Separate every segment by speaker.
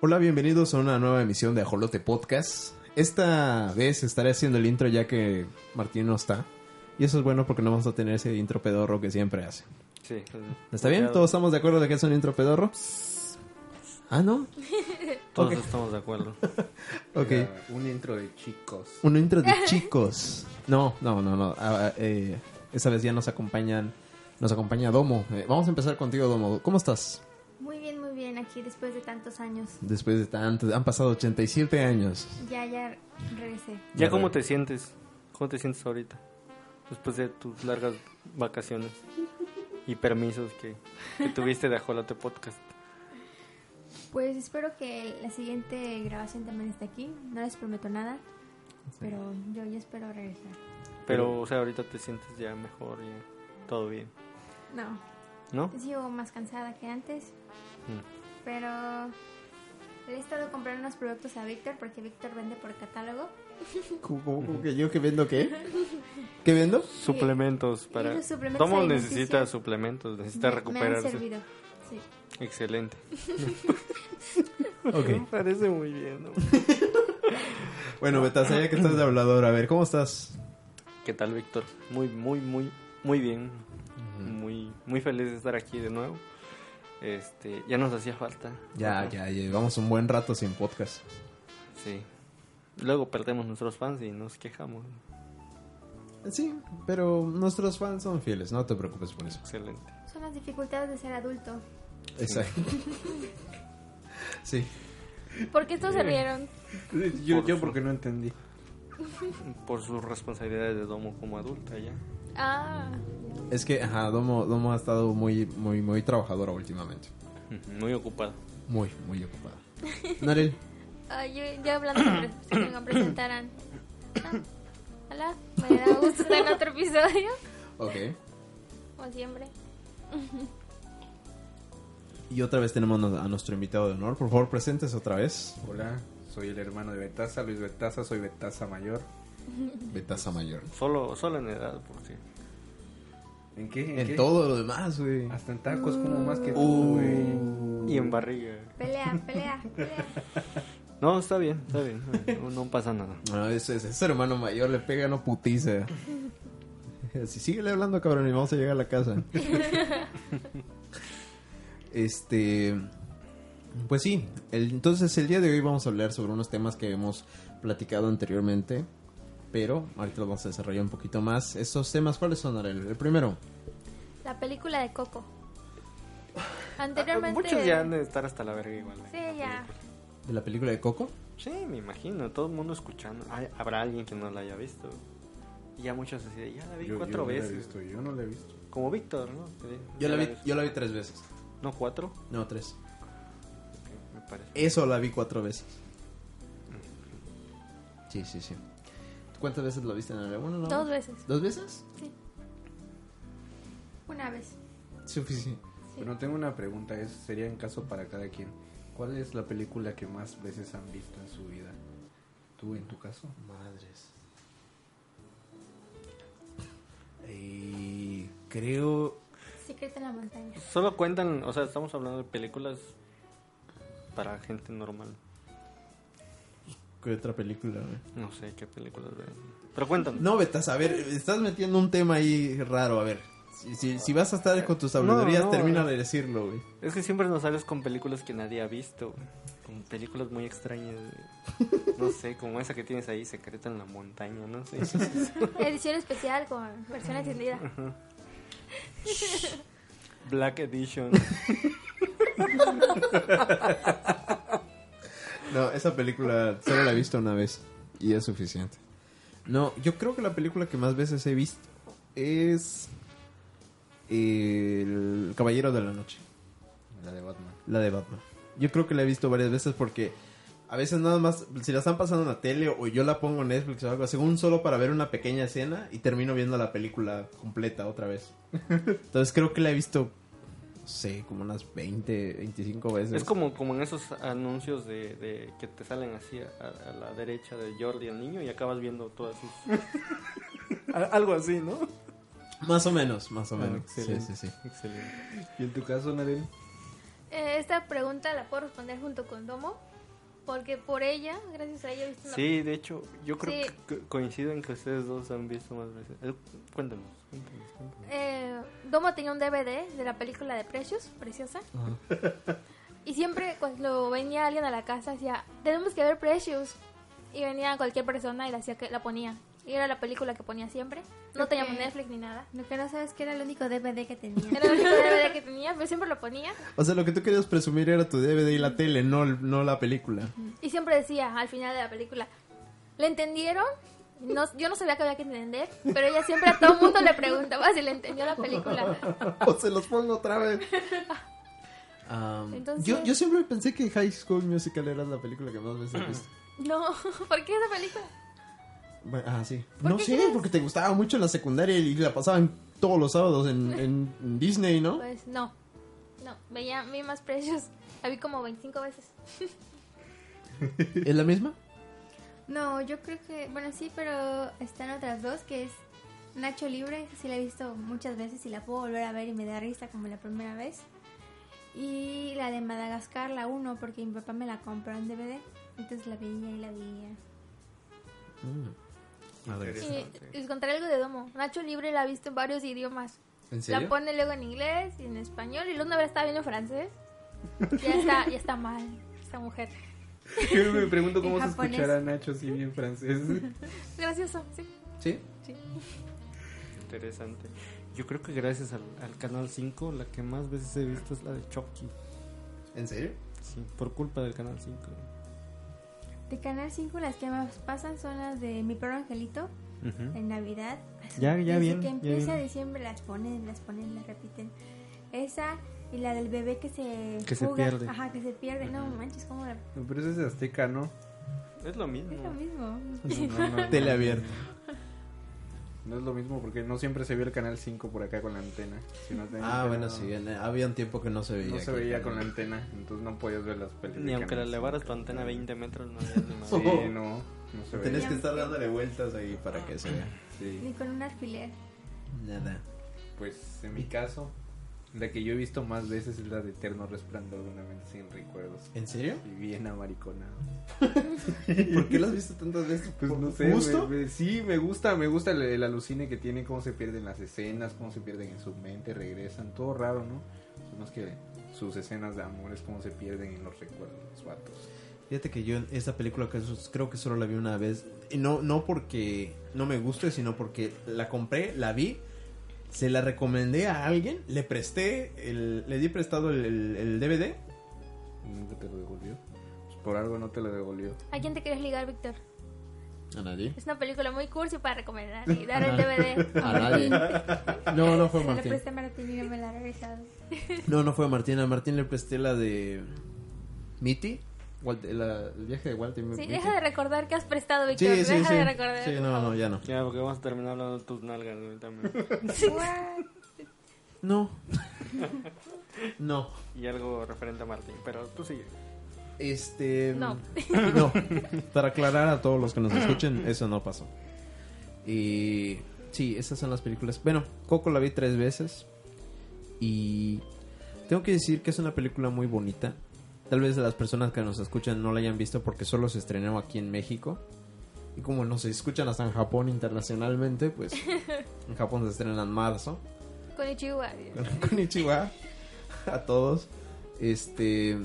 Speaker 1: Hola, bienvenidos a una nueva emisión de Ajolote Podcast. Esta vez estaré haciendo el intro ya que Martín no está. Y eso es bueno porque no vamos a tener ese intro pedorro que siempre hace.
Speaker 2: Sí.
Speaker 1: ¿Está bien? ¿Todos estamos de acuerdo de que es un intro pedorro? Ah, ¿no?
Speaker 2: Todos estamos de acuerdo.
Speaker 1: Ok.
Speaker 3: Era Un intro de chicos.
Speaker 1: Un intro de chicos. No, no, no, no. Ah, eh, esa vez ya nos acompañan, nos acompaña Domo. Eh, vamos a empezar contigo, Domo. ¿Cómo estás?
Speaker 4: Muy bien, muy bien, aquí después de tantos años.
Speaker 1: Después de tanto, han pasado 87 años.
Speaker 4: Ya, ya regresé.
Speaker 1: A
Speaker 2: ¿Ya cómo
Speaker 1: ver.
Speaker 2: te sientes? ¿Cómo te sientes ahorita? Después de tus largas vacaciones y permisos que, que tuviste de Ajolote Podcast.
Speaker 4: Pues espero que la siguiente grabación también esté aquí. No les prometo nada, pero yo ya espero regresar.
Speaker 2: Pero, o sea, ahorita te sientes ya mejor, ya todo bien,
Speaker 4: No,
Speaker 2: ¿no?
Speaker 4: sigo más cansada que antes,
Speaker 2: Mm.
Speaker 4: pero le he estado comprando unos productos a Víctor porque Víctor vende por catálogo.
Speaker 1: ¿Cómo, cómo- cómo que yo que vendo qué? ¿Qué vendo?
Speaker 2: Suplementos para...
Speaker 4: los suplementos
Speaker 2: Tomo
Speaker 4: alimenticios.
Speaker 2: necesita suplementos, necesita
Speaker 4: Me- Me han
Speaker 2: recuperarse.
Speaker 4: servido, sí.
Speaker 2: Excelente.
Speaker 1: Ok.
Speaker 2: Parece muy bien. ¿no?
Speaker 1: Bueno, Betasa, ya que estás de hablador, a ver, ¿cómo estás?
Speaker 2: ¿Qué tal, Víctor? Muy, muy, muy, muy bien. Muy, muy feliz de estar aquí de nuevo. Este, ya nos hacía falta.
Speaker 1: Ya, ya, llevamos un buen rato sin podcast.
Speaker 2: Sí. Luego perdemos nuestros fans y nos quejamos.
Speaker 1: Sí, pero nuestros fans son fieles, no te preocupes por eso.
Speaker 2: Excelente.
Speaker 4: Son las dificultades de ser adulto.
Speaker 1: Exacto. Sí.
Speaker 4: ¿Por qué estos se rieron?
Speaker 2: Yo- yo porque
Speaker 3: no entendí.
Speaker 2: Por sus responsabilidades de domo como adulta ya.
Speaker 4: Ah,
Speaker 1: Es que, ajá, Domo, Domo ha estado muy, muy, muy trabajadora últimamente.
Speaker 2: Muy ocupada.
Speaker 1: Muy, muy ocupada. Narel.
Speaker 4: Ah, yo, ya hablando sobre si me presentaran. Ah, hola, me da gusto estar en otro episodio,
Speaker 1: Ok.
Speaker 4: como siempre.
Speaker 1: Y otra vez tenemos a nuestro invitado de honor. Por favor, presentes otra vez.
Speaker 3: Hola, soy el hermano de Betasa, Luis Betasa, soy Betasa mayor.
Speaker 1: Betasa Mayor.
Speaker 2: Solo, solo en edad, porque
Speaker 3: ¿En qué?
Speaker 1: En
Speaker 3: qué?
Speaker 1: todo Uh. lo demás, güey.
Speaker 3: Hasta en tacos como más que tú, güey.
Speaker 1: Uh.
Speaker 2: Y en barriga.
Speaker 4: Pelea, pelea, pelea.
Speaker 2: No, está bien, está bien. No, no pasa nada.
Speaker 1: No, ese, ese- ese hermano mayor le pega no putiza. Si síguele hablando, cabrón, y vamos a llegar a la casa. este. Pues sí, el- entonces el día de hoy vamos a hablar sobre unos temas que hemos platicado anteriormente. Pero ahorita los vamos a desarrollar un poquito más. Esos temas, ¿cuáles son, Arel? El primero.
Speaker 4: La película de Coco. Anteriormente.
Speaker 2: Muchos ya han de estar hasta la verga igual. ¿eh?
Speaker 4: Sí,
Speaker 2: en la
Speaker 4: ya.
Speaker 2: película.
Speaker 1: ¿De la película de Coco?
Speaker 2: Sí, me imagino. Todo el mundo escuchando. Ay, Habrá alguien que no la haya visto. Y ya muchos así de, ya la vi
Speaker 3: Yo-
Speaker 2: cuatro
Speaker 3: yo no la he
Speaker 2: veces.
Speaker 3: visto, yo no la he visto.
Speaker 2: Como Víctor, ¿no? Sí,
Speaker 1: Yo la, vi,
Speaker 2: ves.
Speaker 1: yo la vi tres veces.
Speaker 2: No, cuatro.
Speaker 1: No, tres.
Speaker 2: Ok, me parece.
Speaker 1: Eso la vi cuatro veces. Sí, sí, sí. ¿Tú ¿Cuántas veces la viste en el Bueno, no.
Speaker 4: Dos veces.
Speaker 1: ¿Dos veces?
Speaker 4: Sí. Una vez.
Speaker 1: Suficiente.
Speaker 4: Sí.
Speaker 3: Pero tengo una pregunta, es, sería en caso para cada quien. ¿Cuál es la película que más veces han visto en su vida? ¿Tú en tu caso?
Speaker 1: Madres. Y creo.
Speaker 4: Secreto en la montaña.
Speaker 2: Solo cuentan, o sea, estamos hablando de películas para gente normal.
Speaker 1: ¿Qué otra película? güey?
Speaker 2: No sé qué películas ven. Pero cuentan.
Speaker 1: No, Betas, a ver, estás metiendo un tema ahí raro, a ver. Si, si- si vas a estar con tus habladurías,
Speaker 2: No, no,
Speaker 1: termina
Speaker 2: no.
Speaker 1: de decirlo, güey.
Speaker 2: Es que siempre nos sales con películas que nadie ha visto. güey. Con películas muy extrañas. güey. No sé, como esa que tienes ahí, Secreta en la Montaña, no sé.
Speaker 4: Edición especial con versión extendida.
Speaker 2: Black Edition.
Speaker 1: No, esa película solo la he visto una vez y es suficiente. No, yo creo que la película que más veces he visto es eh, El Caballero de la Noche,
Speaker 3: La de Batman.
Speaker 1: la de Batman. Yo creo que la he visto varias veces porque a veces nada más, si la están pasando en la tele o yo la pongo en Netflix o algo así, un solo para ver una pequeña escena y termino viendo la película completa otra vez. Entonces creo que la he visto, no sé, como unas 20, 25 veces.
Speaker 2: es como, como en esos anuncios de, de que te salen así a, a la derecha de Jordi el niño y acabas viendo todas sus. A- Algo así, ¿no?
Speaker 1: Más o menos, más o menos. Sí,
Speaker 2: Ah, excelente.
Speaker 1: sí, sí.
Speaker 2: Excelente.
Speaker 3: ¿Y en tu caso, Narel?
Speaker 4: Eh, esta pregunta la puedo responder junto con Domo.
Speaker 5: Porque por ella, gracias a ella, viste una
Speaker 2: Sí, de hecho, yo creo
Speaker 5: Sí.
Speaker 2: que co- coincido en que ustedes dos han visto más veces. Eh, Cuéntanos, cuéntanos, cuéntanos.
Speaker 5: Eh, Domo tenía un DVD de la película de Precious, preciosa. Y siempre cuando venía alguien a la casa decía, tenemos que ver Precious. Y venía cualquier persona y la, hacía que, la ponía. Y era la película que ponía siempre. No
Speaker 4: Ok.
Speaker 5: teníamos Netflix ni nada.
Speaker 4: Lo que no sabes que era el único DVD que tenía.
Speaker 5: Era el único DVD que tenía, pero siempre lo ponía.
Speaker 1: O sea, lo que tú querías presumir era tu DVD y la tele, no, no la película.
Speaker 5: Y siempre decía al final de la película, ¿le entendieron? No, yo no sabía que había que entender, pero ella siempre a todo el mundo le preguntaba si le entendió la película.
Speaker 1: o se los pongo otra vez. Am,
Speaker 5: Entonces-
Speaker 1: yo, yo siempre pensé que High School Musical era la película que más veces he visto.
Speaker 5: No, ¿por qué esa película?
Speaker 1: Bueno, ah, sí.
Speaker 5: ¿Por
Speaker 1: No
Speaker 5: qué
Speaker 1: sé,
Speaker 5: crees?
Speaker 1: porque te gustaba mucho la secundaria y la pasaban todos los sábados en, en- en Disney, ¿no?
Speaker 5: Pues no, no, veía, vi más Precious, la vi como 25 veces.
Speaker 1: ¿Es la misma?
Speaker 4: No, yo creo que, bueno, sí, pero están otras dos, que es Nacho Libre, sí la he visto muchas veces y la puedo volver a ver y me da risa como la primera vez. Y la de Madagascar, la 1, porque mi papá me la compró en DVD, entonces la veía y la veía.
Speaker 3: Mm.
Speaker 5: Y
Speaker 2: Interesante.
Speaker 5: les contaré algo de Domo. Nacho Libre la ha visto en varios idiomas.
Speaker 1: ¿En
Speaker 5: La pone luego en inglés y en español y luego una vez estaba viendo en francés. Ya está, ya está mal esta mujer.
Speaker 3: Yo me pregunto cómo
Speaker 4: En
Speaker 3: se
Speaker 4: japonés.
Speaker 3: escuchará Nacho si bien francés.
Speaker 5: Gracioso, sí.
Speaker 1: ¿Sí?
Speaker 2: Interesante. Yo creo que gracias al, al Canal 5, la que más veces he visto es la de Chucky.
Speaker 1: ¿En serio?
Speaker 2: Sí, por culpa del Canal 5.
Speaker 4: De Canal 5 las que más pasan son las de Mi Perro Angelito, en Navidad.
Speaker 2: Ya- ya
Speaker 4: Pues, Desde
Speaker 2: bien,
Speaker 4: que
Speaker 2: ya
Speaker 4: empieza
Speaker 2: bien.
Speaker 4: diciembre las ponen, las ponen, las repiten. Esa y la del bebé que se
Speaker 2: Que se
Speaker 4: fuga.
Speaker 2: pierde.
Speaker 4: Ajá, que se pierde. No manches, como la...
Speaker 3: No, Pero ese es de azteca, ¿no?
Speaker 2: Es lo mismo.
Speaker 4: Es lo mismo.
Speaker 2: No, no, no.
Speaker 1: Tele abierta.
Speaker 3: No es lo mismo porque no siempre se vio el canal 5 por acá con la antena. Si no tenía
Speaker 1: Ah,
Speaker 3: antena,
Speaker 1: bueno,
Speaker 3: no-
Speaker 1: sí. en- había un tiempo que no se veía.
Speaker 3: No se
Speaker 1: aquí.
Speaker 3: veía con la antena, entonces no podías ver las películas.
Speaker 2: Ni aunque le elevaras tu antena 20 metros, no había ni madre.
Speaker 3: Sí, no, no se
Speaker 1: Tenías
Speaker 3: veía.
Speaker 1: que estar dándole vueltas ahí para que se vea.
Speaker 4: Ni con un alfiler.
Speaker 1: Nada.
Speaker 3: Pues en mi caso, la que yo he visto más veces es la de Eterno Resplandor de una mente sin recuerdos.
Speaker 1: ¿En serio?
Speaker 3: Y bien amariconado.
Speaker 1: ¿Por qué la has visto tantas veces?
Speaker 3: Pues
Speaker 1: ¿Por
Speaker 3: no sé,
Speaker 1: gusto?
Speaker 3: me- me- sí, me gusta, me gusta el, el alucine que tiene, cómo se pierden las escenas, cómo se pierden en su mente, regresan, todo raro, ¿no? Más que sus escenas de amores, cómo se pierden en los recuerdos, los vatos.
Speaker 1: Fíjate que yo en esta película que so- creo que solo la vi una vez. Y no, no porque no me guste, sino porque la compré, la vi, se la recomendé a alguien, le presté, el- le di prestado el, el- el DVD.
Speaker 3: Nunca te lo devolvió. Pues por algo no te lo devolvió.
Speaker 5: ¿A quién te quieres ligar, Víctor?
Speaker 1: A nadie.
Speaker 5: Es una película muy cursi para recomendar y dar el DVD.
Speaker 1: A nadie. No, no fue
Speaker 4: Se la
Speaker 1: Martín.
Speaker 4: presta a Martín y no me la ha regresado.
Speaker 1: No, no fue a Martín. A Martín le presté la de Mitty. Walt- la- el viaje de Walter.
Speaker 5: Sí,
Speaker 1: Mitty.
Speaker 5: deja de recordar que has prestado,
Speaker 1: Sí,
Speaker 5: Víctor.
Speaker 1: sí,
Speaker 5: deja
Speaker 1: sí.
Speaker 5: de recordar.
Speaker 1: Sí, no, no, ya no.
Speaker 2: Ya, porque vamos a terminar hablando de tus nalgas güey, también.
Speaker 1: No. no.
Speaker 2: Y algo referente a Martín, pero tú sigue.
Speaker 1: Este.
Speaker 5: No.
Speaker 1: No. Para aclarar a todos los que nos escuchen, eso no pasó. Y. Sí, esas son las películas. Bueno, Coco la vi tres veces. Y. Tengo que decir que es una película muy bonita. Tal vez las personas que nos escuchan no la hayan visto porque solo se estrenó aquí en México. Y como nos escuchan hasta en Japón internacionalmente, pues. En Japón se estrena en marzo.
Speaker 5: Con Ichiwa.
Speaker 1: Konnichiwa a todos. Este.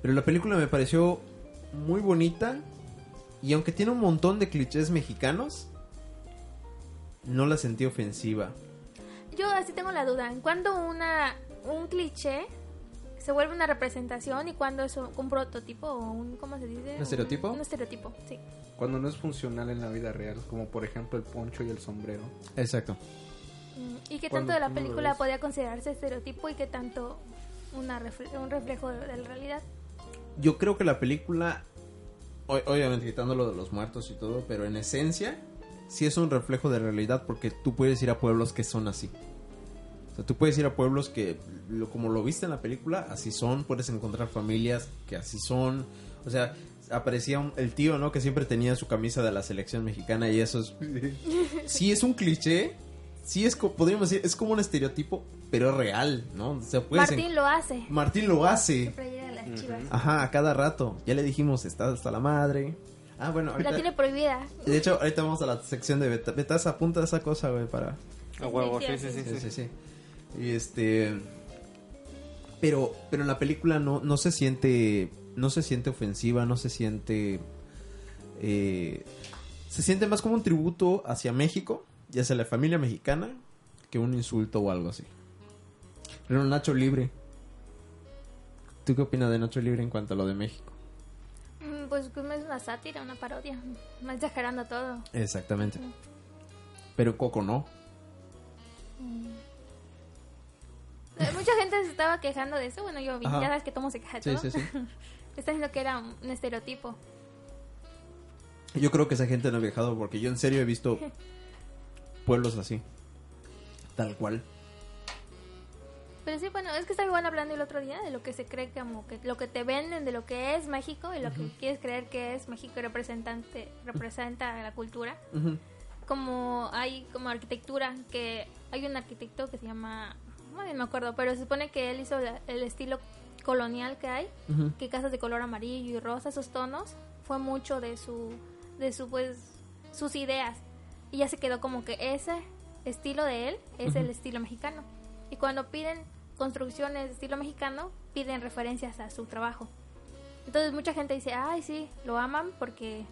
Speaker 1: Pero la película me pareció muy bonita. Y aunque tiene un montón de clichés mexicanos, no la sentí ofensiva.
Speaker 5: Yo así tengo la duda. ¿En cuándo una, un cliché se vuelve una representación y cuándo es un, un prototipo o un. ¿Cómo se dice?
Speaker 1: ¿Un estereotipo?
Speaker 5: Un estereotipo, sí.
Speaker 3: Cuando no es funcional en la vida real, como por ejemplo el poncho y el sombrero.
Speaker 1: Exacto.
Speaker 5: Mm, ¿Y qué
Speaker 3: ¿Cuándo
Speaker 5: tanto de la
Speaker 3: tú lo
Speaker 5: película
Speaker 3: ves?
Speaker 5: podía considerarse estereotipo y qué tanto una refle- un reflejo de de la realidad?
Speaker 1: Yo creo que la película, o- obviamente quitando lo de los muertos y todo, pero en esencia, sí es un reflejo de realidad porque tú puedes ir a pueblos que son así. O sea, tú puedes ir a pueblos que, lo- como lo viste en la película, así son. Puedes encontrar familias que así son. O sea, aparecía un- el tío, ¿no? Que siempre tenía su camisa de la selección mexicana y eso es... sí es un cliché. Sí es, co- podríamos decir, es como un estereotipo, pero es real, ¿no? O sea, puedes en-
Speaker 5: Martín lo hace.
Speaker 1: Martín lo hace.
Speaker 4: Su playera de la las chivas.
Speaker 1: Ajá, a cada rato. Ya le dijimos, está hasta la madre. Ah, bueno, ahorita...
Speaker 5: La tiene prohibida.
Speaker 1: De hecho, ahorita vamos a la sección de beta- Betas. Apunta esa cosa, güey, para...
Speaker 3: Ah,
Speaker 2: A huevo, sí, sí, sí.
Speaker 1: Sí, sí,
Speaker 2: sí.
Speaker 1: sí. Y este... Pero, pero en la película no, no se siente... No se siente ofensiva, no se siente... eh, se siente más como un tributo hacia México y hacia la familia mexicana que un insulto o algo así. Pero Nacho Libre. ¿Tú qué opinas de Nacho Libre en cuanto a lo de México?
Speaker 5: Mm, Pues como es una sátira, una parodia. Más exagerando todo.
Speaker 1: Exactamente. Pero Coco no.
Speaker 5: Eh, Mucha gente se estaba quejando de eso. Bueno, yo vi,
Speaker 1: Ajá.
Speaker 5: ya sabes que tomo se queja de
Speaker 1: Sí, sí,
Speaker 5: todo.
Speaker 1: sí.
Speaker 5: Está diciendo que era un un estereotipo.
Speaker 1: Yo creo que esa gente no ha viajado porque yo en serio he visto pueblos así. Tal cual.
Speaker 5: Pero sí, bueno, es que estaba igual hablando el otro día de lo que se cree como que lo que te venden de lo que es México y lo que quieres creer que es México y representante representa a la cultura. Como hay como arquitectura que hay un arquitecto que se llama muy bien me acuerdo, pero se supone que él hizo la- el estilo colonial que hay, que casas de color amarillo y rosa, esos tonos, fue mucho de su de su pues sus ideas y ya se quedó como que ese estilo de él es el estilo mexicano. Y cuando piden construcciones de estilo mexicano, piden referencias a su trabajo. Entonces mucha gente dice, ay sí, lo aman porque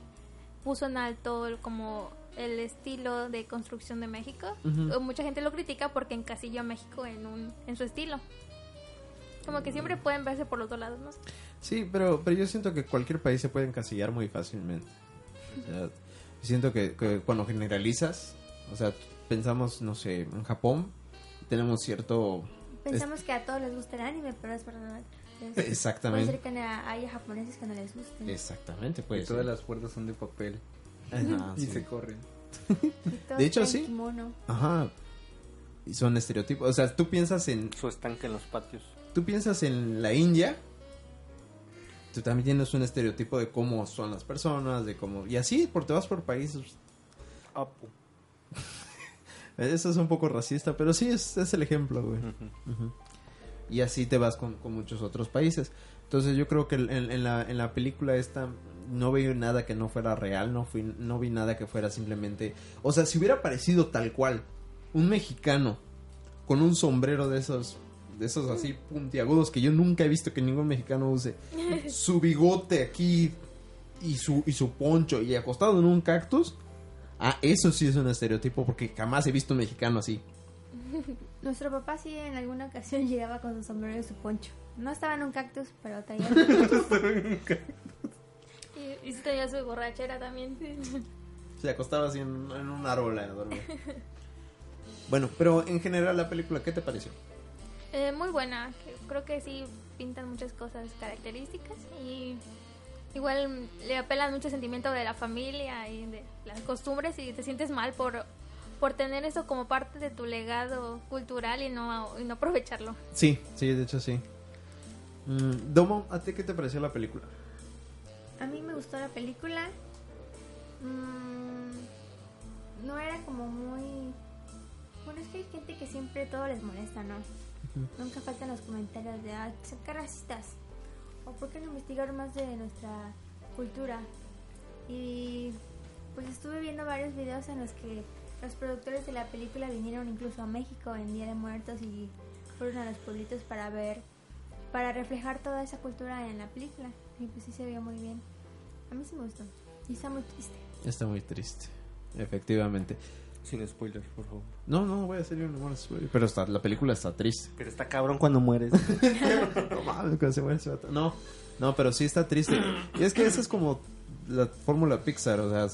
Speaker 5: puso en alto el- como el estilo de construcción de México.
Speaker 1: Ujú.
Speaker 5: O Mucha gente lo critica porque encasilló a México en, un, en su estilo. Como que siempre pueden verse por los dos lados, ¿no?
Speaker 1: Sí, pero, pero yo siento que cualquier país se puede encasillar muy fácilmente. O sea, yo siento que, que cuando generalizas, o sea, pensamos, no sé, en Japón, tenemos cierto...
Speaker 4: Pensamos que a todos les gusta el anime, pero es verdad. Entonces, Puede ser
Speaker 1: Exactamente.
Speaker 4: que haya- haya japoneses que no les gusten.
Speaker 1: Exactamente,
Speaker 3: Y
Speaker 1: pues.
Speaker 3: todas las puertas son de papel
Speaker 1: Ajá,
Speaker 3: y
Speaker 1: sí.
Speaker 3: se corren.
Speaker 4: Y todos
Speaker 1: De hecho,
Speaker 4: traen
Speaker 1: sí.
Speaker 4: kimono.
Speaker 1: Ajá. Y son estereotipos. O sea, tú piensas en,
Speaker 2: Su estanque en los patios.
Speaker 1: tú piensas en la India, tú también tienes un estereotipo de cómo son las personas, de cómo... Y así, porque te vas por países.
Speaker 2: Apu.
Speaker 1: Eso es un poco racista, pero sí es, es el ejemplo, güey.
Speaker 2: Ujú.
Speaker 1: Ujú. Y así te vas con, con muchos otros países. Entonces yo creo que en, en la, en la película esta no vi nada que no fuera real, no, fui, no vi nada que fuera simplemente... O sea, si hubiera parecido tal cual un mexicano con un sombrero de esos, de esos así puntiagudos que yo nunca he visto que ningún mexicano use, su bigote aquí y su, y su poncho y acostado en un cactus, ah, eso sí es un estereotipo porque jamás he visto un mexicano así.
Speaker 4: Nuestro papá sí en alguna ocasión llegaba con su sombrero y su poncho. No estaba en un cactus, pero traía su poncho.
Speaker 5: Y, y sí tenía su borrachera también.
Speaker 1: Se acostaba así en, en un árbol a dormir. bueno, pero en general la película, ¿qué te pareció?
Speaker 5: Eh, muy buena, que- creo que sí pintan muchas cosas características y igual mm, le apelan mucho el sentimiento de la familia y de las costumbres y te sientes mal por, por tener eso como parte de tu legado cultural y no, y no aprovecharlo.
Speaker 1: Sí, sí, de hecho sí. Mm, Domo, ¿a ti qué te pareció la película?
Speaker 4: A mí me gustó la película. Mm, no era como muy... Bueno, es que hay gente que siempre todo les molesta, ¿no? Nunca faltan los comentarios de, ah, son que racistas. O por qué no investigar más de nuestra cultura. Y pues estuve viendo varios videos en los que los productores de la película vinieron incluso a México en Día de Muertos y fueron a los pueblitos para ver, para reflejar toda esa cultura en la película. Y pues sí se vio muy bien. A mí sí me gustó. Y está muy triste.
Speaker 1: Está muy triste, efectivamente.
Speaker 2: Sin spoilers, por favor.
Speaker 1: No, no, voy a hacer un humor, pero está, la película está triste.
Speaker 2: Pero está cabrón cuando mueres.
Speaker 1: no mames, cuando se muere ese vato. No, no, pero sí está triste. Y es que esa es como la fórmula Pixar, o sea,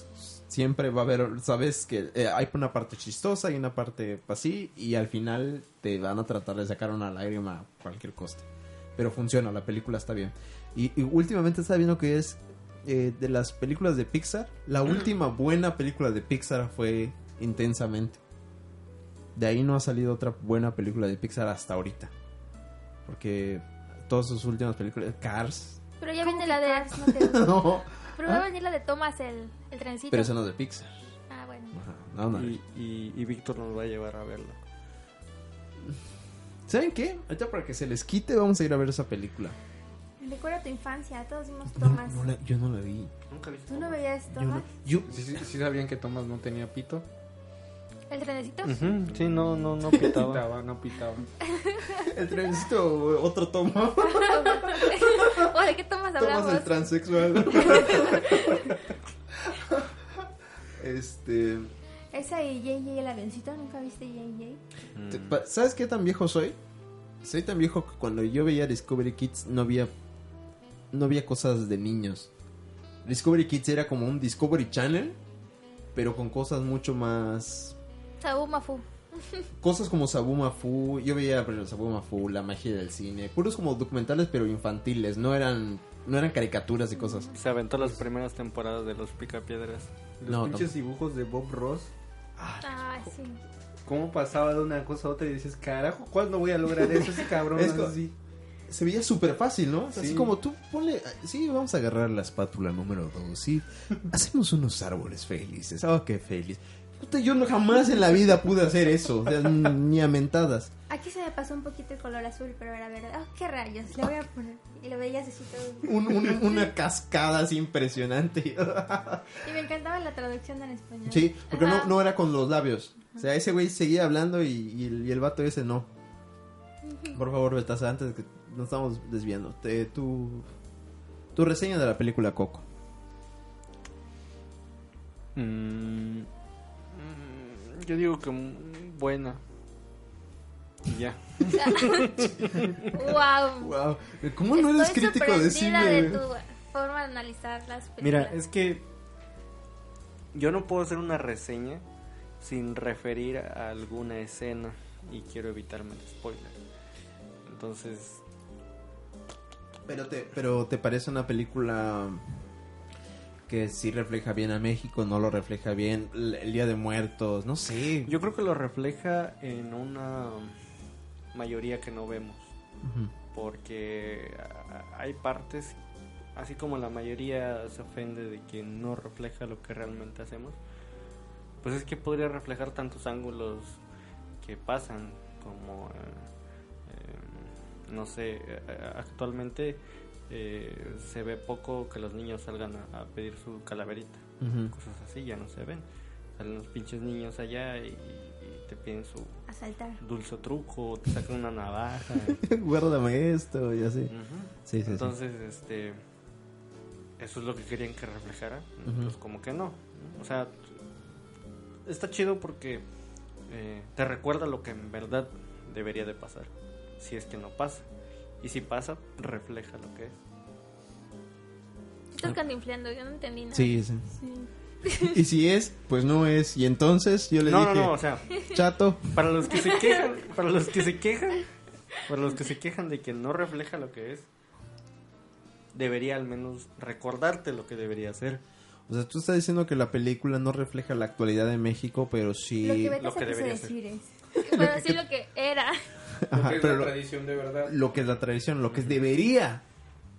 Speaker 1: siempre va a haber, sabes que eh, hay una parte chistosa y una parte así, y al final te van a tratar de sacar una lágrima a cualquier coste. Pero funciona, la película está bien. Y, y últimamente está viendo que es eh, de las películas de Pixar, la última buena película de Pixar fue Intensamente. De ahí no ha salido otra buena película de Pixar hasta ahorita. Porque todas sus últimas películas, Cars,
Speaker 5: Pero ya
Speaker 4: ¿Cómo
Speaker 5: viene
Speaker 4: que ¿Ah?
Speaker 5: la de...
Speaker 4: Cars no te gusta?
Speaker 1: no,
Speaker 5: Pero va a venir la de Thomas, el, el trencito.
Speaker 1: pero eso no es de Pixar.
Speaker 5: Ah, bueno.
Speaker 1: Ajá, no, no.
Speaker 2: y, y, y Víctor nos va a llevar a verla.
Speaker 1: ¿Saben qué? Ahorita para que se les quite vamos a ir a ver esa película.
Speaker 4: ¿De recuerda tu infancia, todos vimos
Speaker 1: No,
Speaker 4: Tomás.
Speaker 1: no la- yo no la vi.
Speaker 2: Nunca he visto.
Speaker 4: ¿Tú no veías
Speaker 1: Yo no-
Speaker 4: Tomás?
Speaker 1: yo-
Speaker 3: ¿Sí, sí- sí sabían que Tomás no tenía pito?
Speaker 5: ¿El trenecito?
Speaker 1: Mm.
Speaker 2: Ujú, Sí, no, no, no pitaba.
Speaker 3: Pitaba, no pitaba.
Speaker 1: el trencito, otro tomo.
Speaker 5: ¿O de qué tomas
Speaker 1: Tomas
Speaker 5: hablamos?
Speaker 1: el transexual. este.
Speaker 4: Esa y JJ el avioncito, ¿nunca viste JJ?
Speaker 1: te- pa- ¿Sabes qué tan viejo soy? Soy tan viejo que cuando yo veía Discovery Kids no había. No había cosas de niños. Discovery Kids era como un Discovery Channel, pero con cosas mucho más
Speaker 5: Sabu Mafu.
Speaker 1: cosas como Sabu Mafu, yo veía por ejemplo, Sabu Mafu, la magia del cine, puros como documentales pero infantiles, no eran no eran caricaturas y cosas.
Speaker 2: Se aventó las primeras temporadas de los Picapiedras.
Speaker 3: Los
Speaker 1: No,
Speaker 3: pinches dibujos de Bob Ross.
Speaker 5: Ah, sí.
Speaker 3: ¿Cómo pasaba de una cosa a otra y dices, carajo, ¿cuándo voy a lograr eso? Ese cabrón
Speaker 1: Es
Speaker 3: así.
Speaker 1: co- Se veía súper fácil, ¿no? Así
Speaker 3: Sí.
Speaker 1: como tú ponle, sí, vamos a agarrar la espátula número 2 sí, hacemos unos árboles felices. Oh, qué feliz. Puta, yo no, jamás en la vida pude hacer eso, o sea, n- ni a mentadas.
Speaker 4: Aquí se me pasó un poquito el color azul, pero era verdad. ¡Oh, qué rayos! Le voy a poner. Y lo veías así todo.
Speaker 1: Un- un- una cascada así impresionante.
Speaker 4: Y me encantaba la traducción en español.
Speaker 1: Sí, porque no,
Speaker 5: Ajá.
Speaker 1: no era con los labios. O sea, ese güey seguía hablando y, y el, y el vato ese no. Por favor, Betasa, antes de que nos estamos desviando, te- tu, tu reseña de la película Coco.
Speaker 2: Mm, mm, yo digo que mm, buena. Y ya.
Speaker 5: Wow.
Speaker 1: Wow, ¿cómo no eres
Speaker 5: Estoy
Speaker 1: crítico de
Speaker 5: sorprendida
Speaker 1: cine?
Speaker 5: de tu forma de analizar las
Speaker 2: Mira,
Speaker 5: películas.
Speaker 2: es que yo no puedo hacer una reseña sin referir a alguna escena y quiero evitarme el spoiler. Entonces,
Speaker 1: Pero, te, pero te parece una película que sí refleja bien a México, no lo refleja bien, el, el Día de Muertos, no sé.
Speaker 2: yo creo que lo refleja en una mayoría que no vemos.
Speaker 1: Ujú.
Speaker 2: porque a- hay partes, así como la mayoría se ofende de que no refleja lo que realmente hacemos, pues es que podría reflejar tantos ángulos que pasan, como, eh, eh, no sé, eh, actualmente eh, se ve poco que los niños salgan a- a pedir su calaverita
Speaker 1: Ujú.
Speaker 2: cosas así ya no se ven. Salen los pinches niños allá y, y te piden su
Speaker 4: A saltar.
Speaker 2: dulce truco, te sacan una navaja.
Speaker 1: Guárdame esto y así.
Speaker 2: Ujú.
Speaker 1: Sí, sí, sí.
Speaker 2: Entonces, este. Eso es lo que querían que reflejara.
Speaker 1: Ujú.
Speaker 2: Pues, como que no. O sea, está chido porque eh, te recuerda lo que en verdad debería de pasar. Si es que no pasa. Y si pasa, refleja lo que es.
Speaker 5: Estás cantinfleando, yo no entendí nada.
Speaker 1: Sí, sí.
Speaker 5: Sí.
Speaker 1: Y si es, pues no es. Y entonces yo le
Speaker 2: no,
Speaker 1: dije,
Speaker 2: no, no, o sea,
Speaker 1: chato,
Speaker 2: para los que se quejan, para los que se quejan, para los que se quejan de que no refleja lo que es, debería al menos recordarte lo que debería ser.
Speaker 1: o sea, tú estás diciendo que la película no refleja la actualidad de México, pero sí...
Speaker 4: Lo que Betas
Speaker 2: lo que
Speaker 4: quiso
Speaker 2: debería ser.
Speaker 4: decir es.
Speaker 5: Bueno, sí lo que era.
Speaker 1: Ajá, pero lo,
Speaker 3: tradición de verdad.
Speaker 1: lo que es la tradición, lo que debería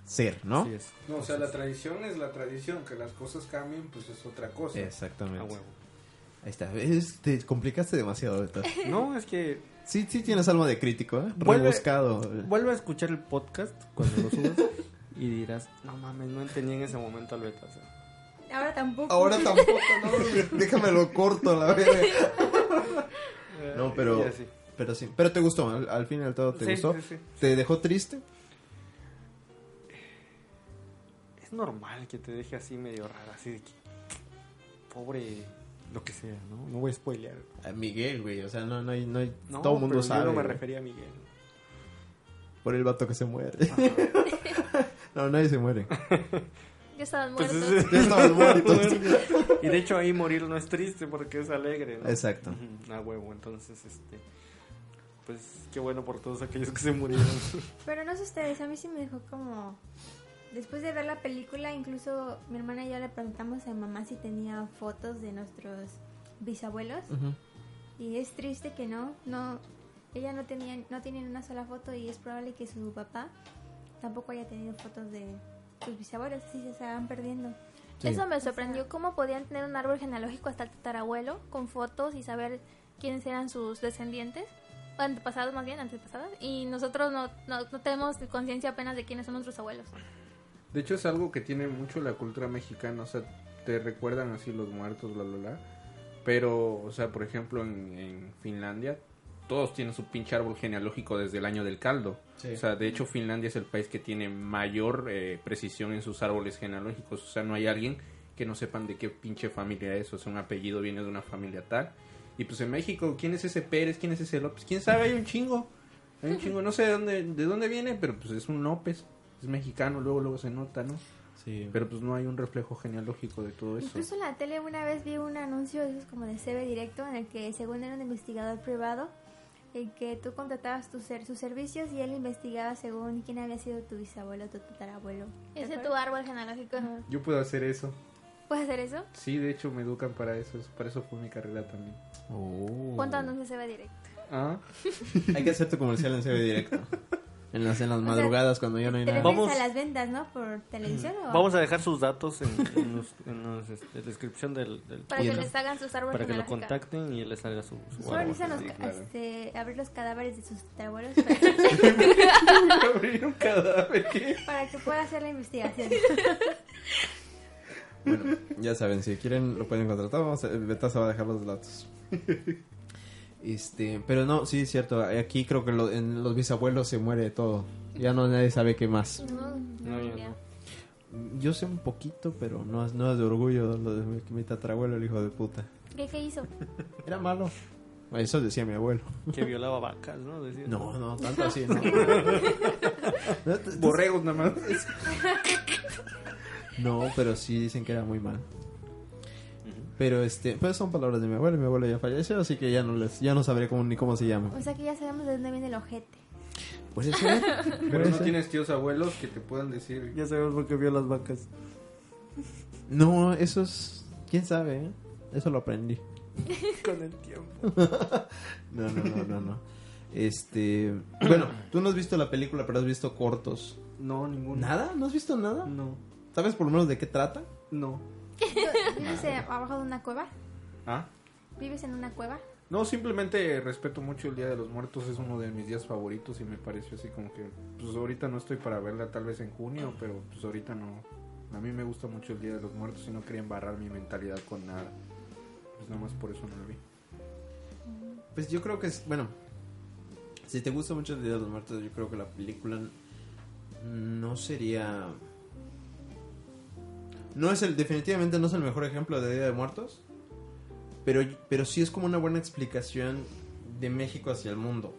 Speaker 1: ser, ¿no?
Speaker 2: Así es.
Speaker 3: No, o sea, la tradición es la tradición, que las cosas cambien, pues es otra cosa.
Speaker 1: Exactamente.
Speaker 2: A Ah, huevo.
Speaker 1: Ahí está. Es- te complicaste demasiado, Beto.
Speaker 2: No, es que
Speaker 1: Sí, sí tienes alma de crítico, ¿eh?
Speaker 2: Vuelve-
Speaker 1: Rebuscado.
Speaker 2: vuelve a escuchar el podcast cuando lo subas y dirás, no mames, no entendí en ese momento al beta.
Speaker 4: Ahora tampoco.
Speaker 1: Ahora tampoco, no. Déjame lo corto, la verdad. No, pero- Pero sí. Pero te gustó, al, al fin y al cabo te
Speaker 2: Sí,
Speaker 1: gustó.
Speaker 2: sí, sí.
Speaker 1: ¿Te dejó triste?
Speaker 2: Es normal que te deje así medio rara, así de que, pobre, lo que sea, ¿no? No voy a spoilear.
Speaker 1: A Ah, Miguel, güey. O sea, no, no hay... No hay
Speaker 2: No,
Speaker 1: todo el mundo
Speaker 2: pero
Speaker 1: sabe.
Speaker 2: Yo no me
Speaker 1: güey.
Speaker 2: refería a Miguel.
Speaker 1: Por el vato que se muere.
Speaker 2: Pues
Speaker 1: no, nadie se muere.
Speaker 5: Ya estaban
Speaker 2: Pues
Speaker 5: muertos.
Speaker 2: ese-
Speaker 1: Ya estaban muertos.
Speaker 2: Y de hecho ahí morir no es triste porque es alegre, ¿no?
Speaker 1: Exacto.
Speaker 2: Ujú, A huevo, entonces, este... Pues qué bueno por todos aquellos que se murieron.
Speaker 4: Pero no sé ustedes, a mí sí me dejó como... Después de ver la película, incluso mi hermana y yo le preguntamos a mi mamá si tenía fotos de nuestros bisabuelos. Y es triste que no, no... Ella no tenía, no tiene una sola foto y es probable que su papá tampoco haya tenido fotos de sus bisabuelos, así se estaban perdiendo.
Speaker 1: Sí.
Speaker 5: Eso me sorprendió. ¿Cómo podían tener un árbol genealógico hasta el tatarabuelo con fotos y saber quiénes eran sus descendientes? antepasados más bien, antepasados, y nosotros no, no, no tenemos conciencia apenas de quiénes son nuestros abuelos.
Speaker 3: De hecho, es algo que tiene mucho la cultura mexicana. O sea, te recuerdan así los muertos, bla, bla, bla. Pero, o sea, por ejemplo, en, en Finlandia, todos tienen su pinche árbol genealógico desde el año del caldo.
Speaker 1: Sí.
Speaker 3: O sea, de hecho, Finlandia es el país que tiene mayor eh, precisión en sus árboles genealógicos. O sea, no hay alguien que no sepan de qué pinche familia es. O sea, un apellido viene de una familia tal. Y pues en México, ¿quién es ese Pérez? ¿Quién es ese López? ¿Quién sabe? Hay un chingo. Hay un chingo. No sé de dónde, de dónde viene, pero pues es un López. Es mexicano, luego, luego se nota, ¿no?
Speaker 1: Sí.
Speaker 3: Pero pues no hay un reflejo genealógico de todo eso.
Speaker 4: Incluso en la tele una vez vi un anuncio, eso es como de CB Directo, en el que según era un investigador privado, el que tú contratabas tus ser- sus servicios y él investigaba según quién había sido tu bisabuelo, tu tatarabuelo. ¿Te
Speaker 5: Ese es tu
Speaker 4: acuerdas?
Speaker 5: árbol genealógico.
Speaker 4: Ajá.
Speaker 3: Yo puedo hacer eso.
Speaker 5: ¿Puedes hacer eso?
Speaker 3: Sí, de hecho me educan para eso. es- Para eso fue mi carrera también.
Speaker 2: Uh.
Speaker 5: Ponte anuncios se va directo.
Speaker 3: Ah,
Speaker 1: Hay que hacer tu comercial en CB directo. En las, en las madrugadas cuando ya no hay
Speaker 4: Te
Speaker 1: nada.
Speaker 4: refieres
Speaker 2: Vamos.
Speaker 4: a las ventas, ¿no? Por televisión o
Speaker 2: Vamos a dejar sus datos en, en los- en los, este, la descripción del, del
Speaker 5: Para que
Speaker 2: podcast,
Speaker 5: les hagan sus árboles
Speaker 2: para que lo
Speaker 5: genealógicos.
Speaker 2: contacten y les salga su, su
Speaker 4: Solo
Speaker 2: árbol.
Speaker 4: necesitan los
Speaker 3: sí,
Speaker 4: ca-
Speaker 3: claro.
Speaker 4: este, abrir los cadáveres de sus tatarabuelos para,
Speaker 3: abrir un cadáver. ¿qué?
Speaker 4: para que pueda hacer la investigación.
Speaker 1: Bueno, ya saben, si quieren lo pueden contratar. Vamos a, Betasa va a dejar los datos. Este, pero no, sí es cierto. Aquí creo que lo- en los bisabuelos se muere todo. Ya no nadie sabe qué más.
Speaker 5: No, no,
Speaker 2: No, ya
Speaker 5: ya.
Speaker 2: no.
Speaker 1: Yo sé un poquito, pero no es, no es de orgullo lo de mi, mi tatarabuelo, el hijo de puta.
Speaker 5: ¿Qué, qué hizo?
Speaker 1: Era malo. Eso decía mi abuelo.
Speaker 2: Que violaba vacas, ¿no? Decías,
Speaker 1: No, no, tanto así, no. No, t- t-
Speaker 3: Borregos nada más.
Speaker 1: no, pero sí dicen que era muy mal.
Speaker 2: Ujú.
Speaker 1: Pero este, pues son palabras de mi abuelo, y mi abuelo ya falleció, así que ya no les, ya no sabré cómo, ni cómo se llama. Pues
Speaker 4: O sea que ya sabemos de dónde viene el ojete.
Speaker 1: Puede ser.
Speaker 3: Pero
Speaker 1: puede
Speaker 3: no
Speaker 1: ser.
Speaker 3: tienes tíos abuelos que te puedan decir.
Speaker 2: Ya sabemos por qué viola las vacas.
Speaker 1: No, eso es. Quién sabe, eh? Eso lo aprendí.
Speaker 2: Con el tiempo.
Speaker 1: No, no, no, no, no. Este. Bueno, tú no has visto la película, pero has visto cortos.
Speaker 3: No, ninguno.
Speaker 1: ¿Nada? ¿No has visto nada?
Speaker 3: No,
Speaker 1: ¿Sabes por lo menos de qué trata?
Speaker 3: no.
Speaker 4: ¿Vives eh, abajo de una cueva?
Speaker 3: ¿Ah?
Speaker 4: ¿Vives en una cueva?
Speaker 3: No, simplemente respeto mucho el Día de los Muertos, es uno de mis días favoritos y me pareció así como que, pues ahorita no estoy para verla tal vez en junio, pero pues ahorita no. A mí me gusta mucho el Día de los Muertos y no quería embarrar mi mentalidad con nada. Pues nada más por eso no la vi.
Speaker 1: Pues yo creo que es. Bueno, si te gusta mucho el Día de los Muertos, yo creo que la película no sería. No es el. Definitivamente no es el mejor ejemplo de Día de Muertos. Pero, pero sí es como una buena explicación de México hacia el mundo.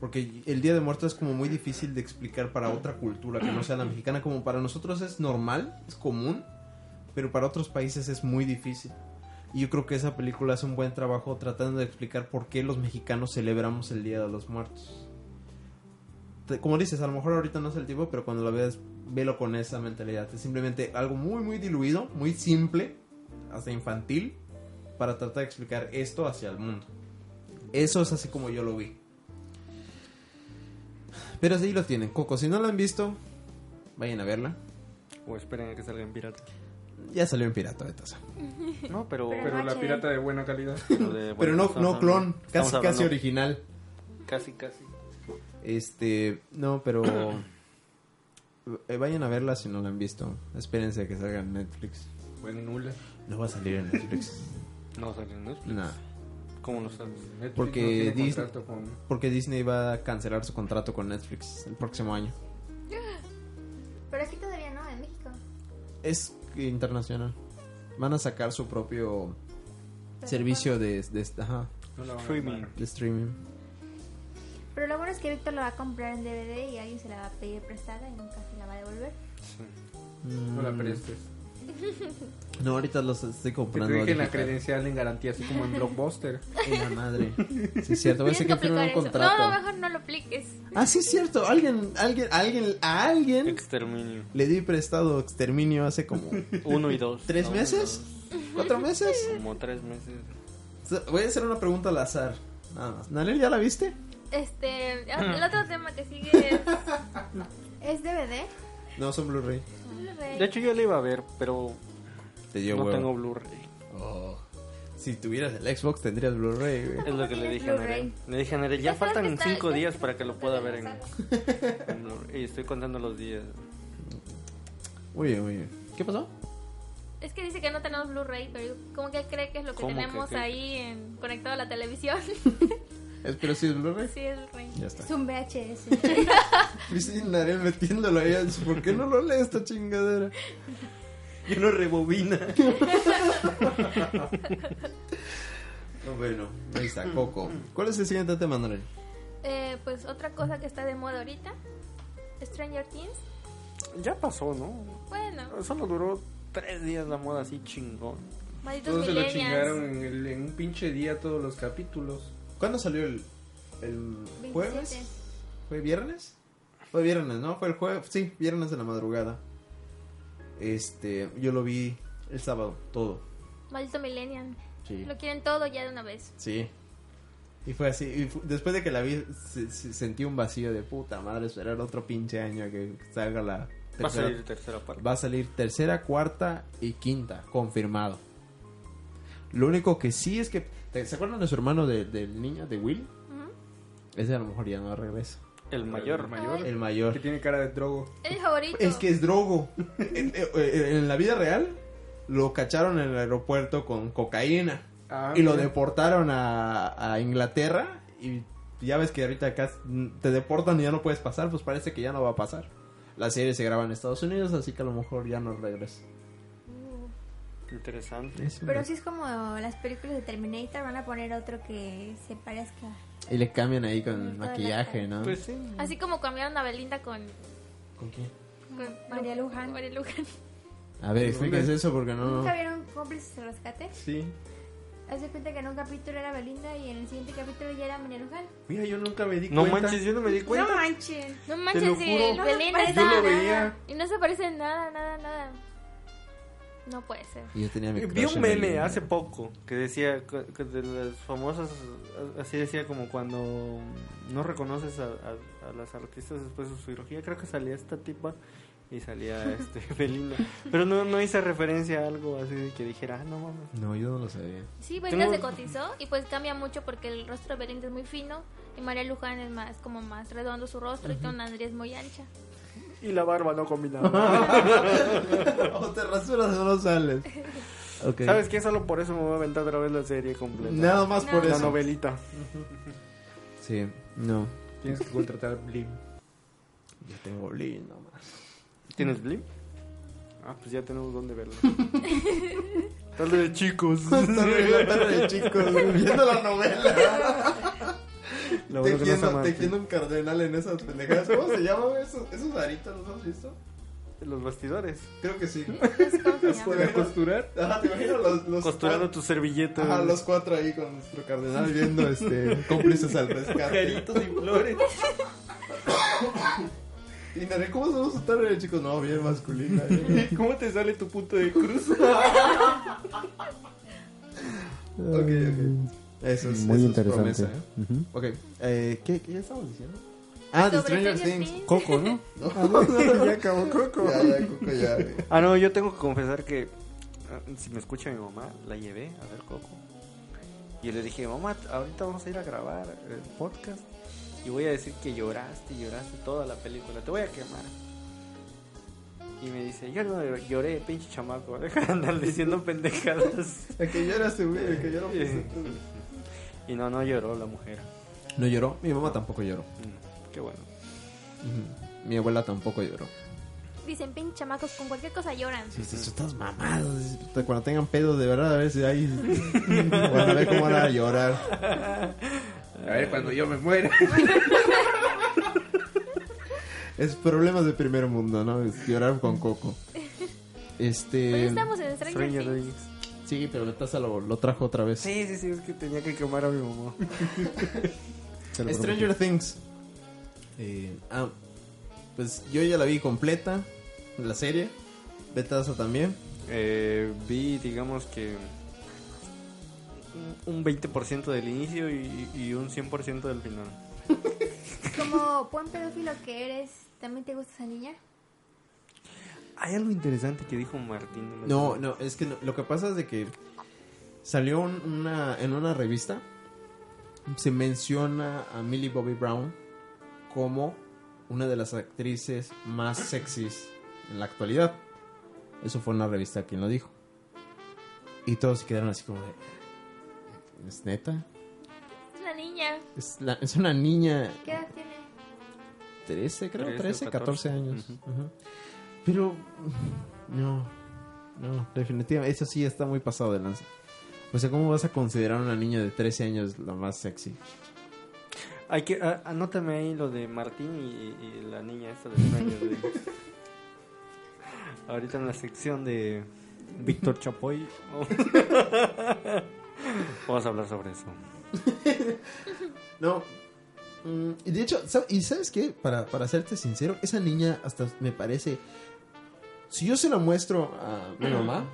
Speaker 1: Porque el Día de Muertos es como muy difícil de explicar para otra cultura que no sea la mexicana. Como para nosotros es normal, es común. Pero para otros países es muy difícil. Y yo creo que esa película hace un buen trabajo tratando de explicar por qué los mexicanos celebramos el Día de los Muertos. Te- Como dices, a lo mejor ahorita no es el tiempo, pero cuando lo veas, velo con esa mentalidad. Es simplemente algo muy, muy diluido, muy simple, hasta infantil, para tratar de explicar esto hacia el mundo. Eso es así como yo lo vi. Pero así lo tienen, Coco. Si no lo han visto, vayan a verla.
Speaker 2: O esperen a que salga en pirata.
Speaker 1: Ya salió en pirata de taza.
Speaker 2: No, pero...
Speaker 4: Pero
Speaker 3: Pero
Speaker 4: no
Speaker 3: la
Speaker 4: HD.
Speaker 3: pirata de buena calidad.
Speaker 2: pero de- bueno,
Speaker 1: Pero no,
Speaker 2: estamos
Speaker 1: no
Speaker 2: hablando-
Speaker 1: clon,
Speaker 2: estamos
Speaker 1: casi,
Speaker 2: hablando-
Speaker 1: casi original.
Speaker 2: Casi, casi.
Speaker 1: Este, no, pero eh, vayan a verla si no la han visto. Espérense a que salga en Netflix.
Speaker 3: Bueno, nula.
Speaker 1: No va a salir en Netflix.
Speaker 2: No salió en Netflix.
Speaker 1: no,
Speaker 2: ¿Cómo lo sabes?
Speaker 3: Netflix
Speaker 1: Porque
Speaker 3: no tiene
Speaker 1: Disney-
Speaker 3: contrato con-
Speaker 1: porque Disney va a cancelar su contrato con Netflix el próximo año.
Speaker 4: Pero aquí todavía no, en México.
Speaker 1: Es internacional. Van a sacar su propio servicio de, de, ajá,
Speaker 3: no la van a
Speaker 2: Streaming.
Speaker 3: embarrar.
Speaker 1: de streaming.
Speaker 4: Pero lo bueno es que Víctor lo va a comprar en DVD y alguien se la va a pedir prestada y nunca se la va a devolver.
Speaker 3: No la
Speaker 1: Mm,
Speaker 3: prestes.
Speaker 1: No, ahorita los estoy
Speaker 3: Que te
Speaker 1: comprando.
Speaker 3: dejen la
Speaker 1: digital.
Speaker 3: credencial en garantía, así como en Blockbuster.
Speaker 1: En la madre. Sí, es cierto. Voy a
Speaker 5: Tienes que
Speaker 1: decir que firmen
Speaker 5: aplicar
Speaker 1: un
Speaker 5: eso.
Speaker 1: contrato.
Speaker 5: No, no, mejor no lo apliques.
Speaker 1: Ah, sí, es cierto. Alguien, alguien, alguien, a alguien
Speaker 2: Exterminio.
Speaker 1: le di prestado exterminio hace como
Speaker 2: Uno y dos.
Speaker 1: ¿Tres
Speaker 2: No,
Speaker 1: meses? cuatro meses.
Speaker 2: no, Como tres meses.
Speaker 1: Voy a hacer una pregunta al azar. Nada más. ¿Nalel ya la viste?
Speaker 5: Este, el otro tema que sigue es...
Speaker 4: ¿Es DVD?
Speaker 1: No, son Blu-ray.
Speaker 2: De hecho, yo la iba a ver, pero
Speaker 1: Te
Speaker 2: no tengo Blu-ray.
Speaker 1: Oh, Si tuvieras el Xbox tendrías Blu-ray, güey.
Speaker 2: Es lo que le
Speaker 4: tienes
Speaker 2: dije a
Speaker 4: Blu-ray?
Speaker 2: Nerel. Le dije a Nerel, ya
Speaker 4: Yo creo que
Speaker 2: faltan
Speaker 4: está-
Speaker 2: cinco
Speaker 4: yo
Speaker 2: días
Speaker 4: creo
Speaker 2: para
Speaker 4: que
Speaker 2: que lo
Speaker 4: está
Speaker 2: pueda
Speaker 4: bien
Speaker 2: ver en, en Blu-ray. Y estoy contando los días.
Speaker 1: Muy bien, muy bien.
Speaker 3: ¿Qué pasó?
Speaker 5: Es que dice que no tenemos Blu-ray, pero como que cree que es lo que
Speaker 2: ¿Cómo que
Speaker 5: tenemos
Speaker 2: cree?
Speaker 5: ahí en- conectado a la televisión.
Speaker 1: Es- Pero si es Blu-ray.
Speaker 5: sí, el rey.
Speaker 1: Ya está.
Speaker 4: Es un VHS.
Speaker 1: Cristina Ariel metiéndolo ahí. ¿Por qué no lo lee esta chingadera?
Speaker 3: Ya no rebobina.
Speaker 1: Bueno, ahí está, Coco. ¿Cuál es el siguiente tema, Norel?
Speaker 5: Eh, pues otra cosa que está de moda ahorita, Stranger Things.
Speaker 2: Ya pasó, ¿no?
Speaker 5: Bueno,
Speaker 2: Solo duró tres días la moda así chingón.
Speaker 5: malditos
Speaker 3: Todos se lo
Speaker 5: millennials.
Speaker 3: chingaron en, el- en un pinche día todos los capítulos.
Speaker 1: ¿Cuándo salió el, el jueves?
Speaker 4: 27.
Speaker 1: ¿Fue viernes? Fue viernes, ¿no? Fue el jueves. Sí, viernes de la madrugada. Este, yo lo vi el sábado, todo.
Speaker 5: Maldito millennial.
Speaker 1: Sí.
Speaker 5: Lo quieren todo ya de una vez.
Speaker 1: Sí. Y fue así. y fu- después de que la vi, se- se- sentí un vacío de puta madre. Esperar otro pinche año a que salga la
Speaker 2: Va a
Speaker 1: tercera.
Speaker 2: salir tercera parte.
Speaker 1: Va a salir tercera, cuarta y quinta, confirmado. Lo único que sí es que. ¿te- ¿Se acuerdan de su hermano de- del niño, de Will?
Speaker 5: Ujú.
Speaker 1: Ese a lo mejor ya no regresa.
Speaker 2: El mayor.
Speaker 3: El mayor.
Speaker 1: El
Speaker 3: Que
Speaker 1: mayor.
Speaker 3: tiene cara de drogo.
Speaker 5: Es mi favorito.
Speaker 1: Es que es drogo. en, eh, eh, en la vida real lo cacharon en el aeropuerto con cocaína.
Speaker 3: Ah,
Speaker 1: y lo
Speaker 3: mira.
Speaker 1: deportaron a, a Inglaterra. Y ya ves que ahorita acá mm, te deportan y ya no puedes pasar. Pues parece que ya no va a pasar. La serie se graba en Estados Unidos, así que a lo mejor ya no regresa.
Speaker 2: Interesante.
Speaker 1: Es
Speaker 4: Pero si es como las películas de Terminator, van a poner otro que se parezca.
Speaker 1: Y le cambian ahí con el
Speaker 4: Con la
Speaker 1: maquillaje, ¿no?
Speaker 2: Pues sí.
Speaker 5: Así como cambiaron a Belinda con,
Speaker 1: ¿Con quién?
Speaker 5: con
Speaker 4: María Luján.
Speaker 5: María Luján.
Speaker 1: A ver, explíquense eso porque no...
Speaker 4: ¿Nunca vieron Cómplices al Rescate?
Speaker 1: Sí.
Speaker 4: Haz de cuenta que en un capítulo era Belinda y en el siguiente capítulo ya era María Luján.
Speaker 3: Mira, yo nunca me di
Speaker 2: No
Speaker 3: cuenta.
Speaker 2: manches, yo no me di cuenta.
Speaker 4: No manches.
Speaker 5: No
Speaker 2: lo
Speaker 5: manches, sí,
Speaker 2: juro. No,
Speaker 5: Belinda
Speaker 4: no,
Speaker 5: está-
Speaker 3: yo lo
Speaker 4: nada.
Speaker 3: veía.
Speaker 5: Y no se parece en nada, nada, nada. No puede ser.
Speaker 1: Y yo tenía mi
Speaker 2: Vi
Speaker 1: crush
Speaker 2: un
Speaker 1: en
Speaker 2: meme
Speaker 1: el-
Speaker 2: hace poco que decía, cu- que de las famosas, a- así decía como cuando no reconoces a, a- a las artistas después de su cirugía, creo que salía esta tipa y salía este Belinda, pero no, no hice referencia a algo así de que dijera, ah, no mames.
Speaker 1: No, yo no lo sabía.
Speaker 5: Sí, Belinda
Speaker 2: Tengo-
Speaker 5: se cotizó y pues cambia mucho porque el rostro de Belinda es muy fino y María Luján es más como más redondo su rostro y con una nariz muy ancha.
Speaker 2: Y la barba no combinaba.
Speaker 1: o Oh, te rasuras o no sales. Ok.
Speaker 2: ¿Sabes qué? Solo por eso me voy a aventar otra vez la serie completa.
Speaker 1: Nada más
Speaker 5: No.
Speaker 1: por
Speaker 2: la
Speaker 1: eso.
Speaker 2: novelita.
Speaker 1: Sí, no.
Speaker 3: Tienes que contratar a Blim.
Speaker 1: Yo tengo Blin nomás.
Speaker 2: ¿Tienes Blim? Ah, pues ya tenemos dónde verla. Tarde de chicos.
Speaker 1: de chicos, viendo la novela.
Speaker 2: Lo
Speaker 1: te
Speaker 2: bueno que no se
Speaker 1: quiero,
Speaker 2: llama-
Speaker 1: te quiero un cardenal en esas pendejadas. ¿Cómo se llaman esos, esos aritos? ¿Los has visto?
Speaker 2: Los bastidores.
Speaker 1: Creo que sí.
Speaker 5: Entonces, ¿cómo se llama?
Speaker 1: ¿Puedes costurar? Ajá, te imagino los... los
Speaker 2: Costurando tu servilleta.
Speaker 1: Ajá, los cuatro ahí con nuestro cardenal viendo este cómplices al rescate.
Speaker 3: Caritos y flores.
Speaker 1: Y Nare, ¿cómo somos su tarde, eh, chicos? No, bien masculina. eh.
Speaker 3: ¿Cómo te sale tu punto de cruz?
Speaker 1: ok, ok. Eso es,
Speaker 6: Muy
Speaker 1: eso es
Speaker 6: interesante.
Speaker 1: promesa, ¿eh?
Speaker 6: Ujú.
Speaker 1: Ok, eh, ¿qué, ¿qué estamos diciendo? Ah, de
Speaker 5: Sobre
Speaker 1: Stranger
Speaker 5: Stranger
Speaker 1: Things.
Speaker 5: Things.
Speaker 1: Coco, ¿no?
Speaker 3: ya acabó Coco.
Speaker 1: ya, ya, Coco, ya. güey.
Speaker 2: Ah, no, yo tengo que confesar que ah, si me escucha mi mamá, la llevé a ver Coco. Y le dije, mamá, ahorita vamos a ir a grabar el podcast. Y voy a decir que lloraste, lloraste toda la película. Te voy a quemar. Y me dice, yo no llor- lloré, pinche chamaco. Deja de andar diciendo pendejadas.
Speaker 1: El que llora este güey, el que llora pues,
Speaker 2: Sí.
Speaker 1: entonces.
Speaker 2: Y no, no lloró la mujer.
Speaker 1: No lloró, mi mamá tampoco lloró.
Speaker 2: Mm, Qué bueno.
Speaker 1: Ujú. Mi abuela tampoco lloró.
Speaker 5: Dicen, pinche chamacos, con cualquier cosa lloran.
Speaker 1: Dices, estás mamado. dices, puta, Cuando tengan pedos, de verdad, a ver si hay. Van a ver cómo van a llorar.
Speaker 3: A ver, cuando yo me muera.
Speaker 1: Es problemas de primer mundo, ¿no? Es llorar con coco.
Speaker 5: Pues
Speaker 1: Este.
Speaker 5: estamos en Stranger
Speaker 2: Stranger
Speaker 5: Things.
Speaker 2: Things.
Speaker 1: Sí, pero la taza lo, lo trajo otra vez.
Speaker 2: Sí, sí, sí, es que tenía que quemar a mi mamá.
Speaker 6: Se lo prometo.
Speaker 1: Stranger Things. Eh, ah, pues yo ya la vi completa. La serie. Betaza también.
Speaker 2: Eh, vi, digamos que un un 20% del inicio y, y un 100% del final.
Speaker 4: Como buen pedófilo que eres, ¿también te gusta esa niña?
Speaker 2: Hay algo interesante que dijo Martín. de la
Speaker 1: No,
Speaker 2: serie.
Speaker 1: no, es que no- lo que pasa es de que Salió un- una, en una revista, se menciona a Millie Bobby Brown como una de las actrices más sexys en la actualidad. Eso fue una revista quien lo dijo. Y todos se quedaron así como de... ¿Es neta?
Speaker 5: Es una niña.
Speaker 1: Es, la- es una niña
Speaker 4: ¿Qué edad tiene?
Speaker 1: 13, creo, 13,
Speaker 2: 13,
Speaker 1: 14 años.
Speaker 2: Ujú.
Speaker 1: Ujú. Pero, no, no, definitivamente, eso sí está muy pasado de lanza. O sea, ¿cómo vas a considerar a una niña de 13 años la más sexy?
Speaker 2: Hay que, a- anótame ahí lo de Martín y, y- y la niña esta de Stranger Things. Ahorita en la sección de Víctor Chapoy vamos a hablar sobre eso.
Speaker 1: No. Mm, y de hecho, ¿sab- ¿y sabes qué? Para, para serte sincero, esa niña hasta me parece... Si yo se la muestro a mi mamá,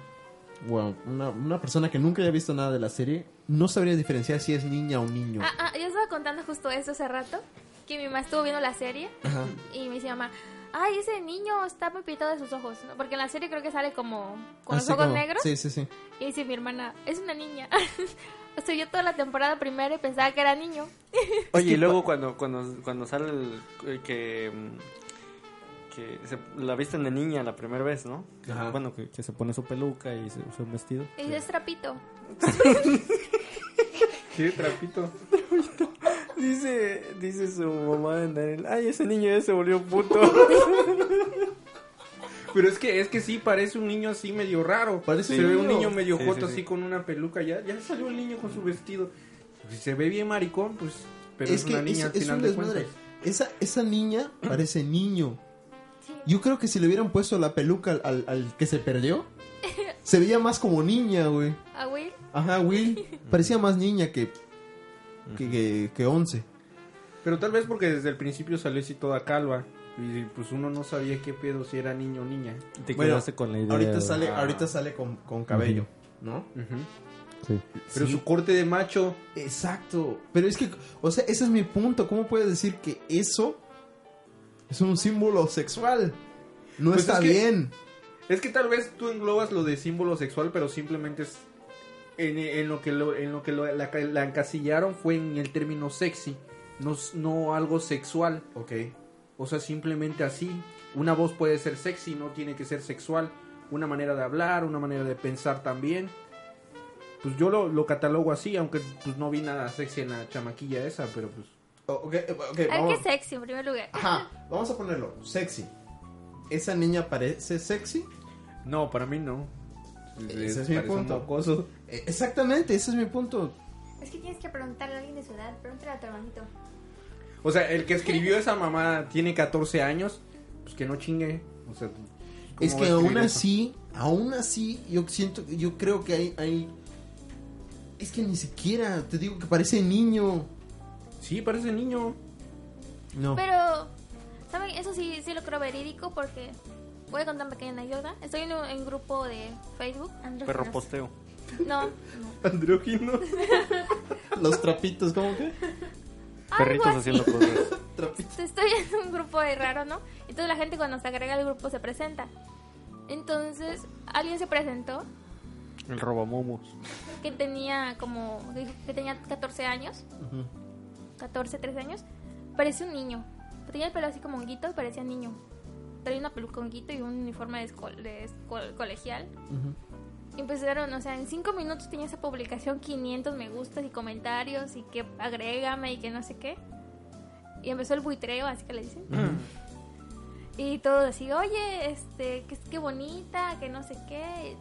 Speaker 1: o a una, una persona que nunca haya visto nada de la serie, no sabría diferenciar si es niña o niño.
Speaker 5: Ah, ah, yo estaba contando justo eso hace rato. Que mi mamá estuvo viendo la serie.
Speaker 1: Ajá.
Speaker 5: Y me dice mamá, ay, ese niño está pepitado de sus ojos. ¿no? Porque en la serie creo que sale como con los
Speaker 1: Así
Speaker 5: ojos
Speaker 1: como-
Speaker 5: negros.
Speaker 1: Ah, Sí, sí, sí.
Speaker 5: Y dice mi hermana, es una niña. o sea, yo toda la temporada primero y pensaba que era niño.
Speaker 2: Oye, y luego cuando, cuando, cuando sale el, el que, mm, que se- la visten de niña la primera vez, ¿no? Que-
Speaker 1: Ajá.
Speaker 2: Bueno, que, que se pone su peluca y se usa un vestido.
Speaker 5: Y dice, es trapito.
Speaker 3: ¿Qué trapito?
Speaker 2: Dice, dice su mamá en el, ay, ese niño ya se volvió puto.
Speaker 3: Pero es que, es que sí, parece un niño así medio raro.
Speaker 1: Parece
Speaker 3: se
Speaker 1: un
Speaker 3: ve un
Speaker 1: niño.
Speaker 3: niño medio
Speaker 2: Sí,
Speaker 3: joto
Speaker 2: sí, sí.
Speaker 3: así con una peluca. Ya, ya salió el niño con su vestido. Si se ve bien maricón, pues. Pero es, una niña al final de cuentas.
Speaker 1: Esa, esa niña parece niño.
Speaker 5: Sí.
Speaker 1: Yo creo que si le hubieran puesto la peluca al, al- al que se perdió, se veía más como niña, güey.
Speaker 5: A Will.
Speaker 1: Ajá, Will. Parecía más niña que, que, que, que 11.
Speaker 3: Pero tal vez porque desde el principio salió así toda calva. Y pues uno no sabía qué pedo si era niño o niña.
Speaker 2: Te
Speaker 1: Bueno,
Speaker 2: quedaste con la idea.
Speaker 1: Ahorita
Speaker 2: güey.
Speaker 1: sale,
Speaker 3: ah.
Speaker 1: ahorita sale con, con cabello, ¿no?
Speaker 3: Pero
Speaker 1: Sí.
Speaker 3: su corte de macho.
Speaker 1: Exacto. Pero es que, o sea, ese es mi punto. ¿Cómo puedes decir que eso es un símbolo sexual? No
Speaker 3: Pues
Speaker 1: está
Speaker 3: es que-
Speaker 1: bien.
Speaker 3: Es que tal vez tú englobas lo de símbolo sexual, pero simplemente es. En, en lo que, lo, en lo que lo- la, la encasillaron fue en el término sexy. No, s- no algo sexual.
Speaker 1: Ok.
Speaker 3: O sea, simplemente así. Una voz puede ser sexy, no tiene que ser sexual. Una manera de hablar, una manera de pensar también. Pues yo lo, lo catalogo así, aunque pues no vi nada sexy en la chamaquilla esa, pero pues...
Speaker 1: Ok, ok,
Speaker 5: A ver
Speaker 1: vamos.
Speaker 5: qué sexy en primer lugar.
Speaker 1: Ajá, vamos a ponerlo, sexy. Esa niña parece sexy.
Speaker 3: No, para mí no.
Speaker 1: Ese es mi
Speaker 3: Parece un
Speaker 1: punto.
Speaker 3: mocoso.
Speaker 1: Eh, Exactamente, ese es mi punto.
Speaker 4: Es que tienes que preguntarle a alguien de su edad. Pregúntale a tu hermanito.
Speaker 3: O sea, el que escribió esa mamá tiene 14 años, pues que no chingue. O sea, ¿cómo
Speaker 1: Es
Speaker 3: va a
Speaker 1: que
Speaker 3: escribir
Speaker 1: aún
Speaker 3: eso?
Speaker 1: así, aún así, yo siento, yo creo que hay, hay... Es que ni siquiera, te digo que parece niño.
Speaker 3: Sí, parece niño.
Speaker 1: No.
Speaker 5: Pero, ¿saben? Eso sí, sí lo creo verídico porque voy a contar una pequeña anécdota. Estoy en un, en un grupo de Facebook.
Speaker 2: Perro posteo.
Speaker 5: No,
Speaker 3: Andrógino.
Speaker 1: Los trapitos, ¿cómo que?
Speaker 2: Perritos haciendo cosas.
Speaker 1: Trapitos.
Speaker 5: estoy en un grupo de raro, ¿no? Entonces la gente cuando se agrega al grupo se presenta. Entonces, alguien se presentó
Speaker 2: El robamomos.
Speaker 5: que tenía como, dijo que tenía 14 años, 14, 13 años, parecía un niño. Tenía el pelo así como honguito y parecía niño. Traía una peluca honguito y un uniforme de, esco- de esco- colegial. Y empezaron, o sea, en 5 minutos tenía esa publicación 500 me gustas y comentarios y que agrégame y que no sé qué. Y empezó el buitreo, así que le dicen.
Speaker 2: Mm.
Speaker 5: Y todos así, oye, este, qué, qué bonita, que no sé qué.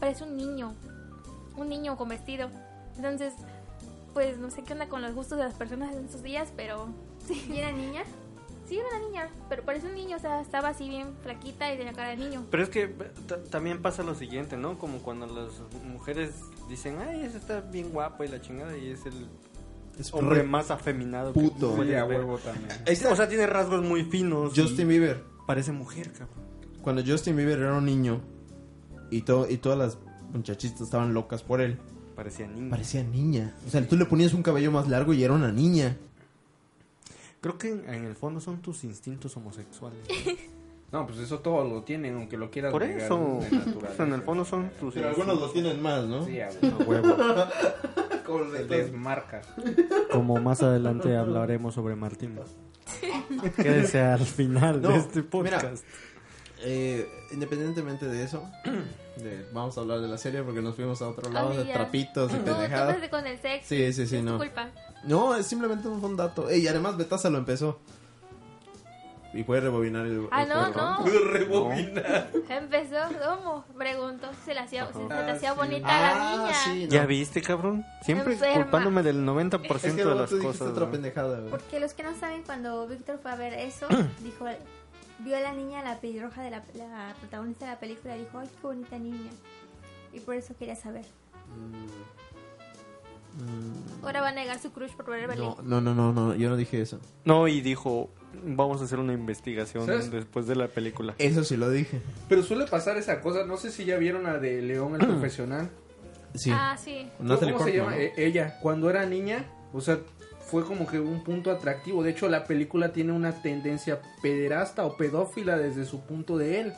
Speaker 5: Parece un niño, un niño con vestido. Entonces, pues no sé qué onda con los gustos de las personas en sus días, pero
Speaker 4: ¿Y era niña?
Speaker 5: sí era una niña, pero parece un niño, o sea, estaba así bien flaquita y tenía cara de niño.
Speaker 2: Pero es que ta- también pasa lo siguiente, ¿no? Como cuando las mujeres dicen, ay, ese está bien guapo y la chingada, y es el
Speaker 1: Es
Speaker 2: hombre
Speaker 1: re-
Speaker 2: más afeminado.
Speaker 1: Puto.
Speaker 2: puedes
Speaker 3: Sí, a
Speaker 2: ver.
Speaker 3: huevo también.
Speaker 1: Ahí está.
Speaker 2: O sea, tiene rasgos muy finos. y
Speaker 1: Justin Bieber.
Speaker 2: Parece mujer, cabrón.
Speaker 1: Cuando Justin Bieber era un niño y, todo, y todas las muchachitas estaban locas por él,
Speaker 2: Parecía niño.
Speaker 1: parecía niña. O sea, tú le ponías un cabello más largo y era una niña.
Speaker 2: Creo que en, en el fondo son tus instintos homosexuales.
Speaker 3: No, pues eso todos lo tienen, aunque lo quieras
Speaker 2: Por
Speaker 3: negar,
Speaker 2: eso,
Speaker 3: es natural.
Speaker 2: o sea, en el fondo son tus
Speaker 1: Pero algunos lo tienen más, ¿no?
Speaker 3: Sí, a huevo.
Speaker 1: Como los de
Speaker 3: Se
Speaker 1: todos.
Speaker 3: desmarca.
Speaker 2: Como más adelante hablaremos sobre Martín. Quédese al final
Speaker 1: No,
Speaker 2: de este podcast.
Speaker 1: Eh, independientemente de eso, de- vamos a hablar de la serie porque nos fuimos a otro lado
Speaker 5: Ay,
Speaker 1: de
Speaker 5: ya.
Speaker 1: trapitos y
Speaker 5: No, tú
Speaker 1: pendejadas.
Speaker 5: empezaste con el sexo.
Speaker 1: Sí, sí, sí,
Speaker 5: es tu
Speaker 1: no.
Speaker 5: culpa.
Speaker 1: No, es simplemente un un dato. Ey, y además Betasa lo empezó. Y puede rebobinar el.
Speaker 5: Ah,
Speaker 1: el
Speaker 5: no,
Speaker 1: juego.
Speaker 5: no.
Speaker 3: Rebobina.
Speaker 5: Empezó, ¿cómo? Preguntó si se le hacía, si se
Speaker 1: Ah,
Speaker 5: le hacía
Speaker 1: sí.
Speaker 5: bonita
Speaker 1: Ah,
Speaker 5: a la niña.
Speaker 1: sí, no.
Speaker 2: ¿Ya viste, cabrón? Siempre
Speaker 5: Enferma.
Speaker 2: culpándome del 90%
Speaker 1: Es que
Speaker 2: de
Speaker 1: luego
Speaker 2: las
Speaker 1: tú dijiste
Speaker 2: cosas.
Speaker 1: otra
Speaker 2: ¿no?
Speaker 1: pendejada, güey.
Speaker 4: Porque los que no saben, cuando Víctor fue a ver eso, dijo, vio a la niña, la pelirroja de la, la protagonista de la película, y dijo, ay, qué bonita niña. Y por eso quería saber.
Speaker 5: Ahora va a negar su crush por ver el Berlín.
Speaker 1: Mm, No, no, no, no, no, yo no dije eso.
Speaker 2: No, y dijo, vamos a hacer una investigación
Speaker 3: ¿Sabes?
Speaker 2: después de la película.
Speaker 1: Eso sí lo dije.
Speaker 3: Pero suele pasar esa cosa. No sé si ya vieron la de León el profesional.
Speaker 1: Sí.
Speaker 5: Ah, sí.
Speaker 1: Natalie
Speaker 3: ¿Cómo se
Speaker 1: Portman,
Speaker 3: llama?
Speaker 1: ¿no?
Speaker 3: E- ella, cuando era niña, o sea, fue como que un punto atractivo. De hecho, la película tiene una tendencia pederasta o pedófila desde su punto de él.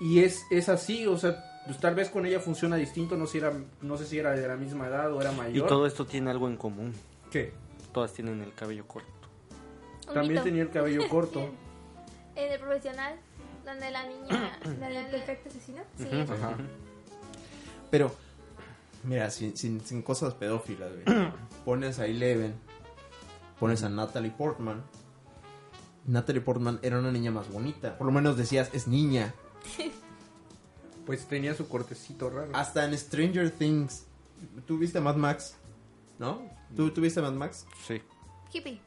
Speaker 3: Y es, es así, o sea, pues tal vez con ella funciona distinto, no, si era, no sé si era de la misma edad o era
Speaker 2: Y
Speaker 3: mayor.
Speaker 2: todo esto tiene algo en común.
Speaker 3: ¿Qué?
Speaker 2: Todas tienen el cabello corto.
Speaker 5: Un
Speaker 3: También
Speaker 5: mito.
Speaker 3: tenía el cabello corto.
Speaker 5: En el Eh, profesional, donde la niña.
Speaker 4: ¿La del perfecto asesino?
Speaker 5: Sí,
Speaker 3: Ajá.
Speaker 1: Pero, mira, sin, sin, sin cosas pedófilas, güey. Pones a Eleven, pones a Natalie Portman. Natalie Portman era una niña más bonita. Por lo menos decías, es niña.
Speaker 3: Pues tenía su cortecito raro.
Speaker 1: Hasta en Stranger Things. Tú viste a Mad Max, ¿no?
Speaker 3: Mm.
Speaker 1: ¿Tú, tú viste a Mad Max?
Speaker 2: Sí.
Speaker 5: hippie.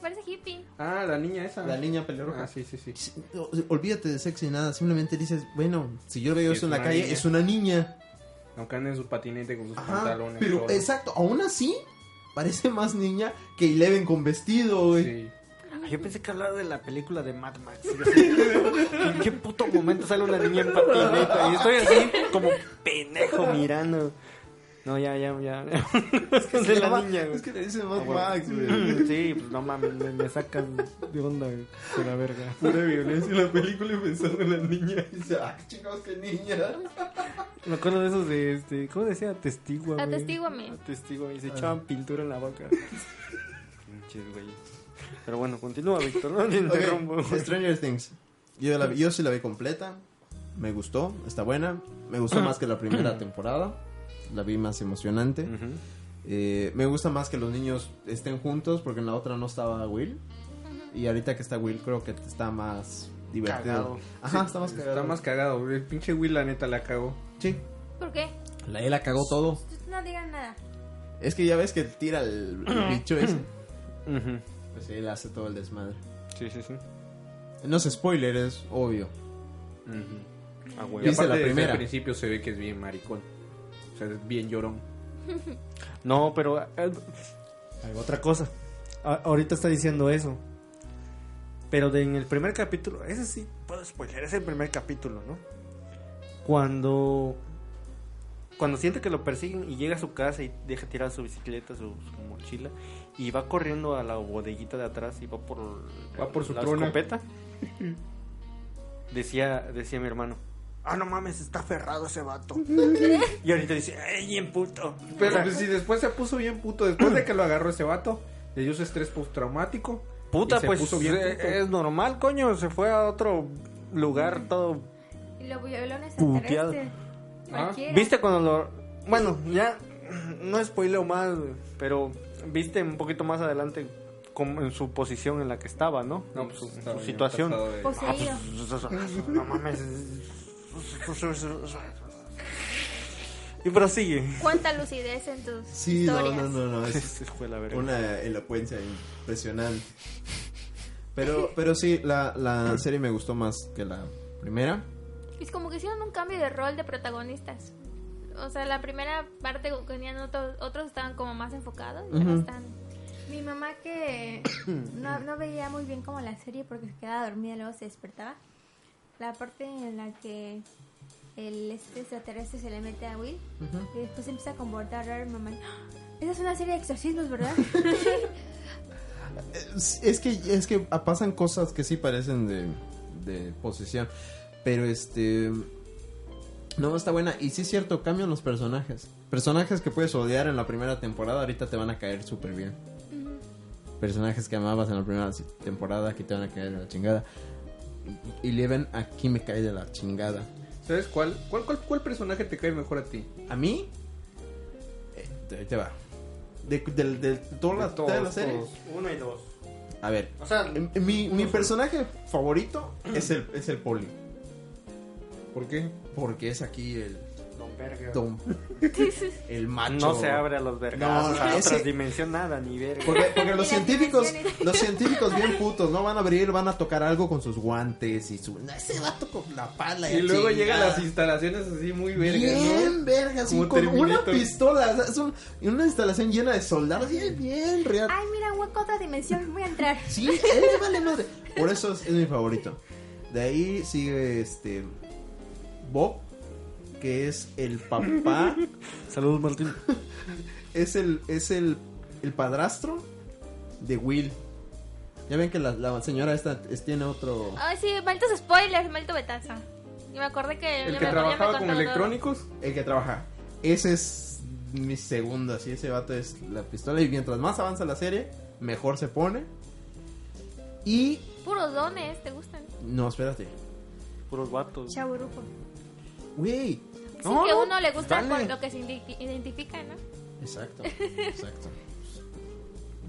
Speaker 5: Parece hippie.
Speaker 3: Ah, la niña esa.
Speaker 1: La niña pelirroja.
Speaker 3: Ah, sí, sí, sí.
Speaker 1: No, Olvídate de sexo y nada. Simplemente dices, bueno, si yo veo
Speaker 3: Sí,
Speaker 1: eso en
Speaker 3: es
Speaker 1: la
Speaker 3: una
Speaker 1: calle,
Speaker 3: niña.
Speaker 1: es una niña.
Speaker 3: Aunque anda en su patinete con sus
Speaker 1: Ajá,
Speaker 3: pantalones.
Speaker 1: Ah, pero
Speaker 3: todo.
Speaker 1: exacto, aún así parece más niña que Eleven con vestido, güey.
Speaker 3: Sí.
Speaker 2: Ah, Yo pensé que hablaba de la película de Mad Max. ¿En qué puto momento sale una niña en patineta? Y estoy así como pendejo mirando. No, ya, ya, ya.
Speaker 1: Se
Speaker 2: de la
Speaker 1: llama-
Speaker 2: niña. güey.
Speaker 1: Es que le dicen Mad
Speaker 2: Ah, bueno.
Speaker 1: Max, güey.
Speaker 2: Sí, pues no mames, me, me sacan de onda güey, de la verga.
Speaker 1: Pura violencia en la película y pensando en la niña. Y dice, ah, chingados, qué niña.
Speaker 2: Me acuerdo de esos de, este, ¿cómo decía? Atestíguame.
Speaker 5: Atestíguame.
Speaker 2: Atestíguame. Y se echaban pintura en la boca. Pinches güeyes. Pero bueno, continúa, Víctor, no te interrumpo.
Speaker 1: Ok, Stranger Things. Yo, la vi- yo sí la vi completa. Me gustó, está buena. Me gustó más que la primera temporada. La vi más emocionante.
Speaker 2: Ujú.
Speaker 1: Eh, me gusta más que los niños estén juntos porque en la otra no estaba Will. Y ahorita que está Will creo que está más divertido.
Speaker 3: Cagado.
Speaker 1: Ajá,
Speaker 3: Sí,
Speaker 1: está más cagado.
Speaker 3: Está más cagado, güey. El pinche Will, la neta, la cagó.
Speaker 1: Sí.
Speaker 5: ¿Por qué?
Speaker 1: La, él la cagó todo.
Speaker 4: No digan nada.
Speaker 1: Es que ya ves que tira el, el bicho ese.
Speaker 2: Ujú.
Speaker 1: Pues él hace todo el desmadre.
Speaker 2: Sí, sí, sí.
Speaker 1: No es spoiler, es obvio.
Speaker 2: A huevo.
Speaker 1: Viste la
Speaker 3: la primera.
Speaker 1: primera.
Speaker 3: Al principio se ve que es bien maricón. O sea, es bien llorón.
Speaker 2: No, pero eh, hay otra cosa. A- ahorita está diciendo eso. Pero de- en el primer capítulo, ese sí puedo spoiler, es el primer capítulo, ¿no? Cuando cuando siente que lo persiguen y llega a su casa y deja tirada su bicicleta, su, su mochila y va corriendo a la bodeguita de atrás y va por
Speaker 3: Va por su
Speaker 2: la
Speaker 3: trona.
Speaker 2: escopeta. Decía decía mi hermano, "Ah, no mames, está aferrado ese vato." y ahorita dice, "Ey, bien puto." O
Speaker 3: Pero
Speaker 2: sea,
Speaker 3: pues, si después se puso bien puto, después de que lo agarró ese vato, le dio su estrés postraumático.
Speaker 2: Puta,
Speaker 3: y se
Speaker 2: pues
Speaker 3: puso bien
Speaker 2: eh,
Speaker 3: puto.
Speaker 2: es normal, coño. Se fue a otro lugar todo.
Speaker 4: Y lo violó un
Speaker 2: Puteado.
Speaker 4: extraterrestre.
Speaker 3: Ah,
Speaker 4: Cualquiera.
Speaker 2: ¿Viste cuando lo.? Bueno, ya no spoileo más, pero viste un poquito más adelante como en su posición en la que estaba, ¿no?
Speaker 3: No, pues,
Speaker 2: su,
Speaker 3: estaba
Speaker 2: su
Speaker 3: bien
Speaker 2: situación.
Speaker 3: pasado de-
Speaker 4: Pues-
Speaker 2: Ah, pues, no mames. Y prosigue.
Speaker 5: ¿Cuánta lucidez en tus
Speaker 1: Sí, no,
Speaker 5: historias?
Speaker 1: no, no, no. Es
Speaker 2: Se fue la verga.
Speaker 1: una elocuencia impresionante. Pero, pero sí, la, la serie me gustó más que la primera.
Speaker 5: Es como que hicieron un cambio de rol de protagonistas. O sea, la primera parte tenían otros, otros estaban como más enfocados y ahora
Speaker 1: Ujú.
Speaker 5: están...
Speaker 4: Mi mamá que no, no veía muy bien como la serie porque se quedaba dormida y luego se despertaba. La parte en la que el este extraterrestre se le mete a Will y después se empieza a comportar raro mi mamá. "Ah, Esa es una serie de exorcismos, ¿verdad?
Speaker 1: Es, es que es que ah, pasan cosas que sí parecen de de posesión. Pero este. No, está buena. Y sí es cierto, cambian los personajes. Personajes que puedes odiar en la primera temporada, ahorita te van a caer súper bien. Personajes que amabas en la primera temporada, que te van a caer de la chingada. Y Leven aquí me cae de la chingada.
Speaker 3: ¿Sabes cuál? ¿Cuál, cuál, cuál personaje te cae mejor a ti?
Speaker 1: A mí, eh, te- te va. De, del- del- toda la-
Speaker 3: De
Speaker 1: toda la
Speaker 3: todos,
Speaker 1: serie.
Speaker 3: todos.
Speaker 2: Uno y dos.
Speaker 1: A ver,
Speaker 2: O sea,
Speaker 1: em- em- mi, mi personaje favorito es el, es el poli.
Speaker 3: ¿Por qué?
Speaker 1: Porque es aquí el
Speaker 2: Don Verga.
Speaker 1: tom- el macho.
Speaker 2: No se abre a los vergas.
Speaker 1: No,
Speaker 2: No, a
Speaker 1: ese-
Speaker 2: otra dimensión nada, ni verga.
Speaker 1: Porque, porque los
Speaker 4: Y las
Speaker 1: científicos,
Speaker 4: dimensiones.
Speaker 1: los científicos bien putos, no van a abrir, van a tocar algo con sus guantes y su. "No, Ese vato con la pala.
Speaker 3: Y luego llegan
Speaker 1: chingada".
Speaker 3: las instalaciones así muy vergas,
Speaker 1: Bien,
Speaker 3: ¿no?
Speaker 1: verga, sí,
Speaker 3: Como
Speaker 1: con una
Speaker 3: Terminator.
Speaker 1: pistola, o sea, es un- y una instalación llena de soldados, y es bien real.
Speaker 4: Ay, mira, hueco, otra dimensión. Voy a entrar.
Speaker 1: Sí, eh, vale madre. Por eso es, es mi favorito. De ahí sigue este Bob, que es el papá,
Speaker 2: Saludos, Martín.
Speaker 1: es el es el, el padrastro de Will. Ya ven que la, la señora esta es- tiene otro
Speaker 5: Ay, sí, malditos spoilers, maldito betazo. Y me acordé que.
Speaker 3: El
Speaker 5: ya
Speaker 3: que
Speaker 5: me- ya me
Speaker 3: trabajaba con
Speaker 5: contaron.
Speaker 3: electrónicos.
Speaker 1: el que trabaja. Ese es mi segundo, así ese vato es la pistola y mientras más avanza la serie, mejor se pone. Y
Speaker 5: Puros dones, ¿te gustan?
Speaker 1: no, espérate.
Speaker 2: Puros vatos.
Speaker 4: Chaburuco.
Speaker 1: Güey,
Speaker 5: Sí,
Speaker 2: No,
Speaker 5: que
Speaker 2: no,
Speaker 5: uno le gusta
Speaker 2: dale.
Speaker 5: por lo que se identi- identifica, ¿no?
Speaker 1: exacto. Exacto.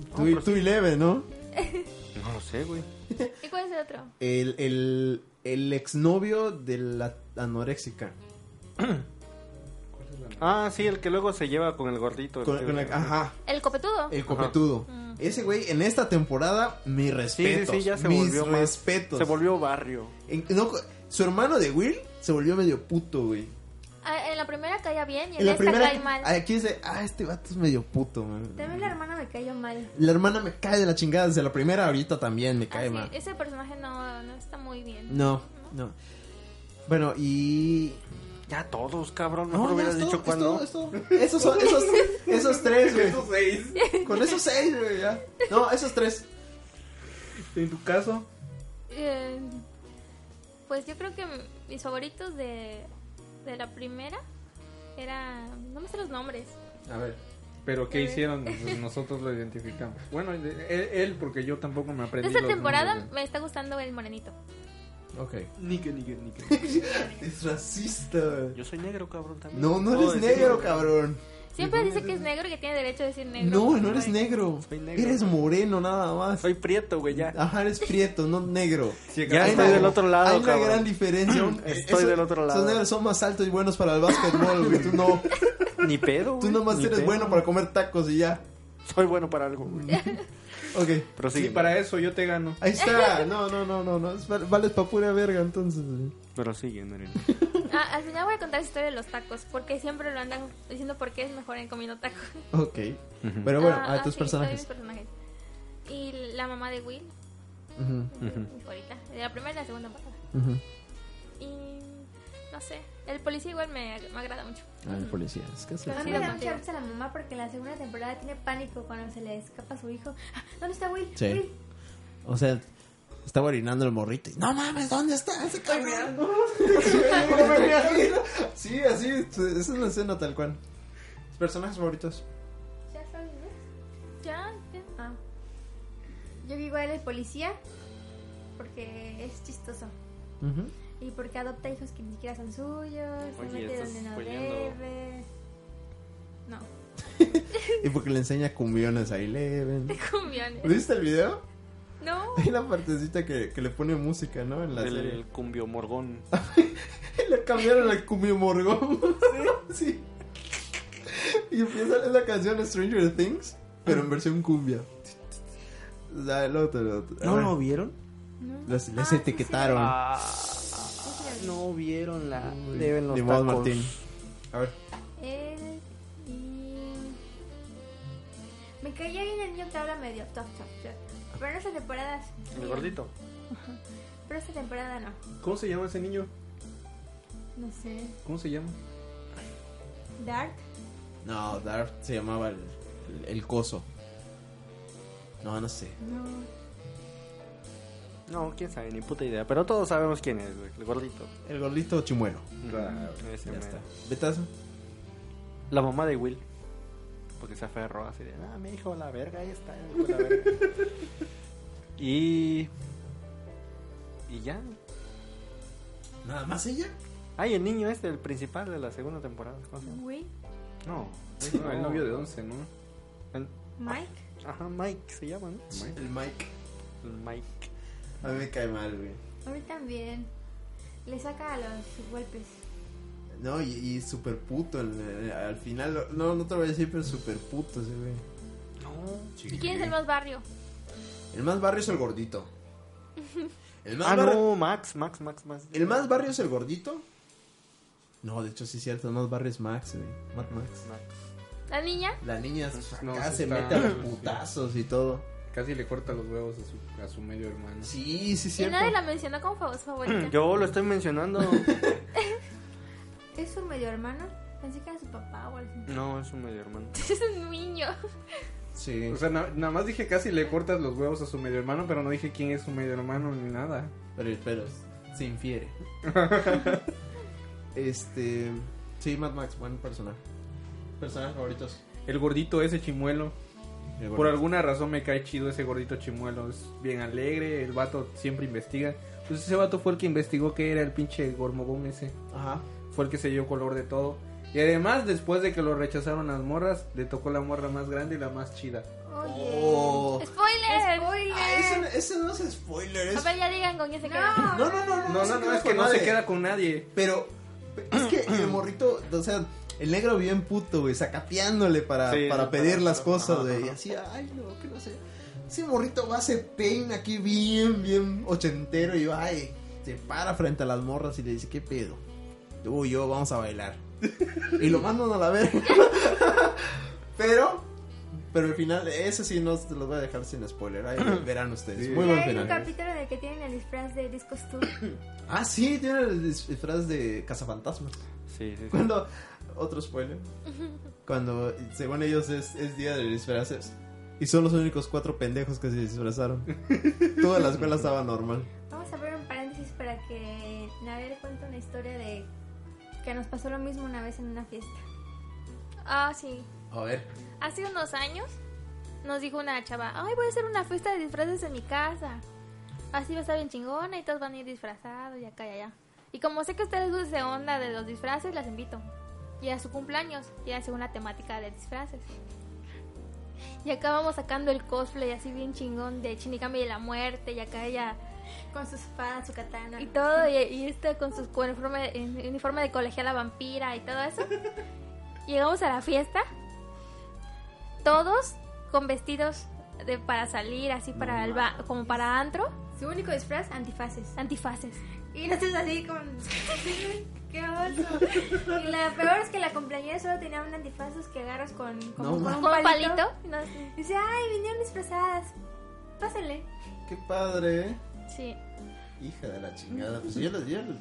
Speaker 2: No,
Speaker 1: Tú, y-
Speaker 2: pero-
Speaker 1: tú y leve, ¿no?
Speaker 2: No lo sé, güey.
Speaker 5: ¿Y cuál es el otro?
Speaker 1: El, el, el exnovio de la anoréxica.
Speaker 2: Ah, sí, el que luego se lleva con el gordito. el
Speaker 1: Con-
Speaker 2: que-
Speaker 1: con ah, la- ajá,
Speaker 5: El copetudo.
Speaker 1: el copetudo.
Speaker 5: Mm.
Speaker 1: Ese güey, en esta temporada, mi respeto.
Speaker 2: sí, ya se
Speaker 1: mis
Speaker 2: volvió más-
Speaker 1: respetos.
Speaker 2: Se volvió barrio.
Speaker 1: En- no, su hermano de Will se volvió medio puto, güey.
Speaker 5: Ah, en la primera caía bien y en,
Speaker 1: En la
Speaker 5: esta
Speaker 1: primera.
Speaker 5: cae mal.
Speaker 1: Aquí dice, ah, este vato es medio puto, man.
Speaker 4: También la hermana me cayó mal.
Speaker 1: La hermana me cae de la chingada desde la primera, ahorita también me
Speaker 5: Ah,
Speaker 1: cae
Speaker 5: sí,
Speaker 1: mal. Mm.
Speaker 5: ese personaje no, no está muy bien.
Speaker 1: No, no. Bueno, y.
Speaker 2: Ya todos, cabrón.
Speaker 1: No,
Speaker 2: Mejor
Speaker 1: ya
Speaker 2: hubieras
Speaker 1: es todo,
Speaker 2: dicho
Speaker 1: es
Speaker 2: cuándo.
Speaker 1: todo, es todo. Esos, son- esos, esos tres, güey.
Speaker 3: Esos seis.
Speaker 1: Con esos seis, güey, ya. No, esos tres.
Speaker 3: En tu caso,
Speaker 5: Eh, pues yo creo que mis favoritos de, de la primera era... No me sé los nombres.
Speaker 1: A ver.
Speaker 3: ¿pero qué
Speaker 5: Eh.
Speaker 3: hicieron? Pues, Nosotros lo identificamos. Bueno, él, él, porque yo tampoco me
Speaker 5: De
Speaker 3: aprendí.
Speaker 5: esta
Speaker 3: los
Speaker 5: temporada
Speaker 3: nombres,
Speaker 5: me está gustando el morenito.
Speaker 1: Ok.
Speaker 2: Ni que, ni que, ni que.
Speaker 1: Es racista. güey.
Speaker 2: Yo soy negro, cabrón, también.
Speaker 1: No, no
Speaker 2: Puedo
Speaker 1: eres
Speaker 2: decirlo,
Speaker 1: negro,
Speaker 2: güey.
Speaker 1: cabrón.
Speaker 5: Siempre dice que es negro y que tiene derecho a decir negro.
Speaker 1: No, no eres
Speaker 5: Bueno.
Speaker 1: negro.
Speaker 2: Soy negro.
Speaker 1: Eres moreno nada más.
Speaker 2: Soy prieto, güey, ya.
Speaker 1: Ajá, eres prieto, no negro.
Speaker 2: Ya
Speaker 1: Hay
Speaker 2: estoy
Speaker 1: una-
Speaker 2: del otro lado,
Speaker 1: Hay una
Speaker 2: cabrón.
Speaker 1: gran diferencia. Un-
Speaker 2: Estoy
Speaker 1: esos-
Speaker 2: del otro lado.
Speaker 1: Esos negros son más altos y buenos para el básquetbol, güey. Tú no.
Speaker 2: Ni pedo, güey.
Speaker 1: Tú nomás
Speaker 2: ni
Speaker 1: eres
Speaker 2: pedo.
Speaker 1: bueno para comer tacos y ya.
Speaker 2: Soy bueno para algo, güey.
Speaker 1: Ok.
Speaker 2: Pero
Speaker 3: Sí,
Speaker 2: sí,
Speaker 3: para eso yo te gano.
Speaker 1: Ahí está. No, no, no, no. no. Es- Vales para pura verga, entonces. güey.
Speaker 2: Pero sigue, Naren.
Speaker 5: Ah, al final voy a contar la historia de los tacos, porque siempre lo andan diciendo por qué es mejor en comiendo tacos.
Speaker 1: Ok. Pero bueno, a
Speaker 5: Ah, ah,
Speaker 1: tus
Speaker 5: sí,
Speaker 1: personajes.
Speaker 5: todos mis personajes. Y la mamá de Will,
Speaker 1: Ujú,
Speaker 5: mi favorita, de la primera y la segunda temporada.
Speaker 1: ujú.
Speaker 5: Y no sé, el policía igual me, me agrada mucho.
Speaker 1: Ah, el policía. Es que se-
Speaker 4: A mí
Speaker 5: Sí,
Speaker 4: me da
Speaker 5: la
Speaker 4: mucha
Speaker 5: mantiene.
Speaker 4: risa la mamá porque en la segunda temporada tiene pánico cuando se le escapa su hijo. Ah, ¿Dónde está Will?
Speaker 1: Sí.
Speaker 4: Will.
Speaker 1: O sea, estaba orinando el morrito. y, no mames, ¿dónde está ese cabrón? sí, así. Esa es una escena tal cual. Personajes favoritos.
Speaker 4: ¿Ya sabes, no?
Speaker 5: Ya, ya.
Speaker 4: Ah. Yo igual el policía porque es chistoso y porque adopta hijos que ni siquiera son suyos, se
Speaker 2: Oye,
Speaker 4: mete
Speaker 2: estás
Speaker 4: donde no
Speaker 2: spoileando.
Speaker 4: debe. No.
Speaker 1: Y porque le enseña cumbiones a Eleven.
Speaker 5: Cumbiones.
Speaker 1: ¿Viste el video?
Speaker 5: No.
Speaker 1: Hay la partecita que, que le pone música, ¿no? En la
Speaker 2: El
Speaker 1: serie. Ah.
Speaker 2: cumbio morgón.
Speaker 1: Le cambiaron al cumbio morgón. sí. Y empieza la canción Stranger Things, pero en versión cumbia. O sea, el otro, el otro. A ver.
Speaker 2: vieron?
Speaker 1: Las,
Speaker 4: Ah,
Speaker 1: las
Speaker 4: sí, Ah,
Speaker 1: etiquetaron.
Speaker 2: Ah,
Speaker 4: sí, sí, lo
Speaker 2: no vieron la.
Speaker 1: Uy,
Speaker 2: Deben los
Speaker 1: ni modo,
Speaker 2: tacos.
Speaker 1: Martín. A ver.
Speaker 4: vi. Él y... Me caía bien el niño que habla medio tof, tof, tof. Pero en esta temporada...
Speaker 2: El gordito.
Speaker 4: Pero esta temporada no.
Speaker 3: ¿Cómo se llama ese niño?
Speaker 4: No sé.
Speaker 3: ¿Cómo se llama?
Speaker 4: Dark.
Speaker 1: No, Darth se llamaba el, el, el coso. No, no sé.
Speaker 4: No.
Speaker 2: No, quién sabe, ni puta idea. Pero todos sabemos quién es, güey. El gordito.
Speaker 1: El gordito chimuelo.
Speaker 3: Claro.
Speaker 2: Ese
Speaker 1: Ya
Speaker 2: mero.
Speaker 1: está. Betazo.
Speaker 2: La mamá de Will. Porque se aferró así de, ah, mi hijo, la verga, ahí está. mi hijo, la verga". y. Y ya.
Speaker 1: ¿Nada más ella?
Speaker 2: Ay, el niño este, el principal de la segunda temporada. ¿cómo se llama?
Speaker 4: Will,
Speaker 2: No.
Speaker 3: No, el novio de 11, ¿no?
Speaker 2: El-
Speaker 4: Mike.
Speaker 2: Ajá, Mike se llama, ¿no?
Speaker 1: El Mike.
Speaker 2: El Mike.
Speaker 1: A mí me cae mal, güey.
Speaker 4: A mí también. Le saca a los golpes.
Speaker 1: No, y, y super puto. el- el- al final, no, no te lo voy a decir, pero super puto ese güey.
Speaker 2: No.
Speaker 5: ¿Y quién es el más barrio?
Speaker 1: El más barrio es el gordito. El más,
Speaker 2: Ah,
Speaker 1: barrio,
Speaker 2: no, Max, Max, Max, Max.
Speaker 1: el más barrio es el gordito. No, de hecho sí es cierto, el más barrio es Max, güey. Mad Max.
Speaker 2: Max.
Speaker 5: ¿La niña?
Speaker 1: La niña
Speaker 3: Pues, No,
Speaker 1: acá
Speaker 3: sí
Speaker 1: se
Speaker 3: está-
Speaker 1: mete a los putazos y todo.
Speaker 3: Casi le corta los huevos a su, a su medio hermano.
Speaker 1: Sí, sí es
Speaker 5: Y
Speaker 1: cierto.
Speaker 5: nadie la mencionó como fa- su favorita.
Speaker 2: Yo lo estoy mencionando.
Speaker 4: ¿Es su medio hermano? Pensé que era su papá o algo así.
Speaker 2: No, es un medio hermano.
Speaker 5: Es un niño.
Speaker 1: Sí.
Speaker 3: O sea, na- nada más dije casi le cortas los huevos a su medio hermano, pero no dije quién es su medio hermano ni nada.
Speaker 1: Pero, pero se infiere. este. Sí, Mad Max, buen personaje. Personajes favoritos.
Speaker 3: El gordito ese chimuelo.
Speaker 1: El
Speaker 3: Por
Speaker 1: gordito.
Speaker 3: alguna razón me cae chido ese gordito chimuelo. Es bien alegre, el vato siempre investiga. Pues ese vato fue el que investigó que era el pinche gormogón ese.
Speaker 1: Ajá.
Speaker 3: Fue el que se dio color de todo. Y además, después de que lo rechazaron las morras, le tocó la morra más grande y la más chida.
Speaker 4: Oye.
Speaker 1: Oh.
Speaker 5: ¡Spoiler!
Speaker 1: Ah,
Speaker 4: Spoiler.
Speaker 1: ese, no- ese no es spoiler.
Speaker 5: A
Speaker 1: Es...
Speaker 5: ver, ya digan con quién se queda.
Speaker 1: No, no,
Speaker 4: No.
Speaker 1: no, no.
Speaker 3: No, no, no, es que no
Speaker 1: conoce.
Speaker 3: se queda con nadie.
Speaker 1: Pero es que el morrito, o sea, el negro bien puto, güey, sacapeándole para,
Speaker 2: Sí,
Speaker 1: para
Speaker 2: no,
Speaker 1: pedir
Speaker 2: para-
Speaker 1: las cosas,
Speaker 2: ajá,
Speaker 1: güey. Y
Speaker 2: ajá.
Speaker 1: así, ay, no, que no sé. Ese morrito va, se peina aquí bien, bien ochentero y va, y se para frente a las morras y le dice, ¿qué pedo? Tú y yo vamos a bailar. y lo mandan a la verga. pero, pero al final, ese sí no se los voy a dejar sin spoiler. Ahí verán ustedes.
Speaker 3: Sí.
Speaker 1: Muy
Speaker 4: Ya
Speaker 1: buen
Speaker 4: hay un
Speaker 1: final.
Speaker 4: capítulo de que tienen el disfraz de discos tour.
Speaker 1: Ah, sí, tiene el disfraz de cazafantasmas.
Speaker 2: Sí, sí, sí.
Speaker 1: Cuando. Otro spoiler. Cuando, según ellos, es, es día de disfraces. Y son los únicos cuatro pendejos que se disfrazaron. Toda la escuela estaba normal.
Speaker 4: Vamos a abrir un paréntesis para que Nadia le cuente una historia de que nos pasó lo mismo una vez en una fiesta.
Speaker 5: Ah, sí.
Speaker 1: A ver.
Speaker 5: Hace unos años nos dijo una chava, ay, voy a hacer una fiesta de disfraces en mi casa. Así va a estar bien chingona y todos van a ir disfrazados y acá y allá. Y como sé que a ustedes les gusta esa onda de los disfraces, las invito. Y a su cumpleaños, y era según la temática de disfraces. Y acá vamos sacando el cosplay así bien chingón de Shinigami de la muerte y acá ella
Speaker 4: Con su espada, su katana.
Speaker 5: y todo, y, y este con su con uniforme, en- uniforme de colegiala vampira y todo eso. Llegamos a la fiesta, todos con vestidos de, para salir, así para el ba- como para antro,
Speaker 4: Su único disfraz, antifaces.
Speaker 5: antifaces.
Speaker 4: Y nosotros así con... ¡Qué oso! Y la peor es que la compañera solo tenía un antifaces que agarras con, como
Speaker 1: No,
Speaker 4: con
Speaker 1: ma.
Speaker 4: un
Speaker 5: Con un
Speaker 4: palito.
Speaker 5: palito. no sé.
Speaker 4: Y dice, ay, vinieron disfrazadas. Pásenle.
Speaker 1: Qué padre, ¿eh?
Speaker 5: Sí.
Speaker 1: Hija de la chingada. Pues yo les yo les- yo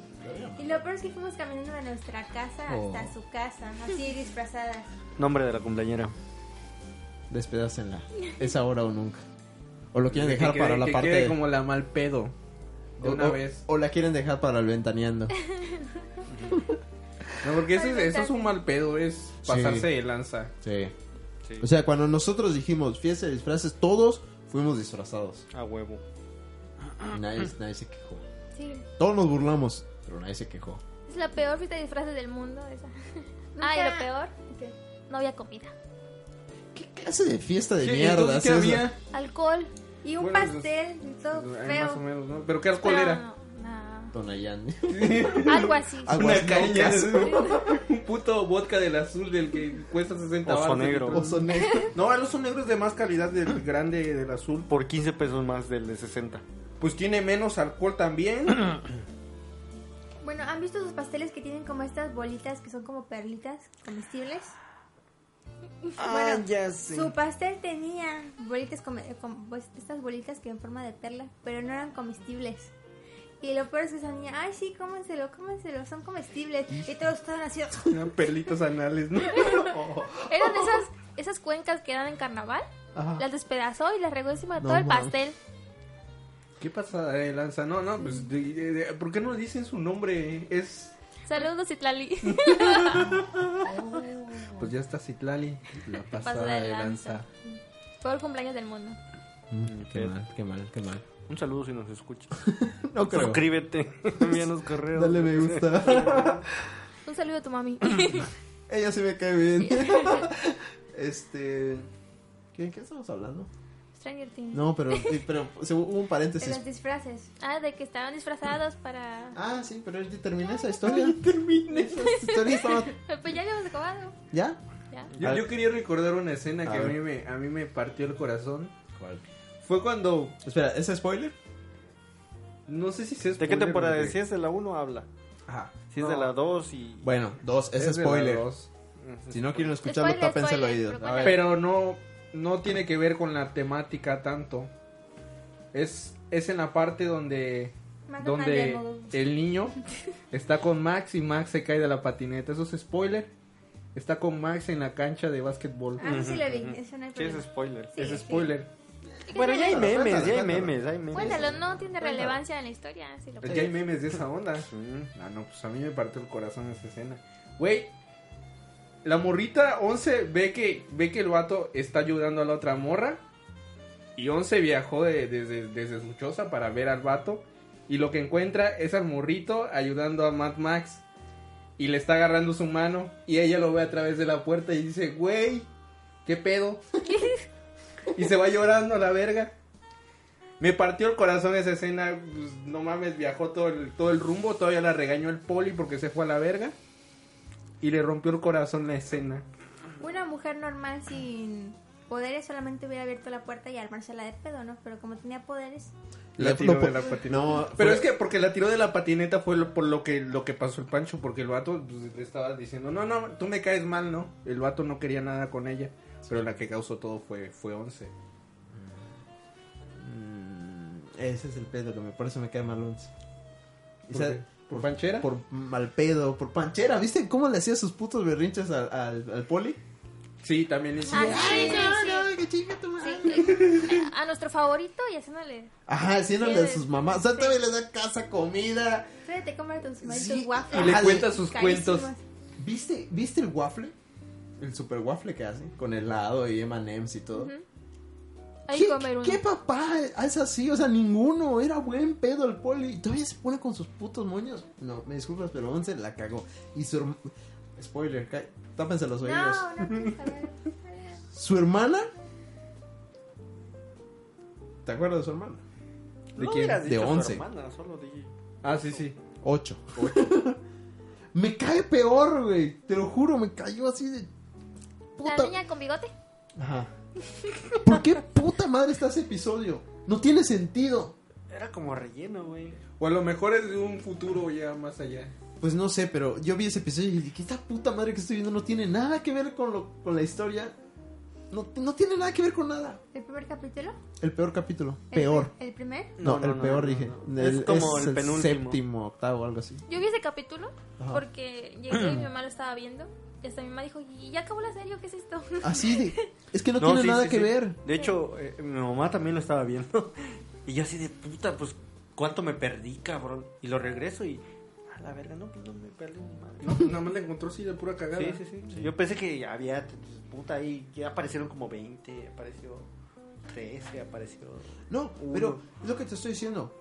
Speaker 1: les-
Speaker 4: Y lo peor es que fuimos caminando de nuestra casa
Speaker 1: Oh.
Speaker 4: hasta su casa, así disfrazadas.
Speaker 2: Nombre de la compañera.
Speaker 1: Despedácenla. Es ahora o nunca. O lo quieren
Speaker 3: Que
Speaker 1: dejar
Speaker 3: quede-
Speaker 1: Ah, para la
Speaker 3: que
Speaker 1: parte.
Speaker 3: quede
Speaker 1: de-
Speaker 3: como la mal pedo. De
Speaker 1: o-
Speaker 3: una
Speaker 1: o-
Speaker 3: vez.
Speaker 1: O la quieren dejar para el ventaneando.
Speaker 3: No, porque eso, es- eso es un mal pedo, es pasarse de lanza.
Speaker 1: Sí.
Speaker 2: Sí.
Speaker 1: O sea, cuando nosotros dijimos fiesta de disfraces, todos fuimos disfrazados.
Speaker 2: A huevo.
Speaker 1: Nadie, nadie se quejó.
Speaker 5: Sí.
Speaker 1: Todos nos burlamos, pero nadie se quejó.
Speaker 5: Es la peor fiesta de disfraces del mundo esa.
Speaker 4: Nunca-
Speaker 5: Ah, y lo peor,
Speaker 4: ¿Qué?
Speaker 5: no había comida.
Speaker 1: ¿Qué clase de fiesta de
Speaker 3: ¿Qué-
Speaker 1: mierda
Speaker 3: entonces
Speaker 1: es
Speaker 3: qué había?
Speaker 1: esa?
Speaker 5: Alcohol.
Speaker 4: Y un
Speaker 3: Bueno, pues,
Speaker 4: pastel y todo
Speaker 3: Eh, Más o
Speaker 4: feo.
Speaker 3: menos, ¿no? Pero qué alcohol
Speaker 5: Pero
Speaker 3: era.
Speaker 5: no,
Speaker 1: Tonayán.
Speaker 5: no. Algo así.
Speaker 1: Algo
Speaker 3: Una
Speaker 1: Aguas
Speaker 3: caña.
Speaker 1: locas.
Speaker 3: Un puto vodka del azul del que cuesta 60
Speaker 2: Oso
Speaker 3: baros.
Speaker 2: negro.
Speaker 1: Oso negro.
Speaker 3: No, el oso negro es de más calidad del grande del azul.
Speaker 2: Por 15 pesos más del de 60.
Speaker 3: Pues tiene menos alcohol también.
Speaker 4: Bueno, ¿han visto esos pasteles que tienen como estas bolitas que son como perlitas comestibles?
Speaker 1: Ah,
Speaker 4: bueno,
Speaker 2: ya
Speaker 4: Su pastel tenía bolitas como, como pues, estas bolitas que en forma de perla, pero no eran comestibles. Y lo peor es que esa niña, ay sí, cómenselo, cómenselo, son comestibles. Y todos estaban así.
Speaker 3: Eran perlitas anales, ¿no?
Speaker 5: Eran esas, esas cuencas que dan en carnaval.
Speaker 1: Ajá.
Speaker 5: Las despedazó y las regó encima de
Speaker 1: No
Speaker 5: todo el
Speaker 1: mames.
Speaker 5: pastel.
Speaker 3: ¿Qué pasa, eh, Lanza? No, no, pues, de- de- de- ¿por qué no le dicen su nombre? Es...
Speaker 5: Saludos, Itlali.
Speaker 3: Pues ya está Citlali, la pasada
Speaker 5: Pasada de
Speaker 3: de
Speaker 5: lanza.
Speaker 3: Lanza.
Speaker 5: Peor cumpleaños del mundo.
Speaker 1: Mm, Qué mal, qué mal, qué mal.
Speaker 2: Un saludo si nos escuchas.
Speaker 1: No creo.
Speaker 2: Suscríbete, envíanos correos.
Speaker 1: Dale me gusta.
Speaker 5: Un saludo a tu mami.
Speaker 1: Ella se me cae bien. este. ¿Qué, qué estamos hablando?
Speaker 5: Stranger Things.
Speaker 1: No, pero, sí, pero se- hubo un
Speaker 4: De
Speaker 1: paréntesis.
Speaker 4: los disfraces.
Speaker 5: Ah, de que estaban disfrazados para...
Speaker 1: Ah, sí, pero yo terminé esa historia. terminé. Esa historia estaba.
Speaker 5: Pues ya lo hemos acabado.
Speaker 1: ¿Ya?
Speaker 5: Ya.
Speaker 3: Yo, yo quería recordar una escena
Speaker 1: A
Speaker 3: que a
Speaker 1: ver.
Speaker 3: mí, me, a mí me partió el corazón.
Speaker 1: ¿Cuál?
Speaker 3: Fue cuando,
Speaker 1: Espera, ¿es spoiler?
Speaker 3: no sé si se
Speaker 2: ¿De qué temporada? es? Si es de la 1, habla.
Speaker 1: Ajá.
Speaker 2: Si es de la 2 y...
Speaker 1: Bueno, dos, es,
Speaker 3: de la
Speaker 1: spoiler.
Speaker 3: dos.
Speaker 1: Si no quieren escucharlo,
Speaker 5: Spoiler,
Speaker 1: tápense el
Speaker 5: spoiler,
Speaker 1: oído.
Speaker 5: pero
Speaker 1: A
Speaker 5: cuéntame.
Speaker 1: ver.
Speaker 3: Pero no, no tiene que ver con la temática tanto. Es, es en la parte donde,
Speaker 4: Matan
Speaker 3: donde
Speaker 4: al demo.
Speaker 3: el niño está con Max y Max se cae de la patineta. Eso es spoiler. Está con Max en la cancha de básquetbol.
Speaker 4: Ah, sí, sí lo vi.
Speaker 2: Ujú, ujú.
Speaker 4: Eso no hay
Speaker 2: Sí, es
Speaker 4: problema.
Speaker 2: spoiler.
Speaker 4: Sí, sí.
Speaker 3: es spoiler.
Speaker 2: Bueno, ya hay
Speaker 1: Cuéntalo,
Speaker 2: memes, ya hay
Speaker 1: cuéntalo.
Speaker 2: memes, hay memes.
Speaker 5: Cuéntalo, no tiene relevancia en la historia. Si lo
Speaker 3: Es que hay
Speaker 5: cuentas.
Speaker 3: memes de esa onda.
Speaker 2: Mm.
Speaker 3: Ah, no, pues a mí me partió el corazón esa escena. Güey, la morrita 11 ve que, ve que el vato está ayudando a la otra morra. Y 11 viajó de- desde, desde su choza para ver al vato. Y lo que encuentra es al morrito ayudando a Mad Max. Y le está agarrando su mano. Y ella lo ve a través de la puerta y dice, güey, ¿qué pedo? y se va llorando a la verga. Me partió el corazón esa escena. pues, no mames, viajó todo el, todo el rumbo. Todavía la regañó el poli porque se fue a la verga. Y le rompió el corazón la escena.
Speaker 4: Una mujer normal sin poderes solamente hubiera abierto la puerta y armársela de pedo, ¿no? Pero como tenía poderes,
Speaker 3: La
Speaker 1: Le-
Speaker 3: tiró
Speaker 1: lo
Speaker 3: de
Speaker 1: po-
Speaker 3: la patineta.
Speaker 1: No,
Speaker 3: Pero
Speaker 1: fue-
Speaker 3: es que porque la tiró de la patineta fue lo- por lo que, lo que pasó el Pancho. Porque el vato pues, le estaba diciendo, no, no, tú me caes mal, ¿no? El vato no quería nada con ella. Pero la que causó todo fue, fue 11.
Speaker 1: Mm, Ese es el pedo que me, por eso me cae mal once. ¿Y
Speaker 3: ¿Por,
Speaker 1: sabe-
Speaker 3: qué? ¿Por Panchera?
Speaker 1: Por mal pedo, por panchera. ¿Viste cómo le hacía sus putos berrinches al, al, al poli?
Speaker 3: Sí, también le
Speaker 5: Ah,
Speaker 3: hicieron.
Speaker 5: sí, sí, sí.
Speaker 1: Ay, qué chinga tu madre.
Speaker 5: A nuestro favorito y haciéndole.
Speaker 1: Ajá, haciéndole a sus mamás. O sea, todavía le da casa, comida.
Speaker 4: fíjate cómo tus malditos
Speaker 1: Sí,
Speaker 4: waffles.
Speaker 3: Y le
Speaker 1: Ajá,
Speaker 3: cuenta sus
Speaker 4: carísimos.
Speaker 3: cuentos.
Speaker 1: ¿Viste, ¿Viste el waffle? El super waffle que hace, con helado y M&M's y todo.
Speaker 5: Ujú. Ahí
Speaker 1: ¿Qué,
Speaker 5: comer uno.
Speaker 1: qué papá es así? O sea, ninguno. Era buen pedo el poli. Todavía se pone con sus putos moños. No, me disculpas, pero Once la cagó. Y su herma- Spoiler, ca- tápense los oídos.
Speaker 4: No, no, quiero saber.
Speaker 1: Su hermana. ¿Te acuerdas de su hermana?
Speaker 3: ¿De
Speaker 2: No
Speaker 3: quién?
Speaker 2: hubieras
Speaker 1: De
Speaker 2: dicho a su
Speaker 1: 11.
Speaker 2: hermana, solo di-
Speaker 3: Ah, sí, sí.
Speaker 1: Ocho. me cae peor, güey. Te lo juro, me cayó así de.
Speaker 5: La
Speaker 1: Puta.
Speaker 5: niña con bigote.
Speaker 1: Ajá. ¿Por qué puta madre está ese episodio? No tiene sentido.
Speaker 2: Era como relleno, güey.
Speaker 3: O a lo mejor es de un futuro ya más allá.
Speaker 1: Pues no sé, pero yo vi ese episodio y dije, que esta puta madre que estoy viendo no tiene nada que ver con, lo, con la historia. No, no tiene nada que ver con nada.
Speaker 4: ¿El primer capítulo?
Speaker 1: El peor capítulo.
Speaker 4: ¿El-
Speaker 1: Peor.
Speaker 4: ¿El primer?
Speaker 1: No,
Speaker 2: No, no,
Speaker 1: el
Speaker 2: no,
Speaker 1: peor
Speaker 2: no,
Speaker 1: dije.
Speaker 2: no. Es como el penúltimo.
Speaker 1: Séptimo, octavo, algo así.
Speaker 5: Yo vi ese capítulo
Speaker 1: Ajá.
Speaker 5: porque llegué y mi mamá lo estaba viendo. Y hasta mi mamá dijo, ¿y ya acabó la serie? o ¿Qué es esto?
Speaker 1: Así de... Es que no,
Speaker 2: No,
Speaker 1: tiene
Speaker 2: sí,
Speaker 1: nada
Speaker 2: sí,
Speaker 1: que
Speaker 2: sí.
Speaker 1: ver.
Speaker 2: De hecho, eh, mi mamá también lo estaba viendo. Y yo así de puta, pues, ¿cuánto me perdí, cabrón? Y lo regreso y. A la verga, no, pues no me perdí ni madre.
Speaker 3: No, pues nada más la encontró así de pura cagada.
Speaker 2: Sí, sí, sí, Yo pensé que había pues, puta ahí, que aparecieron como 20, apareció 13, apareció.
Speaker 1: No,
Speaker 2: Uno.
Speaker 1: pero es lo que te estoy diciendo.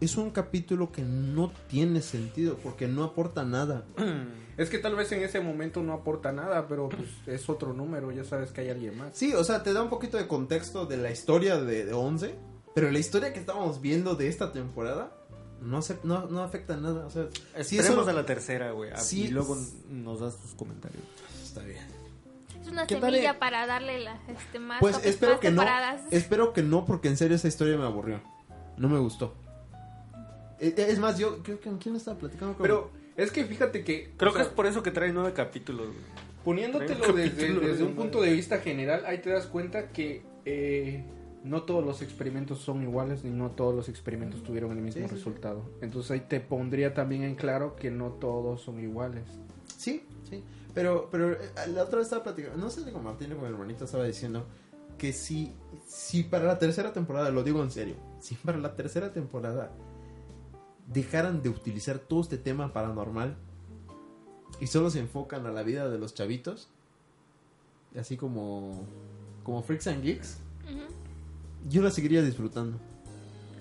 Speaker 1: Es un capítulo que no tiene sentido porque no aporta nada.
Speaker 3: Es que tal vez en ese momento no aporta nada, pero pues es otro número, ya sabes que hay alguien más.
Speaker 1: Sí, o sea, te da un poquito de contexto de la historia de, de Once, pero la historia que estábamos viendo de esta temporada no, se, no, no afecta en nada. O sea, Eh, sí,
Speaker 2: Esperemos
Speaker 1: eso
Speaker 2: a la tercera, güey. a-
Speaker 1: Sí.
Speaker 2: Y luego nos das tus comentarios.
Speaker 1: está bien.
Speaker 5: Es una
Speaker 1: ¿Qué tal,
Speaker 5: semilla
Speaker 1: eh?
Speaker 5: para darle la, este, más,
Speaker 1: Pues
Speaker 5: cap-
Speaker 1: espero
Speaker 5: más
Speaker 1: que no,
Speaker 5: temporadas.
Speaker 1: espero que no, porque en serio esa historia me aburrió. No me gustó. E- e- Es más, yo, creo que- ¿con quién estaba platicando? Con-
Speaker 3: Pero es que fíjate que,
Speaker 2: Creo
Speaker 3: o sea,
Speaker 2: que es por eso que trae nueve capítulos. güey.
Speaker 3: poniéndotelo
Speaker 2: Capítulo
Speaker 3: desde,
Speaker 2: de
Speaker 3: desde un
Speaker 2: madre.
Speaker 3: punto de vista general, ahí te das cuenta que eh, no todos los experimentos son iguales y no todos los experimentos tuvieron el
Speaker 1: Sí,
Speaker 3: mismo
Speaker 1: sí, sí.
Speaker 3: resultado. Entonces ahí te pondría también en claro que no todos son iguales.
Speaker 1: Sí, sí. Pero, pero eh, la otra vez estaba platicando, no sé, con Martín o con mi hermanito estaba diciendo que si, si para la tercera temporada, lo digo en serio, si para la tercera temporada dejaran de utilizar todo este tema paranormal y solo se enfocan a la vida de los chavitos, así como, como Freaks and Geeks, yo la seguiría disfrutando.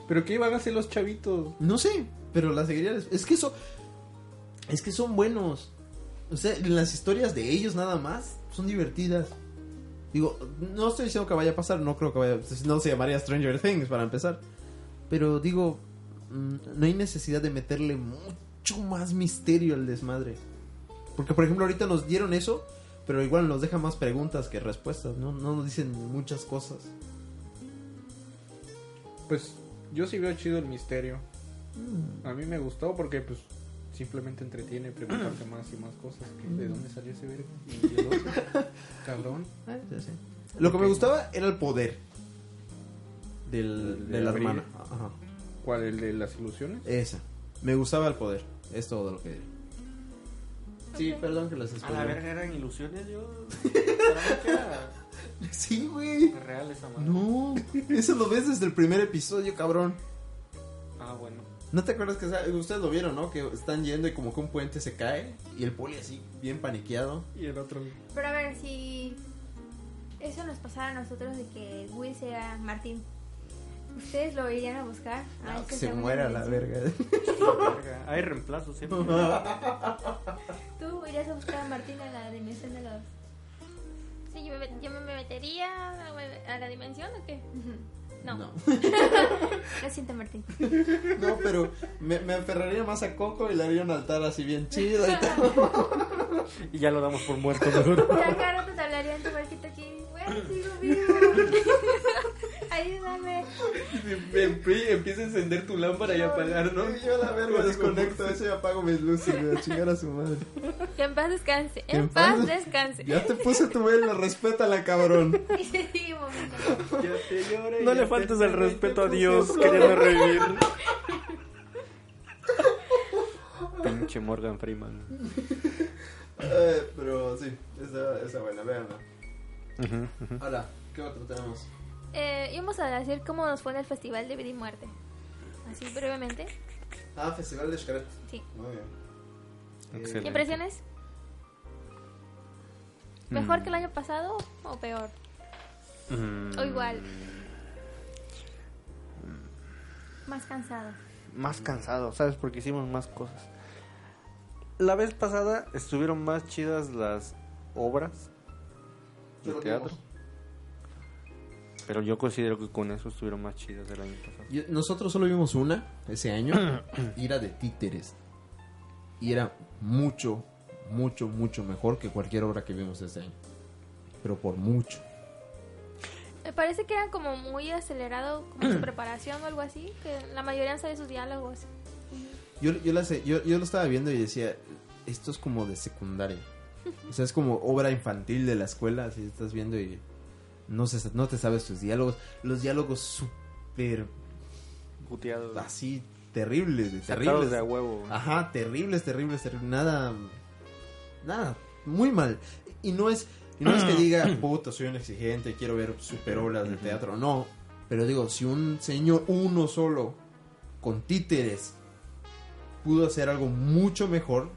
Speaker 3: ¿Pero qué iban a hacer los chavitos?
Speaker 1: No sé, pero la seguiría. des- Es que eso. Es que son buenos. O sea, las historias de ellos nada más son divertidas. Digo, no estoy diciendo que vaya a pasar, no creo que vaya. si No se llamaría Stranger Things para empezar. Pero digo, mm, no hay necesidad de meterle mucho más misterio al desmadre. Porque, por ejemplo, ahorita nos dieron eso, pero igual nos deja más preguntas que respuestas. No, no nos dicen muchas cosas.
Speaker 3: Pues yo sí veo chido el misterio. A mí me gustó porque pues simplemente entretiene preguntarte más y más cosas. que, ¿De dónde salió ese verbo? ¿Y el otro? Cabrón.
Speaker 1: Ah, sí, sí. Lo que me gustaba era el poder del,
Speaker 3: De
Speaker 1: de la
Speaker 3: abrir.
Speaker 1: hermana. Ajá.
Speaker 3: ¿Cuál? ¿El de las ilusiones?
Speaker 1: Esa. Me gustaba el poder. Es todo lo que diré. Sí,
Speaker 5: Ok.
Speaker 1: perdón que las
Speaker 2: A la
Speaker 1: spoilé.
Speaker 2: verga eran ilusiones, yo. Para que era
Speaker 1: Sí, güey.
Speaker 2: real esa madre.
Speaker 1: No. Eso lo ves desde el primer episodio, cabrón.
Speaker 2: Ah, bueno.
Speaker 1: ¿No te acuerdas que o sea, ustedes lo vieron, no? Que están yendo y como que un puente se cae y el poli así, bien paniqueado.
Speaker 3: Y el otro.
Speaker 4: Pero a ver, si eso nos pasara a nosotros de que Will sea Martín, ¿ustedes lo irían a buscar? Ah, A
Speaker 1: No,
Speaker 4: esta
Speaker 1: que Ah, se
Speaker 4: segunda
Speaker 1: muera la
Speaker 4: dimensión.
Speaker 1: verga.
Speaker 2: Verga, Hay reemplazos siempre.
Speaker 4: ¿Tú irías a buscar a Martín a la dimensión de los...
Speaker 5: Sí, yo me, met- yo me metería a me- a la dimensión o qué? No.
Speaker 1: no.
Speaker 4: Lo siento, Martín.
Speaker 1: No, pero me, me aferraría más a Coco y le haría un altar así bien chido y todo.
Speaker 2: Y ya lo damos por muerto, ¿no?
Speaker 4: Ya cada rato te hablaría en tu barquito aquí. Bueno, sigo vivo. Ayúdame.
Speaker 3: Em, Empieza a encender tu lámpara y apagar, ¿no?
Speaker 1: Yo la verga desconecto eso y apago mis luces, güey, a chingar a su madre.
Speaker 5: Que en paz descanse.
Speaker 1: en
Speaker 5: En paz,
Speaker 1: paz-
Speaker 5: descanse.
Speaker 1: Ya te puse tu velo, respétala, cabrón.
Speaker 4: Y se sigue moviendo.
Speaker 2: No le faltes el respeto a Dios queriendo revivir. Pinche Morgan Freeman.
Speaker 1: Eh, pero sí, esa, esa buena, véanla. Ahora, ¿qué otro tenemos?
Speaker 5: Eh, íbamos a decir cómo nos fue en el Festival de Vida y Muerte. Así brevemente.
Speaker 1: Ah, Festival de Xcaret.
Speaker 5: Sí.
Speaker 1: Muy bien.
Speaker 2: Excelente.
Speaker 5: ¿Impresiones? ¿Mejor que el año pasado o peor? O igual.
Speaker 4: Más cansado.
Speaker 2: Mm, Más cansado, ¿sabes? Porque hicimos más cosas. La vez pasada estuvieron más chidas las obras de
Speaker 1: Yo lo
Speaker 2: teatro.
Speaker 1: tengo.
Speaker 2: Pero yo considero que con eso estuvieron más chidas del año pasado.
Speaker 1: Eh, Yo- nosotros solo vimos una ese año y era de títeres. Y era mucho, mucho, mucho mejor que cualquier obra que vimos ese año. Pero por mucho.
Speaker 5: Me parece que era como muy acelerado como su preparación o algo así. Que la mayoría no sabía sus diálogos.
Speaker 1: Yo, yo, la sé- yo, yo lo estaba viendo y decía, esto es como de secundaria. O sea, es como obra infantil de la escuela, así estás viendo y no, se, no te sabes tus diálogos. Los diálogos súper
Speaker 2: Puteados.
Speaker 1: así terribles, güey,
Speaker 2: Sacados
Speaker 1: terribles.
Speaker 2: de a huevo.
Speaker 1: Ajá, terribles, terribles, terribles. Nada, nada, muy mal. Y no es, y no es que diga, puta, soy un exigente, quiero ver super obras de teatro. No, pero digo, si un señor uno solo con títeres pudo hacer algo mucho mejor,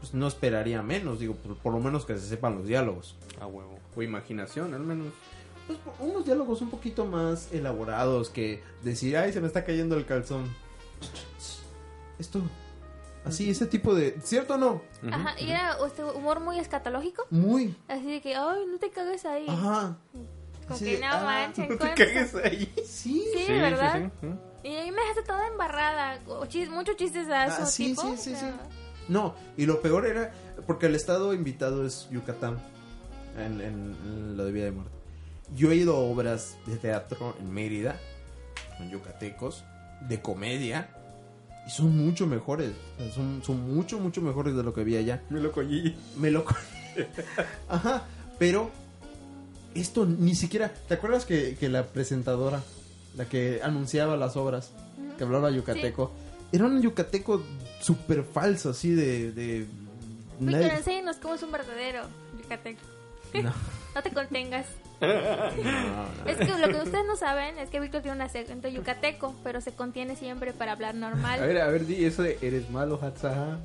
Speaker 1: pues no esperaría menos. Digo, por, por lo menos que se sepan los diálogos.
Speaker 2: A huevo.
Speaker 3: O imaginación, al menos.
Speaker 1: Pues por- unos diálogos un poquito más elaborados que decir, ay, se me está cayendo el calzón. Esto. Así, ese tipo de... ¿Cierto o no?
Speaker 5: Ajá, y era este humor muy escatológico.
Speaker 1: Muy.
Speaker 5: Así de que, ay, no te cagues ahí.
Speaker 1: Ajá.
Speaker 5: Como
Speaker 1: Sí,
Speaker 5: que no
Speaker 1: ah,
Speaker 5: manchen.
Speaker 3: No te
Speaker 5: ¿cuánto?
Speaker 3: cagues ahí.
Speaker 1: Sí.
Speaker 5: Sí, ¿verdad?
Speaker 2: Mm.
Speaker 5: Y ahí me dejaste toda embarrada. o chis- muchos chistes de
Speaker 1: Ah,
Speaker 5: esos
Speaker 1: sí,
Speaker 5: tipo,
Speaker 1: sí,
Speaker 5: o
Speaker 1: sí,
Speaker 5: sea,
Speaker 1: sí. No, y lo peor era... Porque el estado invitado es Yucatán. En, en- en lo de Vida de Muerte. Yo he ido a obras de teatro en Mérida. Con yucatecos. De comedia. Y son mucho mejores. O sea, Son, son mucho, mucho mejores de lo que vi allá.
Speaker 3: Me lo cogí.
Speaker 1: me lo co- ajá pero esto ni siquiera te acuerdas que, que la presentadora la que anunciaba las obras que hablaba yucateco era un yucateco súper falso así de, de-
Speaker 5: Víctor,
Speaker 1: nadie-
Speaker 5: enséñanos cómo es un verdadero yucateco.
Speaker 1: no.
Speaker 5: No te contengas.
Speaker 3: No, no.
Speaker 5: Es que lo que ustedes no saben es que Víctor tiene un acento yucateco, pero se contiene siempre para hablar
Speaker 3: A
Speaker 5: normal.
Speaker 3: ver, a ver, di eso de eres malo, Hatzaha.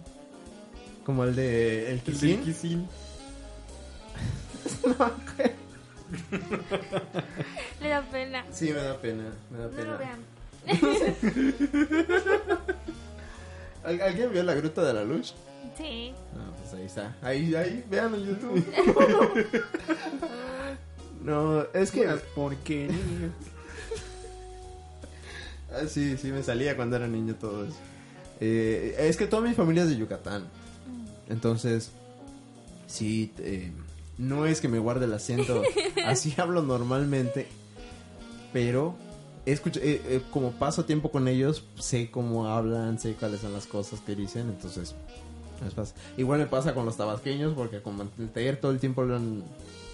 Speaker 1: Como el de El Kikín.
Speaker 5: Le da pena.
Speaker 1: Sí, me da pena, me da
Speaker 5: No
Speaker 1: pena.
Speaker 5: lo vean.
Speaker 1: ¿Al- ¿Alguien vio la gruta de la luz?
Speaker 5: Sí.
Speaker 1: No, pues ahí está. Ahí, ahí, vean en YouTube. no, es que.
Speaker 3: Porque
Speaker 1: Ah, sí, sí, me salía cuando era niño todo eso. Eh, es que toda mi familia es de Yucatán. Entonces, sí, eh, no es que me guarde el acento. así hablo normalmente. Pero, he escuch- eh, eh, como paso tiempo con ellos, sé cómo hablan, sé cuáles son las cosas que dicen. Entonces, les pasa. Igual me pasa con los tabasqueños, porque como en el taller todo el tiempo hablan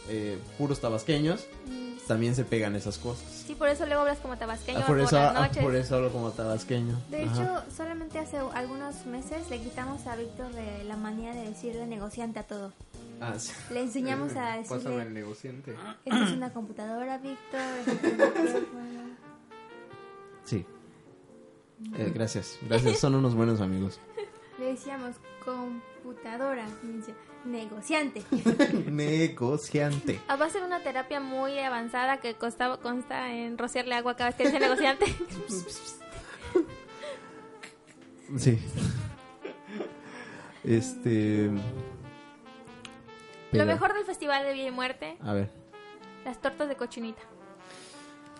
Speaker 1: eh, puros tabasqueños,
Speaker 5: Mm,
Speaker 1: también se pegan esas cosas.
Speaker 5: Sí, por eso luego hablas como tabasqueño
Speaker 1: Ah, por,
Speaker 5: por,
Speaker 1: eso,
Speaker 5: las
Speaker 1: ah,
Speaker 5: noches.
Speaker 1: por eso hablo como tabasqueño.
Speaker 4: De
Speaker 1: Ajá.
Speaker 4: hecho, solamente hace algunos meses le quitamos a Víctor de la manía de decirle negociante a todo.
Speaker 1: Ah, sí.
Speaker 4: Le enseñamos a
Speaker 3: Eh,
Speaker 1: pues,
Speaker 3: Pásame
Speaker 4: decirle,
Speaker 3: el negociante.
Speaker 4: esto es una computadora, Víctor, esto es un micrófono".
Speaker 1: Sí.
Speaker 5: Mm.
Speaker 1: Eh, gracias, gracias. Son unos buenos amigos.
Speaker 4: Le decíamos computadora, y me decía, negociante.
Speaker 1: Negociante.
Speaker 5: Ah, A base de una terapia muy avanzada que costaba, consta en rociarle agua cada vez que dice negociante.
Speaker 1: Sí. Este.
Speaker 5: Lo
Speaker 1: pero-
Speaker 5: mejor del festival de Vida y Muerte,
Speaker 1: A ver.
Speaker 5: las tortas de cochinita.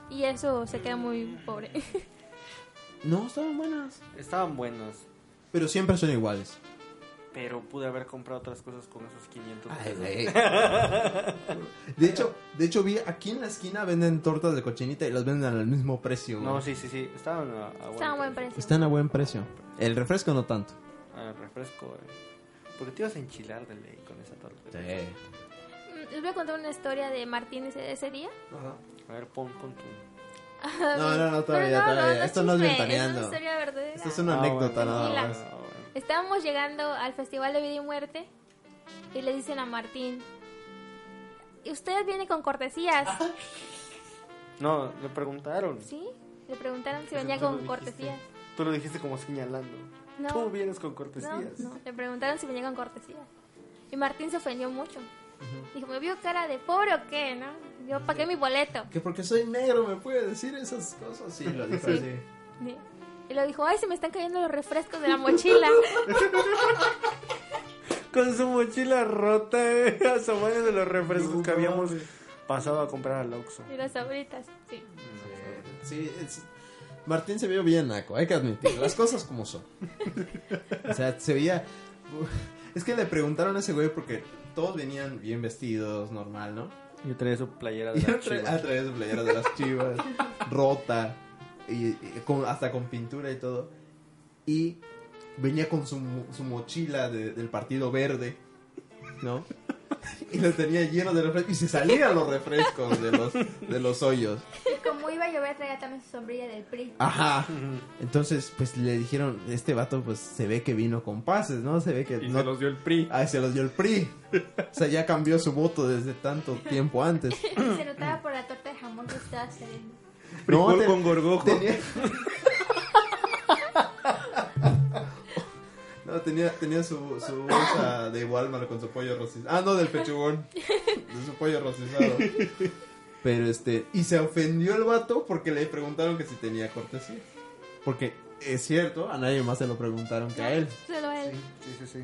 Speaker 5: Y eso se queda muy pobre.
Speaker 1: No, estaban buenas.
Speaker 2: Estaban buenos,
Speaker 1: Pero siempre son iguales.
Speaker 2: pero pude haber comprado otras cosas con esos 500 pesos.
Speaker 1: De hecho, de hecho vi aquí en la esquina venden tortas de cochinita y las venden al mismo precio.
Speaker 2: No,
Speaker 1: güey.
Speaker 2: sí, sí, sí, estaban a, a
Speaker 5: Está a buen
Speaker 2: precio.
Speaker 5: precio.
Speaker 1: Están a buen precio. El refresco no tanto.
Speaker 2: Ah, refresco, eh. Porque te ibas a enchilar de ley con esa torta.
Speaker 5: Mm, Les voy a contar una historia de Martín ese, ese día.
Speaker 2: A ver, pon, pon tu...
Speaker 1: No, no, no, todavía,
Speaker 5: Pero
Speaker 1: todavía. Esto no es
Speaker 5: chisme,
Speaker 1: ventaneando.
Speaker 5: Es una historia verdadera.
Speaker 1: Esta es una
Speaker 2: Ah,
Speaker 1: anécdota
Speaker 2: bueno.
Speaker 1: nada
Speaker 5: Tranquila.
Speaker 1: más.
Speaker 2: Ah, bueno.
Speaker 5: Estábamos llegando al Festival de Vida y Muerte y le dicen a Martín, "Y usted viene con cortesías,
Speaker 1: Ah.
Speaker 2: No, le preguntaron.
Speaker 5: ¿sí? Le preguntaron
Speaker 2: Eso
Speaker 5: si venía
Speaker 2: tú lo
Speaker 5: con
Speaker 2: dijiste.
Speaker 5: cortesías.
Speaker 2: Tú lo dijiste como señalando.
Speaker 5: No.
Speaker 2: Tú vienes con
Speaker 5: No,
Speaker 2: cortesías.
Speaker 5: no, le preguntaron si venía con cortesías. Y Martín se ofendió mucho. Dijo, ¿me vio cara de pobre o qué? ¿No? Yo pagué mi boleto.
Speaker 1: Que porque soy negro me puede decir esas cosas. Sí, lo dijo
Speaker 5: Sí.
Speaker 1: así.
Speaker 5: Y lo dijo, ay, se me están cayendo los refrescos de la mochila.
Speaker 2: Con su mochila rota, eh, asomándose de los refrescos que habíamos pasado a comprar al Oxxo.
Speaker 5: y las abritas, sí.
Speaker 1: Sí, es- Martín se vio bien naco, hay que admitir, las cosas como son. O sea, se veía... Es que le preguntaron a ese güey porque todos venían bien vestidos, normal, ¿no?
Speaker 2: Yo traía su playera de
Speaker 1: Y
Speaker 2: las
Speaker 1: tra- a
Speaker 2: chivas.
Speaker 1: través de playera de las chivas, rota, y, y con- hasta con pintura y todo. Y venía con su, mo- su mochila de- del Partido Verde, ¿no? Y lo tenía lleno de refrescos, y se salían los refrescos de los, de los hoyos.
Speaker 4: Y como iba a llover, traía también su sombrilla del PRI.
Speaker 1: Ajá. Entonces, pues le dijeron, este vato, pues se ve que vino con pases, ¿no? Se ve que.
Speaker 3: Y
Speaker 1: no-
Speaker 3: se los dio el PRI.
Speaker 1: Ay, se los dio el PRI. O sea, ya cambió su voto desde tanto tiempo antes.
Speaker 4: Y se notaba por la torta de jamón que estaba saliendo.
Speaker 1: No,
Speaker 3: Frijol
Speaker 1: te-
Speaker 3: con gorgojo.
Speaker 1: Tenía. No, tenía, tenía su, su bolsa de Walmart con su pollo rostizado. Ah, no, del pechugón. De su pollo rostizado. Pero este. Y se ofendió el vato porque le preguntaron que si tenía cortesía. Porque es cierto, a nadie más se lo preguntaron que a él.
Speaker 5: Solo a él.
Speaker 2: Sí, sí, sí.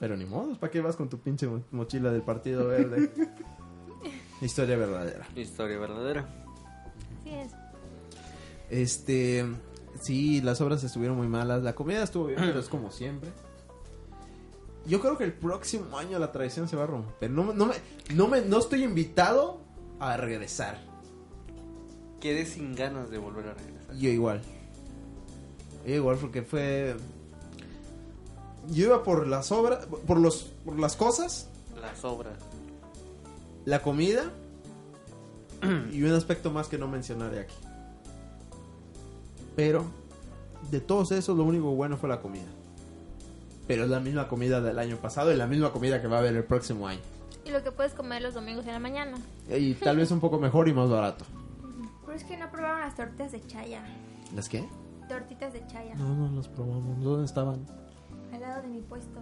Speaker 1: Pero ni modo, ¿para qué vas con tu pinche mo- mochila del Partido Verde? Historia verdadera.
Speaker 2: Historia verdadera.
Speaker 5: Así es.
Speaker 1: Este, sí, las obras estuvieron muy malas. La comida estuvo bien, pero es como siempre. Yo creo que el próximo año la tradición se va a romper. No, me- no, me, no, me, no estoy invitado a regresar.
Speaker 2: Quedé sin ganas de volver a regresar.
Speaker 1: Yo igual. Yo igual porque fue... Yo iba por las obras, por, los, por las cosas,
Speaker 2: Las obras.
Speaker 1: la comida y un aspecto más que no mencionaré aquí. Pero de todos esos lo único bueno fue la comida. Pero es la misma comida del año pasado y la misma comida que va a haber el próximo año.
Speaker 5: y lo que puedes comer los domingos en la mañana.
Speaker 1: Y tal vez un poco mejor y más barato.
Speaker 4: Pero es que no probaron las tortitas de chaya.
Speaker 1: ¿Las qué?
Speaker 4: Tortitas de chaya.
Speaker 1: no las probamos. ¿Dónde estaban?
Speaker 4: Al lado de mi puesto.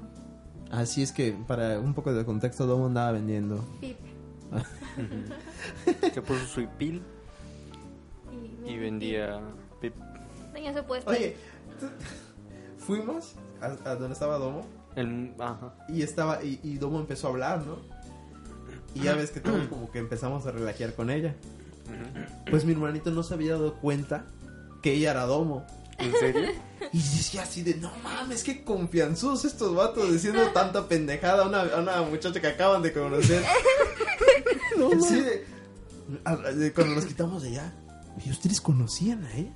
Speaker 1: Así es que, para un poco de contexto, Domo andaba vendiendo.
Speaker 4: Pip.
Speaker 2: Se puso su hipil y vendía pip
Speaker 5: Tenía su puesto.
Speaker 1: Oye, tú- fuimos a, a donde estaba Domo
Speaker 2: El, ajá.
Speaker 1: y estaba y, y Domo empezó a hablar, ¿no? Y ya ves que todos como que empezamos a relajear con ella. Pues mi hermanito no se había dado cuenta que ella era Domo.
Speaker 2: ¿En serio?
Speaker 1: Y decía así de, no mames, qué confianzudos estos vatos diciendo tanta pendejada a una, a una muchacha que acaban de conocer. Así de- a- de- cuando nos quitamos de allá, ¿y ustedes conocían a ella?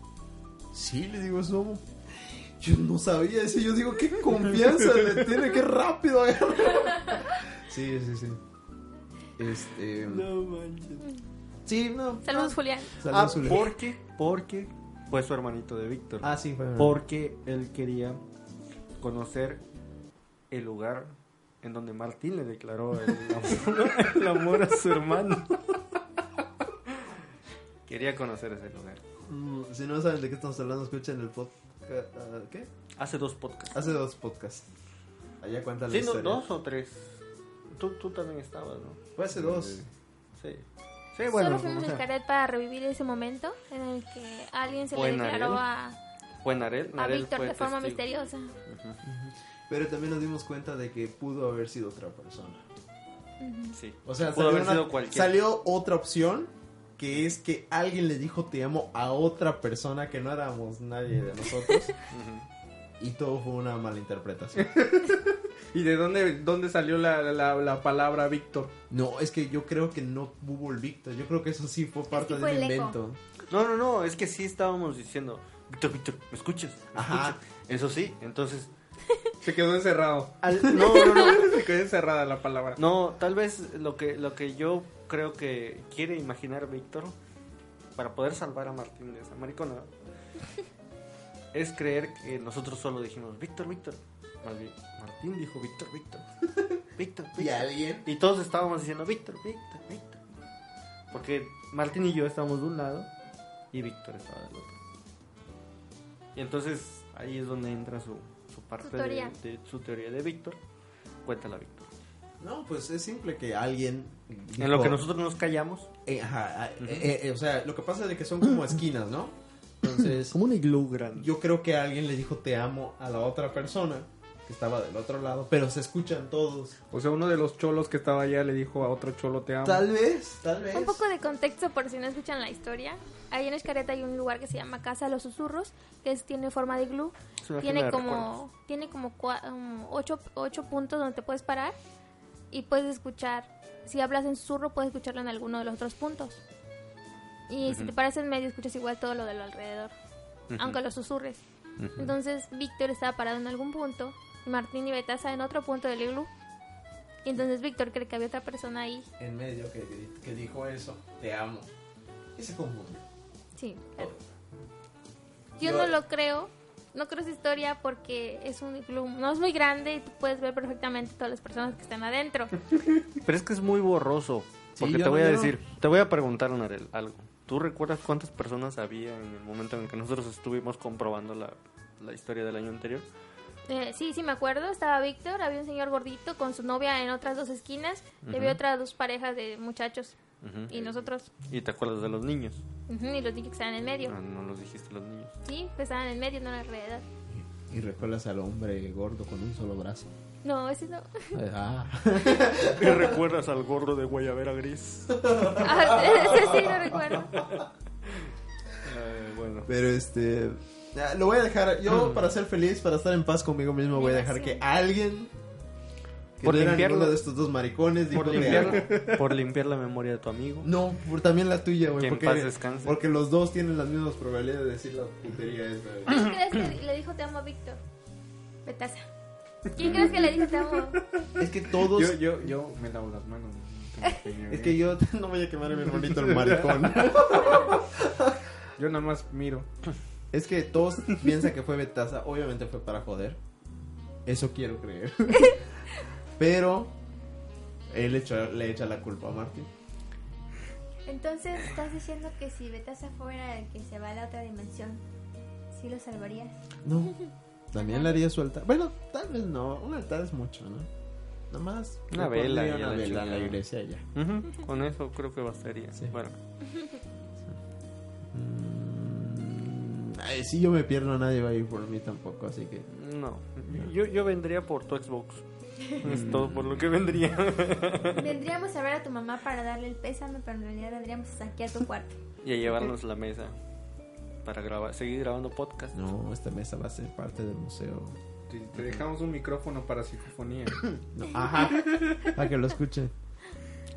Speaker 1: Sí, le digo, somos. Yo no sabía eso, yo digo, qué confianza le tiene, qué rápido agarra". Sí, sí, sí. Este.
Speaker 2: No manches.
Speaker 1: Sí, no.
Speaker 5: Saludos, Julián.
Speaker 2: Ah,
Speaker 1: Saludos, Julián.
Speaker 2: porque, porque fue su hermanito de Víctor.
Speaker 1: Ah, sí, fue.
Speaker 2: Porque él quería conocer el lugar en donde Martín le declaró el amor, el amor a su hermano. Quería conocer ese lugar.
Speaker 1: Mm, Si no saben de qué estamos hablando, escuchen el podcast. ¿Qué?
Speaker 2: Hace dos podcasts.
Speaker 1: Hace dos podcasts. Allá cuentan la
Speaker 2: Sí, no,
Speaker 1: historia.
Speaker 2: dos o tres. Tú, tú también estabas, ¿no?
Speaker 1: Fue hace dos.
Speaker 2: Sí. Sí, bueno. pues,
Speaker 5: Solo
Speaker 2: como
Speaker 5: fuimos
Speaker 2: sea.
Speaker 5: a Xcaret para revivir ese momento en el que alguien se
Speaker 2: Fue
Speaker 5: le
Speaker 2: en
Speaker 5: declaró a,
Speaker 2: Fue Narel.
Speaker 5: a
Speaker 2: Narel
Speaker 5: Víctor
Speaker 2: fue
Speaker 5: de forma
Speaker 2: testigo.
Speaker 5: misteriosa.
Speaker 1: Pero también nos dimos cuenta de que pudo haber sido otra persona.
Speaker 2: Sí.
Speaker 1: O sea,
Speaker 2: pudo
Speaker 1: salió,
Speaker 2: haber
Speaker 1: una-
Speaker 2: sido cualquier.
Speaker 1: salió otra opción que es que alguien le dijo te amo a otra persona que no éramos nadie de nosotros. y todo fue una mala interpretación.
Speaker 3: ¿Y de dónde, dónde salió la, la- la palabra Víctor?
Speaker 1: No, es que yo creo que no hubo el Víctor. Yo creo que eso sí fue parte
Speaker 4: fue
Speaker 1: del
Speaker 4: el eco.
Speaker 1: invento.
Speaker 2: No, no, no, es que sí estábamos diciendo, Víctor, Víctor, ¿me escuchas? ¿Me
Speaker 1: Ajá.
Speaker 2: escuchas?". Eso sí, entonces,
Speaker 3: Se quedó encerrado.
Speaker 2: al- no, no, no,
Speaker 3: Se quedó encerrada la palabra.
Speaker 2: no, tal vez lo que, lo que yo creo que quiere imaginar Víctor para poder salvar a Martín de esa maricona es creer que nosotros solo dijimos, Víctor, Víctor. Más bien, Martín dijo, Víctor, Víctor. Víctor,
Speaker 1: Y
Speaker 2: Víctor.
Speaker 1: alguien.
Speaker 2: Y todos estábamos diciendo, Víctor, Víctor, Víctor. Porque Martín y yo estábamos de un lado y Víctor estaba del otro. Y entonces ahí es donde entra su, su parte
Speaker 5: Su teoría.
Speaker 2: De, de- su teoría de Víctor. Cuéntala, Víctor.
Speaker 1: No, pues es simple que alguien.
Speaker 2: En lo
Speaker 1: dijo,
Speaker 2: que nosotros nos callamos,
Speaker 1: Eh, ajá, ah, eh, eh, o sea, lo que pasa es de que son como esquinas, ¿no? Entonces,
Speaker 2: como un iglú grande.
Speaker 1: yo creo que alguien le dijo te amo a la otra persona que estaba del otro lado, pero se escuchan todos.
Speaker 3: O sea, uno de los cholos que estaba allá le dijo a otro cholo te amo.
Speaker 1: Tal vez, tal vez.
Speaker 5: Un poco de contexto por si no escuchan la historia. Ahí en Escareta hay un lugar que se llama Casa de los Susurros, que es- tiene forma de glue.
Speaker 2: Es una tienda
Speaker 5: Tiene
Speaker 2: de
Speaker 5: como,
Speaker 2: recuerdos.
Speaker 5: tiene como cua- um, ocho, ocho puntos donde te puedes parar y puedes escuchar. Si hablas en susurro, puedes escucharlo en alguno de los otros puntos. Y si te paras en medio, escuchas igual todo lo de lo alrededor, aunque lo susurres. Entonces, Víctor estaba parado en algún punto, y Martín y Betasa en otro punto del iglú. Y entonces Víctor cree que había otra persona ahí.
Speaker 1: En medio que, gri- que dijo eso, te amo. Y se confundió.
Speaker 5: Sí, claro. Yo no lo creo. No creo esa historia porque es un club, no es muy grande y tú puedes ver perfectamente todas las personas que están adentro.
Speaker 2: Pero es que es muy borroso.
Speaker 1: Sí,
Speaker 2: Porque
Speaker 1: yo
Speaker 2: te
Speaker 1: no
Speaker 2: voy a
Speaker 1: veo.
Speaker 2: decir, te voy a preguntar, Narel, algo. ¿Tú recuerdas cuántas personas había en el momento en el que nosotros estuvimos comprobando la, la historia del año anterior?
Speaker 5: Eh, sí, sí, me acuerdo. Estaba Víctor, había un señor gordito con su novia en otras dos esquinas. Y había otras dos parejas de muchachos.
Speaker 2: Ujú.
Speaker 5: Y nosotros.
Speaker 2: ¿Y te acuerdas de los niños?
Speaker 5: Ujú, y los niños que estaban en el medio.
Speaker 2: Ah, No, no los dijiste los niños.
Speaker 5: Sí, pues estaban en el medio, no en la realidad.
Speaker 1: Y recuerdas al hombre gordo con un solo brazo. Eh, ah.
Speaker 5: No, ese no.
Speaker 2: ¿Qué recuerdas al gordo de Guayabera Gris?
Speaker 5: Ah, ese sí, no recuerdo.
Speaker 2: Eh, bueno.
Speaker 1: Pero este. ah, Lo voy a dejar. Yo, para ser feliz, para estar en paz conmigo mismo, voy a dejar que alguien. Que
Speaker 2: Por
Speaker 1: no era
Speaker 2: limpiarlo.
Speaker 1: ninguno de estos dos maricones. Dijo,
Speaker 2: Por
Speaker 1: "Te amo".
Speaker 2: limpiar, por limpiar la memoria de tu amigo.
Speaker 1: No, por también la tuya,
Speaker 2: Que
Speaker 1: güey.
Speaker 2: en
Speaker 1: Porque,
Speaker 2: paz descanse.
Speaker 1: porque los dos tienen las mismas probabilidades de decir la putería esa, güey.
Speaker 5: ¿Quién crees que le dijo te amo a Víctor? Betasa. ¿Quién crees que le dijo te amo?
Speaker 1: Es que todos.
Speaker 3: Yo, yo, yo me lavo las manos. no tengo opinión,
Speaker 1: Es
Speaker 3: ¿eh?
Speaker 1: que yo no voy a quemar a mi hermanito el maricón.
Speaker 3: Yo nada más miro.
Speaker 1: es que todos piensan que fue Betasa. Obviamente fue para joder. Eso quiero creer. Pero. él echa- le echa la culpa a Martin.
Speaker 4: Entonces, estás diciendo que si Betas afuera, el que se va a la otra dimensión, sí lo salvarías.
Speaker 1: No. También le haría su altar. Bueno, tal vez no. Un altar es mucho, ¿no? Nada más.
Speaker 2: Una
Speaker 1: le pondría
Speaker 2: vela y
Speaker 1: Una
Speaker 2: a la
Speaker 1: vela a la
Speaker 2: chingada.
Speaker 1: iglesia y ya.
Speaker 2: Ujú, Con eso creo que bastaría.
Speaker 1: Sí.
Speaker 2: Bueno,
Speaker 1: Mm, ay, si yo me pierdo, nadie va a ir por mí tampoco, así que.
Speaker 2: no. Mm. Yo, yo vendría por tu Xbox. Es todo por lo que vendría.
Speaker 4: Vendríamos a ver a tu mamá para darle el pésame, pero en realidad vendríamos hasta aquí a tu cuarto.
Speaker 2: y a llevarnos la mesa para grabar, seguir grabando podcast.
Speaker 1: No, esta mesa va a ser parte del museo.
Speaker 3: Te, te dejamos un micrófono para psicofonía.
Speaker 1: No, ajá. Para que lo escuchen.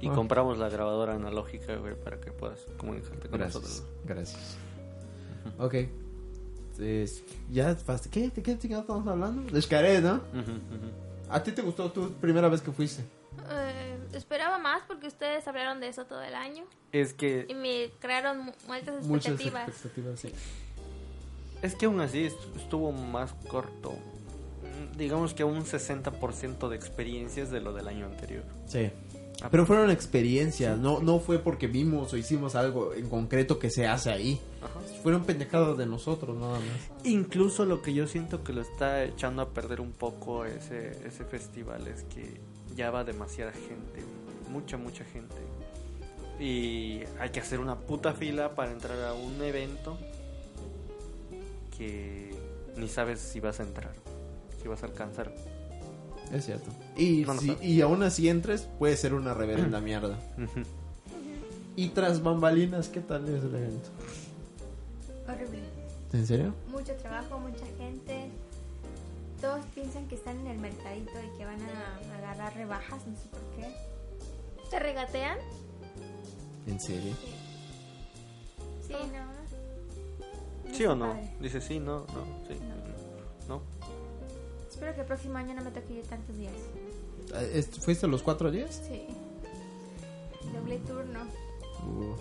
Speaker 2: Y
Speaker 1: Ah.
Speaker 2: compramos la grabadora analógica, güey, para que puedas comunicarte con
Speaker 1: Gracias.
Speaker 2: nosotros.
Speaker 1: Gracias. Ok. Es- ya, fast- ¿qué? ¿De qué chingados estamos hablando? De Xcaret, ¿no?
Speaker 2: Ujú, ujú.
Speaker 1: ¿A ti te gustó tu primera vez que fuiste?
Speaker 5: Eh, esperaba más porque ustedes hablaron de eso todo el año
Speaker 2: Es que
Speaker 5: y me crearon mu- muchas
Speaker 1: Muchas
Speaker 5: expectativas.
Speaker 1: expectativas, sí.
Speaker 2: Es que aún así est- estuvo más corto. Mm, Digamos que un 60% de experiencias de lo del año anterior.
Speaker 1: Sí. Ah, Pero fueron experiencias, no, no fue porque vimos o hicimos algo en concreto que se hace ahí.
Speaker 2: Ajá.
Speaker 1: Fueron pendejadas de nosotros, nada más.
Speaker 2: Incluso lo que yo siento que lo está echando a perder un poco ese, ese festival es que ya va demasiada gente. Mucha, mucha gente. Y hay que hacer una puta fila para entrar a un evento que ni sabes si vas a entrar, si vas a alcanzar.
Speaker 1: Es cierto. Y,
Speaker 2: No lo
Speaker 1: si-
Speaker 2: sabe.
Speaker 1: y aún así entres, puede ser una reverenda mierda.
Speaker 2: Ujú.
Speaker 1: Y tras bambalinas, ¿qué tal es el evento?
Speaker 4: Horrible.
Speaker 1: ¿En serio?
Speaker 4: Mucho trabajo, mucha gente. Todos piensan que están en el mercadito y que van a agarrar rebajas, no sé por qué.
Speaker 5: ¿Te regatean?
Speaker 1: ¿En serio?
Speaker 4: Sí, no.
Speaker 2: ¿Sí o
Speaker 4: está
Speaker 2: no?
Speaker 4: padre.
Speaker 2: Dice sí, no, no, sí. ¿No?
Speaker 4: Espero que el próximo año no me toque ir tantos días.
Speaker 1: Eh, est- ¿Fuiste los cuatro días?
Speaker 4: Sí. Doble turno.
Speaker 1: Uh,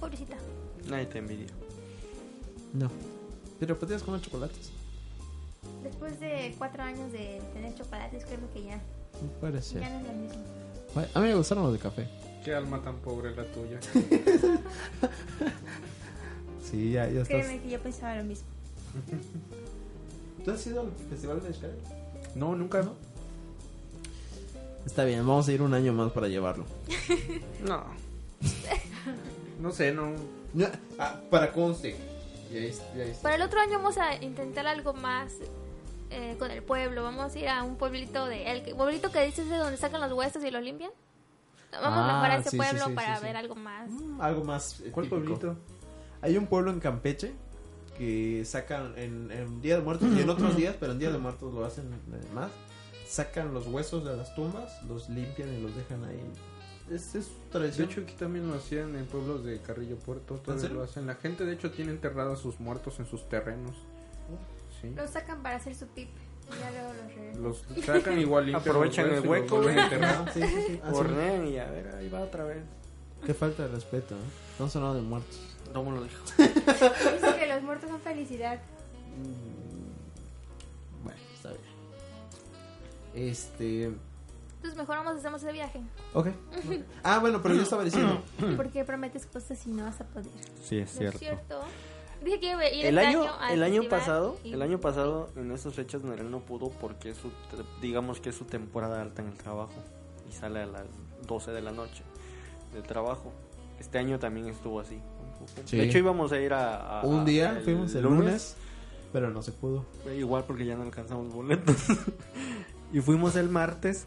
Speaker 5: Pobrecita.
Speaker 2: Nadie te envidia.
Speaker 1: no. Pero podías comer chocolates.
Speaker 4: Después de cuatro años de tener chocolates, creo que ya,
Speaker 1: Puede ser.
Speaker 4: ya no es lo mismo.
Speaker 1: A mí me gustaron los de café.
Speaker 3: Qué alma tan pobre la tuya.
Speaker 1: Sí, ya, ya
Speaker 4: Créeme que yo pensaba lo mismo.
Speaker 1: ¿Tú has ido al festival de Xcaret?
Speaker 3: No, nunca, ¿no?
Speaker 1: Está bien, vamos a ir un año más para llevarlo.
Speaker 2: No.
Speaker 3: No sé, no.
Speaker 1: ah, para conste. Y ahí, y ahí está.
Speaker 5: Para el otro año vamos a intentar algo más eh, con el pueblo. Vamos a ir a un pueblito de el que- pueblito que dices de donde sacan los huesos y los limpian. Vamos
Speaker 1: Ah,
Speaker 5: a mejorar ese
Speaker 1: sí, sí,
Speaker 5: pueblo
Speaker 1: sí,
Speaker 5: para
Speaker 1: sí, sí.
Speaker 5: ver algo más.
Speaker 1: Mm, Algo más. eh,
Speaker 3: ¿Cuál
Speaker 1: típico.
Speaker 3: pueblito?
Speaker 1: Hay un pueblo en Campeche que sacan en, en Día de Muertos y en otros días, pero en Día de Muertos lo hacen eh, más. Sacan los huesos de las tumbas, los limpian y los dejan ahí. Es, es
Speaker 3: De
Speaker 1: tradición.
Speaker 3: hecho, aquí también lo hacían en pueblos de Carrillo Puerto. Todavía
Speaker 1: serio?
Speaker 3: lo hacen. La gente, de hecho, tiene enterrado a sus muertos en sus terrenos.
Speaker 1: Oh.
Speaker 3: Sí.
Speaker 4: Los sacan para hacer su pip. y Ya luego los regresan.
Speaker 3: Los sacan igual limpian
Speaker 2: Aprovechan
Speaker 3: los
Speaker 2: el
Speaker 3: huesos y
Speaker 2: hueco,
Speaker 3: los vuelven a
Speaker 2: güey.
Speaker 3: enterrar.
Speaker 1: Ah, sí, sí, sí. Ah, sí.
Speaker 2: Cornen y a ver, ahí va otra vez.
Speaker 1: Qué falta de respeto. ¿eh? Estamos hablando de muertos.
Speaker 2: No me lo dijo.
Speaker 4: Dicen que los muertos son felicidad.
Speaker 1: Mm, Bueno, está bien. Este.
Speaker 5: Entonces mejor vamos a hacer ese viaje.
Speaker 1: Ok. Ah, bueno, pero yo estaba diciendo.
Speaker 4: Porque prometes cosas y no vas a poder.
Speaker 2: Sí, es
Speaker 5: ¿No es cierto? Dije que iba a ir
Speaker 2: El
Speaker 5: este
Speaker 2: año,
Speaker 5: al
Speaker 2: el año
Speaker 5: festival
Speaker 2: pasado,
Speaker 5: y-
Speaker 2: el año pasado en esas fechas Nerel no pudo porque es su, te- digamos que es su temporada alta en el trabajo y sale a las 12 de la noche del trabajo. Este año también estuvo así.
Speaker 1: Sí.
Speaker 2: De hecho íbamos a ir a, a-
Speaker 1: Un día
Speaker 2: el
Speaker 1: fuimos Ah, el lunes, pero no se pudo.
Speaker 2: Eh, Igual porque ya no alcanzamos boletos. y fuimos el martes.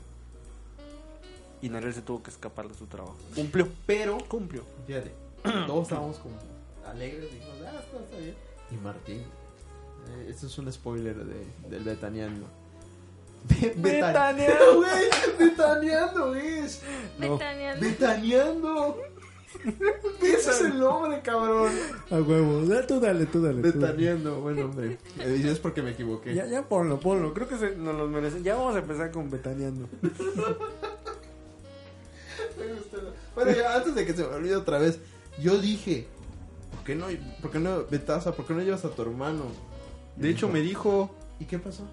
Speaker 2: Y Narel se tuvo que escapar de su trabajo. Cumplió.
Speaker 1: Pero,
Speaker 2: Cumplió.
Speaker 1: fíjate, todos estábamos como alegres. Dijimos, ah, está, está bien. Y Martín, eh, esto es un spoiler de, del Betaniano. Be- betan-
Speaker 2: Betaneando.
Speaker 1: güey, Betaneando es.
Speaker 5: Betaneando.
Speaker 1: Betaneando. Ese es el nombre, cabrón.
Speaker 6: A huevo. Da- Tú dale, tú dale. tú dale.
Speaker 1: Betaneando, buen nombre. Eh, dices, Es porque me equivoqué.
Speaker 2: Ya, ya ponlo, ponlo. Creo que se- nos los merecen. Ya vamos a empezar con Betaneando.
Speaker 1: Me gustó la- Bueno, ya antes de que se me olvide otra vez, yo dije, ¿por qué no, por qué no, Betasa, por qué no llevas a tu hermano?
Speaker 3: De hecho, me dijo.
Speaker 1: ¿Y qué pasó?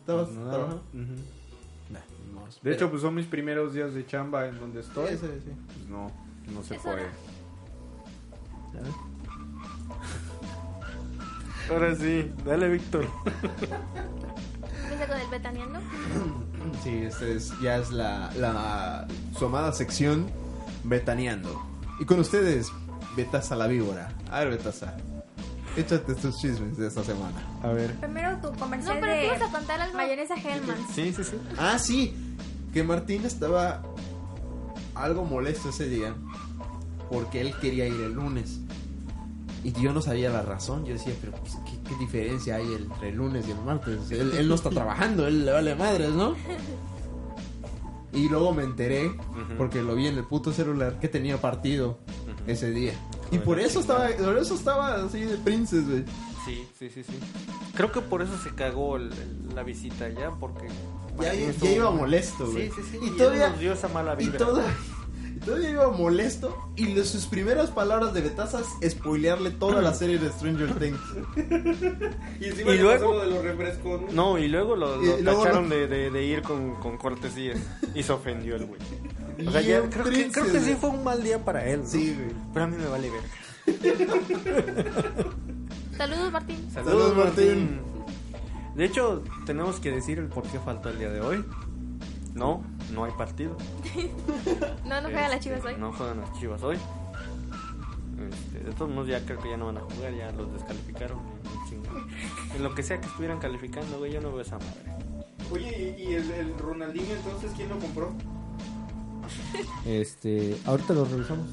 Speaker 1: ¿Estabas
Speaker 2: Nada.
Speaker 1: trabajando?
Speaker 2: Ujú.
Speaker 1: Pues Nah, no, espera.
Speaker 3: De hecho, pues son mis primeros días de chamba en donde
Speaker 1: Sí,
Speaker 3: estoy.
Speaker 1: sí, sí.
Speaker 3: Pues no, no se
Speaker 5: Es
Speaker 3: puede.
Speaker 5: hora.
Speaker 2: Ahora sí, dale, Víctor.
Speaker 5: Empieza con el betaneando.
Speaker 1: Sí, esta es, ya es la, la su amada sección Betaneando. Y con ustedes, Betasa la víbora. A ver, Betasa, échate tus chismes de esta semana.
Speaker 2: A ver.
Speaker 4: Primero tu
Speaker 5: No,
Speaker 4: comercial
Speaker 5: pero tú vas a
Speaker 4: de
Speaker 5: contar algo.
Speaker 4: mayonesa Hellmann's.
Speaker 2: Sí, sí, sí.
Speaker 1: Ah, sí, que Martín estaba algo molesto ese día porque él quería ir el lunes. Y yo no sabía la razón. Yo decía, pero pues, ¿qué, qué diferencia hay entre el lunes y el martes? Él, él no está trabajando, él le vale madres, ¿no? Y luego me enteré, porque lo vi en el puto celular, que tenía partido ese día. Y por eso estaba, por eso estaba así de princes, güey.
Speaker 2: Sí, sí, sí, sí. Creo que por eso se cagó el- el- la visita ya, porque...
Speaker 1: Ya,
Speaker 2: para mí
Speaker 1: ya
Speaker 2: estuvo-
Speaker 1: iba molesto, güey.
Speaker 2: Sí, sí, sí.
Speaker 1: Y
Speaker 2: él
Speaker 1: todavía,
Speaker 2: nos dio esa mala
Speaker 1: Y
Speaker 2: vibra.
Speaker 1: todo. y Todavía iba molesto y le- sus primeras palabras de Betasa es spoilearle toda la serie de Stranger Things.
Speaker 3: Y
Speaker 2: ¿Y
Speaker 3: le
Speaker 2: luego?
Speaker 3: pasó lo de los refrescos. ¿no?
Speaker 2: No, y luego lo, lo
Speaker 1: Y luego
Speaker 2: tacharon
Speaker 1: lo-
Speaker 2: De, de- de ir con, con cortesías. Y se ofendió el güey. O sea,
Speaker 1: Bien
Speaker 2: ya, creo, que, creo que
Speaker 1: princes,
Speaker 2: sí
Speaker 1: güey.
Speaker 2: fue un mal día para él. ¿no?
Speaker 1: Sí, güey.
Speaker 2: Pero a mí me vale verga.
Speaker 5: Saludos, Martín.
Speaker 1: Saludos, Martín.
Speaker 2: De hecho, tenemos que decir el por qué faltó el día de hoy. No, no hay partido.
Speaker 5: No, no juega las
Speaker 2: Este,
Speaker 5: chivas hoy.
Speaker 2: No juegan las chivas hoy. Este, de todos modos, ya creo que ya no van a jugar, ya los descalificaron. y chingada. En lo que sea que estuvieran calificando, güey, yo no veo esa madre.
Speaker 3: Oye, ¿y y el, el Ronaldinho entonces quién lo compró?
Speaker 7: Este, ahorita lo revisamos.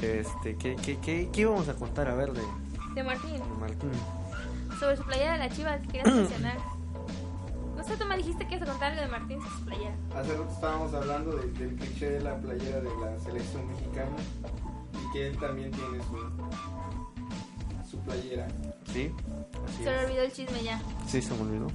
Speaker 2: Este, ¿qué, qué, qué, qué íbamos a contar a ver de,
Speaker 5: De Martín.
Speaker 2: de Martín?
Speaker 7: Mm.
Speaker 5: Sobre su playera de la chiva que querías mencionar. No sé, tú me dijiste que ibas a contar algo de Martín sobre su playera.
Speaker 3: Hace rato estábamos hablando de- del cliché de la playera de la selección mexicana y que él también tiene su, su playera.
Speaker 2: Sí, así
Speaker 5: Se me
Speaker 2: es.
Speaker 5: olvidó el chisme ya.
Speaker 2: Sí, se me olvidó.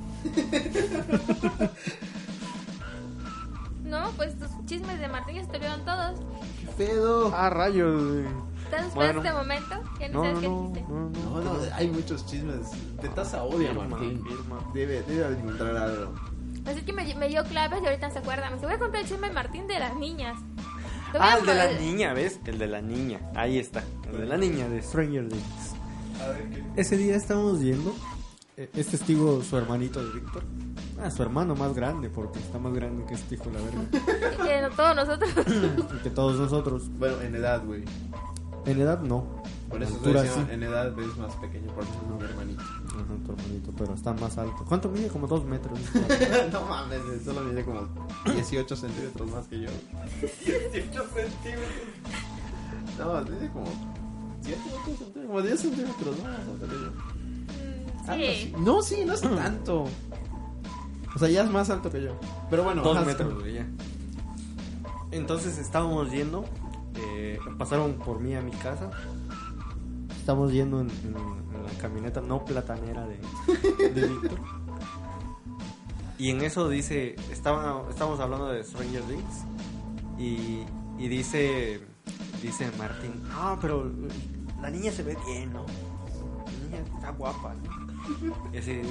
Speaker 5: No, pues tus chismes de Martín ya se te olvidaron todos.
Speaker 1: ¡Qué pedo!
Speaker 2: Ah, rayos.
Speaker 5: ¿Estás
Speaker 2: Bueno.
Speaker 5: esperando este momento? Ya
Speaker 2: No,
Speaker 5: no,
Speaker 2: no,
Speaker 5: sabes qué
Speaker 2: no,
Speaker 5: dijiste.
Speaker 2: no,
Speaker 1: No,
Speaker 2: no.
Speaker 1: no, hay muchos chismes. Betasa odia a
Speaker 2: Firma,
Speaker 1: Martín.
Speaker 2: firma.
Speaker 1: Debe, debe encontrar algo.
Speaker 5: Así que me, me dio claves y ahorita se acuerda. Me dice, voy a contar el chisme de Martín de las niñas. Te voy
Speaker 2: Ah,
Speaker 5: a
Speaker 2: el de la
Speaker 5: poner-
Speaker 2: niña, ¿ves? El de la niña. Ahí está. El de la niña de Stranger Things.
Speaker 3: A ver qué.
Speaker 7: Ese día estábamos yendo. eh, Es testigo su hermanito de Víctor. Ah, su hermano más grande, porque está más grande que este hijo, de la verga.
Speaker 5: que- que no todos nosotros.
Speaker 7: y que todos nosotros.
Speaker 1: Bueno, en edad, güey.
Speaker 7: En edad, no.
Speaker 1: Por eso
Speaker 7: Altura,
Speaker 1: estoy diciendo,
Speaker 7: sí.
Speaker 1: en edad es más pequeño, por eso es un hermanito.
Speaker 7: Ajá, tu hermanito, pero está más alto. ¿Cuánto mide? Como dos metros.
Speaker 1: no mames, güey, solo mide como 18 centímetros más que yo.
Speaker 3: 18 centímetros.
Speaker 1: No, mide como 7, 8 centímetros, como 10 centímetros más. ¿no? Pero yo-
Speaker 2: Ah,
Speaker 5: Mm,
Speaker 1: Algo así.
Speaker 5: Sí.
Speaker 1: No, sí, no es tanto. O sea, ya es más alto que yo. Pero bueno,
Speaker 2: Dos
Speaker 1: ajá,
Speaker 2: metros, güey, ya. Entonces estábamos yendo. eh, pasaron por mí a mi casa.
Speaker 7: Estamos yendo en,
Speaker 2: En, en la camioneta no platanera de, de Víctor. Y en eso dice. Estaban, estábamos hablando de Stranger Things. Y, y dice. Dice Martín. Ah, pero la niña se ve bien, ¿no? La niña está guapa, ¿no? Y así,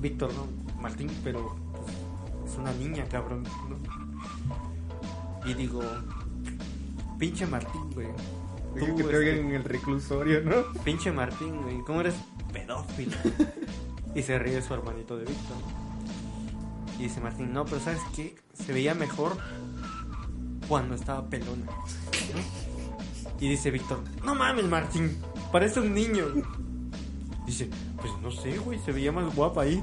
Speaker 2: Víctor, ¿no? Martín, pero pues, es una niña, cabrón, ¿no? Y digo, pinche Martín, güey.
Speaker 3: Dije
Speaker 2: Tú,
Speaker 3: que te
Speaker 2: este,
Speaker 3: oigan en el reclusorio, ¿no?
Speaker 2: Pinche Martín, güey, ¿cómo eres pedófilo? y se ríe su hermanito de Víctor. Y dice Martín, no, pero ¿sabes qué? Se veía mejor cuando estaba pelona. Y dice Víctor, no mames, Martín, parece un niño. Dice, pues no sé, güey, se veía más guapa ahí.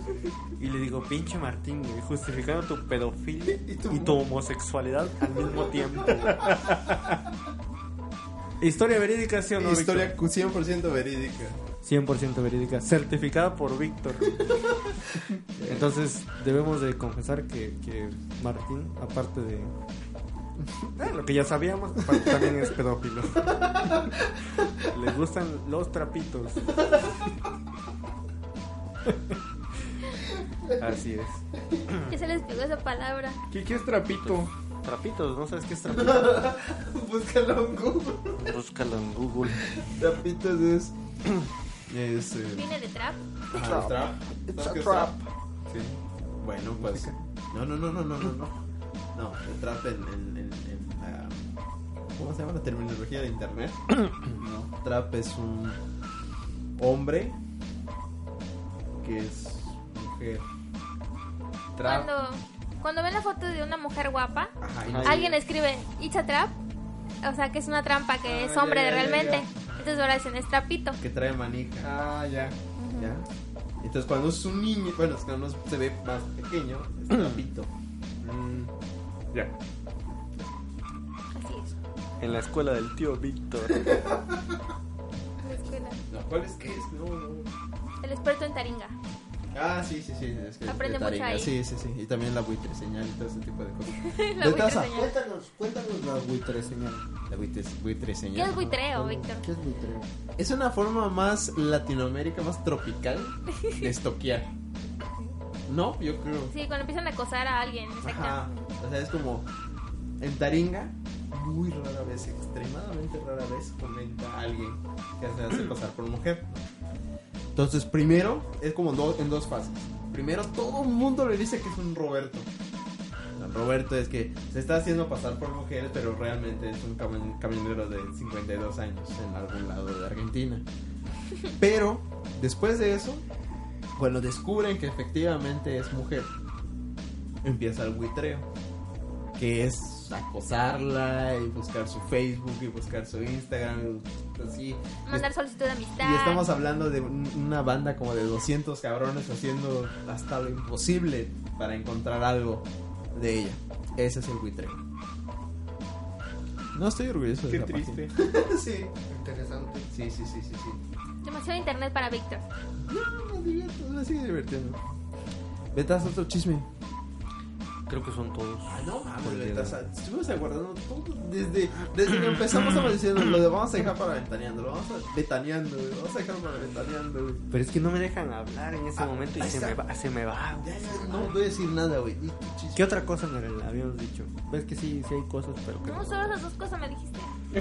Speaker 2: Y le digo, pinche Martín, güey, justificando tu pedofilia y tu, homosexualidad al mismo tiempo. Historia verídica, sí o no, Víctor?
Speaker 1: Historia cu- 100% verídica.
Speaker 7: 100% verídica.
Speaker 2: certificada por Víctor.
Speaker 7: Entonces, debemos de confesar que, que Martín, aparte de...
Speaker 2: Eh, lo que ya sabíamos, aparte también es pedófilo. Les gustan los trapitos. Así es.
Speaker 5: Ya se les pegó esa palabra.
Speaker 3: ¿Qué, qué es trapito?
Speaker 2: Trapitos, ¿no sabes qué es trapito?
Speaker 1: Búscalo en Google.
Speaker 2: Búscalo en Google.
Speaker 1: Tapitas es. Es. eh,
Speaker 5: Viene de trap.
Speaker 1: ajá, trap. ¿Sabes qué es trap? Sí. Bueno, pues. No, no, no, no, no, no, no. No, el trap en. en, en, en la- ¿Cómo se llama la terminología de internet? no. Trap es un hombre que es mujer.
Speaker 3: Trap.
Speaker 5: Cuando, cuando ven la foto de una mujer guapa,
Speaker 1: Ajá, y
Speaker 2: Ajá.
Speaker 1: no-
Speaker 5: alguien escribe, it's a trap. O sea, que es una trampa, que
Speaker 3: Ah,
Speaker 5: es
Speaker 3: ya,
Speaker 5: hombre
Speaker 3: ya, ya,
Speaker 5: realmente.
Speaker 3: ya.
Speaker 5: Entonces ahora dicen, es trapito.
Speaker 1: que trae manija.
Speaker 3: Ah, ya.
Speaker 1: ¿Ya? Entonces cuando es un niño, bueno, es cuando se ve más pequeño, es trapito.
Speaker 3: Mm, ya.
Speaker 5: Así es.
Speaker 2: En la escuela del tío Víctor.
Speaker 5: La escuela.
Speaker 1: No, ¿cuál es que es? No, no.
Speaker 5: El experto en taringa.
Speaker 1: Ah, sí, sí, sí. Es que
Speaker 5: Aprende
Speaker 1: de taringa.
Speaker 5: mucho ahí.
Speaker 1: Sí, sí, sí. Y también la buitre señal y todo ese tipo de cosas.
Speaker 5: La
Speaker 1: ¿Dónde vas a-
Speaker 5: buitreseñal.
Speaker 7: Cuéntanos, cuéntanos la buitre, señal.
Speaker 1: La buitre, buitre señal.
Speaker 5: ¿Qué es buitreo, Víctor?
Speaker 7: ¿Qué es buitre?
Speaker 1: Es una forma más Latinoamérica, más tropical de estoquear. No, yo creo.
Speaker 5: Sí, cuando empiezan a acosar a alguien,
Speaker 1: Ajá.
Speaker 5: exacto.
Speaker 1: O sea, es como en Taringa, muy rara vez, extremadamente rara vez comenta a alguien que se hace pasar por mujer. Entonces, primero es como do- en dos fases. Primero todo el mundo le dice que es un Roberto. O sea, Roberto es que se está haciendo pasar por mujer, pero realmente es un cami- camionero de 52 años en algún lado de Argentina. Pero después de eso, cuando descubren que efectivamente es mujer, empieza el buitreo. Que es acosarla y buscar su Facebook y buscar su Instagram. Así.
Speaker 5: Mandar solicitud de amistad.
Speaker 1: Y estamos hablando de un- una banda como de 200 cabrones haciendo hasta lo imposible para encontrar algo de ella. Ese es el buitreo. No estoy orgulloso de
Speaker 3: Qué
Speaker 1: esa
Speaker 3: triste.
Speaker 1: página. sí,
Speaker 7: Interesante.
Speaker 1: sí, sí, sí, sí. sí.
Speaker 5: Demasiado internet para Víctor.
Speaker 1: No, me divierto, me sigue divirtiendo. Betas, otro chisme.
Speaker 2: Creo que son todos.
Speaker 1: Ah, no mames, Betasa, estuvimos aguardando todo desde, desde que empezamos a diciendo lo de vamos a dejar para ventaneando, lo vamos a ventaneando, güey, vamos a dejar para ventaneando, güey.
Speaker 2: Pero es que no me dejan hablar en ese
Speaker 1: Ah,
Speaker 2: momento y
Speaker 1: ahí
Speaker 2: se
Speaker 1: está.
Speaker 2: me, va, se me va.
Speaker 1: Ya, ya, no voy a decir nada, güey. Y tu chis-
Speaker 2: ¿Qué otra cosa me habíamos dicho? Ves que sí, sí hay cosas, pero que
Speaker 5: No, solo esas dos cosas me dijiste. Qué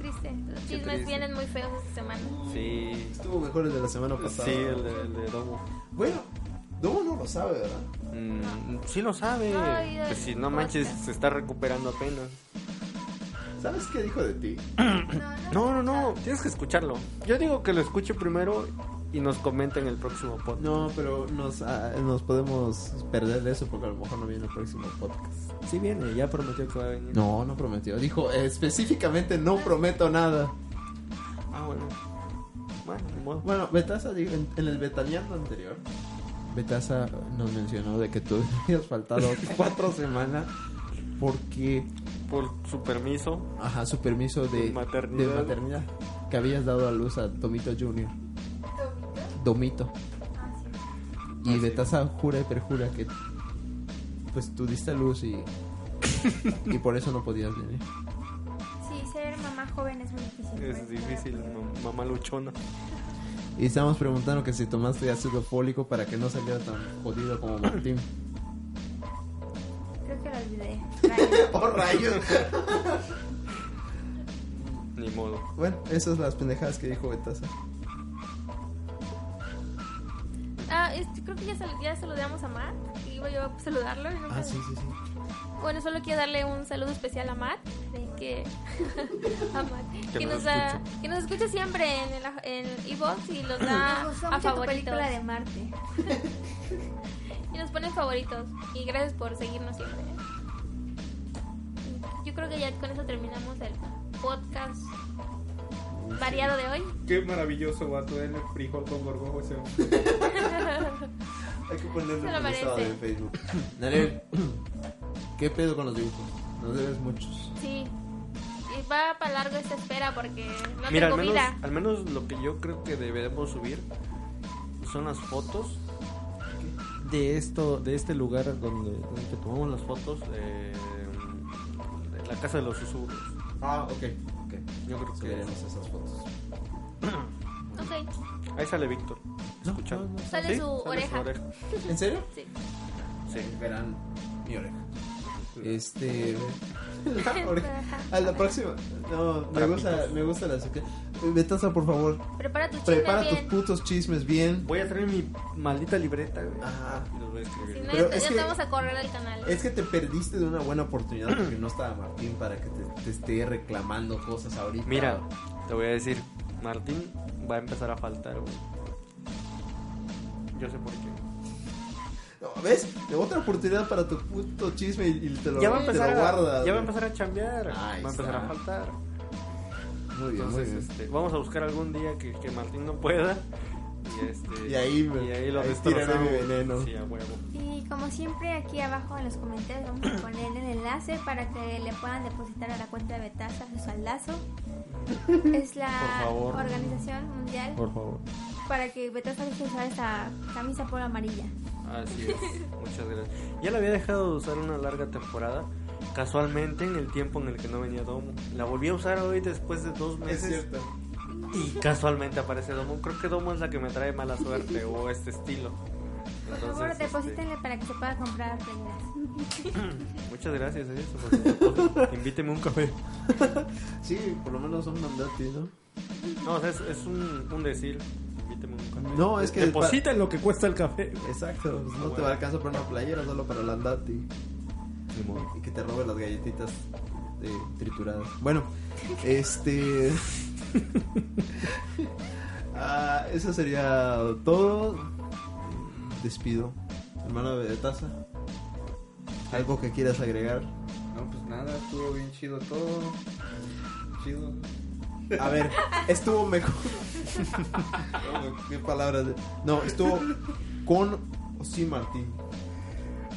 Speaker 5: triste. Los chismes
Speaker 2: triste.
Speaker 5: vienen muy feos esta semana.
Speaker 2: Sí.
Speaker 1: Estuvo mejor el de la semana pasada.
Speaker 2: Sí, el de, el de Domo.
Speaker 1: Bueno, Domo no lo sabe, ¿verdad?
Speaker 2: Mm, sí lo sabe.
Speaker 5: Ay, ay,
Speaker 2: Pues si no manches,
Speaker 5: podcast.
Speaker 2: se está recuperando apenas.
Speaker 1: ¿Sabes qué dijo de ti?
Speaker 2: No, no, no, tienes que escucharlo. Yo digo que lo escuche primero y nos comenta en el próximo podcast.
Speaker 1: No, pero nos, ah, nos podemos perder de eso porque a lo mejor no viene el próximo podcast.
Speaker 2: Sí viene, ya prometió que va a venir.
Speaker 1: No, no prometió. Dijo específicamente no prometo nada.
Speaker 2: Ah, bueno. Bueno, ni modo.
Speaker 1: Bueno, Betasa, dijo- en, en el betaneando anterior, Betasa nos mencionó de que tú habías faltado cuatro semanas porque,
Speaker 2: por su permiso.
Speaker 1: ajá, su permiso de
Speaker 2: De maternidad.
Speaker 1: de maternidad, que habías dado a luz a Tomito Jr. Domito.
Speaker 5: Ah,
Speaker 1: Y Betasa jura y perjura que, pues, tú diste a luz y, y por eso no podías venir.
Speaker 4: Sí, ser mamá joven es muy difícil. por
Speaker 2: Es
Speaker 4: eso no voy a
Speaker 2: difícil,
Speaker 4: poder.
Speaker 2: mam- mamá luchona.
Speaker 1: Y estábamos preguntando que si tomaste ácido fólico para que no saliera tan jodido como Martín.
Speaker 4: Creo que lo olvidé. Rayos.
Speaker 1: ¡Oh, rayos!
Speaker 2: Ni modo.
Speaker 1: Bueno, esas son las pendejadas que dijo Betasa.
Speaker 5: Ah, es- creo que ya, sal- ya saludamos a Matt. que Iba yo a saludarlo. y nunca-
Speaker 1: Ah, sí, sí.
Speaker 5: Bueno, solo quiero darle un saludo especial a Matt. de que, a Matt, que,
Speaker 2: nos
Speaker 5: nos da- que nos escucha siempre en el en Evox y los da
Speaker 4: Me gustó
Speaker 5: a
Speaker 4: mucho Ah, tu
Speaker 5: favoritos.
Speaker 4: película de Marte.
Speaker 5: Y nos ponen favoritos. Y gracias por seguirnos siempre. Yo creo que ya con eso terminamos el podcast variado de hoy.
Speaker 3: Qué maravilloso vato ¿eh? el frijol con gorgojo ese hombre.
Speaker 1: Hay que ponerle
Speaker 5: Se lo
Speaker 1: un estado
Speaker 5: merece.
Speaker 1: de Facebook. Daniel, ¿qué pedo con los dibujos? Nos debes muchos.
Speaker 5: Sí. Y va para largo esta espera porque no
Speaker 2: Mira, al
Speaker 5: tengo
Speaker 2: menos,
Speaker 5: vida.
Speaker 2: al menos lo que yo creo que debemos subir son las fotos
Speaker 7: De esto, de este lugar donde, donde
Speaker 2: que tomamos las fotos eh, de la casa de los susurros.
Speaker 1: Ah, ok. Ok.
Speaker 2: Yo creo que
Speaker 1: Subiremos esas fotos.
Speaker 5: Ok,
Speaker 2: ahí sale Víctor. Escuchando.
Speaker 5: Sale su oreja.
Speaker 1: ¿En serio?
Speaker 5: sí.
Speaker 2: Sí.
Speaker 1: Verán mi oreja. Este. la oreja. A la próxima. No, me gusta, me gusta la azúcar. Betasa, por favor,
Speaker 5: Prepara tu chisme
Speaker 1: prepara tus
Speaker 5: bien.
Speaker 1: putos chismes bien.
Speaker 2: Voy a traer mi maldita libreta, güey.
Speaker 1: Ajá.
Speaker 2: Y los voy a
Speaker 5: Si
Speaker 2: escribir.
Speaker 5: no,
Speaker 1: Pero
Speaker 5: ya
Speaker 1: es
Speaker 5: te
Speaker 1: que-
Speaker 5: vamos a correr del canal.
Speaker 1: Es que te perdiste de una buena oportunidad porque no estaba Martín para que te, te esté reclamando cosas ahorita.
Speaker 2: Mira, te voy a decir, Martín va a empezar a faltar, güey. Yo sé por qué.
Speaker 1: No, ¿Ves? Otra oportunidad para tu puto chisme y, y te lo,
Speaker 2: Ya va a
Speaker 1: te
Speaker 2: empezar
Speaker 1: lo guardas.
Speaker 2: a, ya va a
Speaker 1: güey.
Speaker 2: empezar a chambear.
Speaker 1: Ahí
Speaker 2: va a empezar a
Speaker 1: está.
Speaker 2: faltar.
Speaker 1: Muy bien, muy
Speaker 2: Entonces,
Speaker 1: bien.
Speaker 2: este, vamos a buscar algún día que, que Martín no pueda. Y, este,
Speaker 1: Y ahí, pues,
Speaker 2: y ahí lo
Speaker 1: ahí
Speaker 2: destrozamos.
Speaker 1: tiraré mi veneno.
Speaker 2: Sí, a huevo.
Speaker 4: Y como siempre, aquí abajo en los comentarios vamos a poner el enlace para que le puedan depositar a la cuenta de Betasa su saldazo. Es la
Speaker 2: Por favor.
Speaker 4: organización mundial
Speaker 7: Por favor.
Speaker 4: para que Betasa deje de usar esa camisa polo amarilla.
Speaker 2: Así es, muchas gracias. Ya la había dejado de usar una larga temporada, casualmente en el tiempo en el que no venía Domo. La volví a usar hoy después de dos
Speaker 1: Es
Speaker 2: meses
Speaker 1: cierto.
Speaker 2: y casualmente aparece Domo. Creo que Domo es la que me trae mala suerte o este estilo.
Speaker 4: Por
Speaker 2: Entonces,
Speaker 4: favor,
Speaker 2: este,
Speaker 4: deposítenle para que se pueda comprar playeras.
Speaker 2: muchas gracias, eh, por sus aportes. invíteme un café.
Speaker 1: Sí, por lo menos un mandati, ¿no?
Speaker 2: No, o sea, es, es un, un decir, invíteme un café.
Speaker 1: No, es que.
Speaker 7: Deposita en lo que cuesta el café.
Speaker 1: Exacto, pues no te va a alcanzar para una playera, solo para el andati. Y que te robe las galletitas eh, trituradas. Bueno, este. Ah, eso sería todo. Despido. Hermano de taza. ¿Algo que quieras agregar?
Speaker 3: No, pues nada, estuvo bien chido todo. Chido.
Speaker 1: A ver, estuvo mejor. No, Qué palabras. de- No, estuvo con o sin Martín.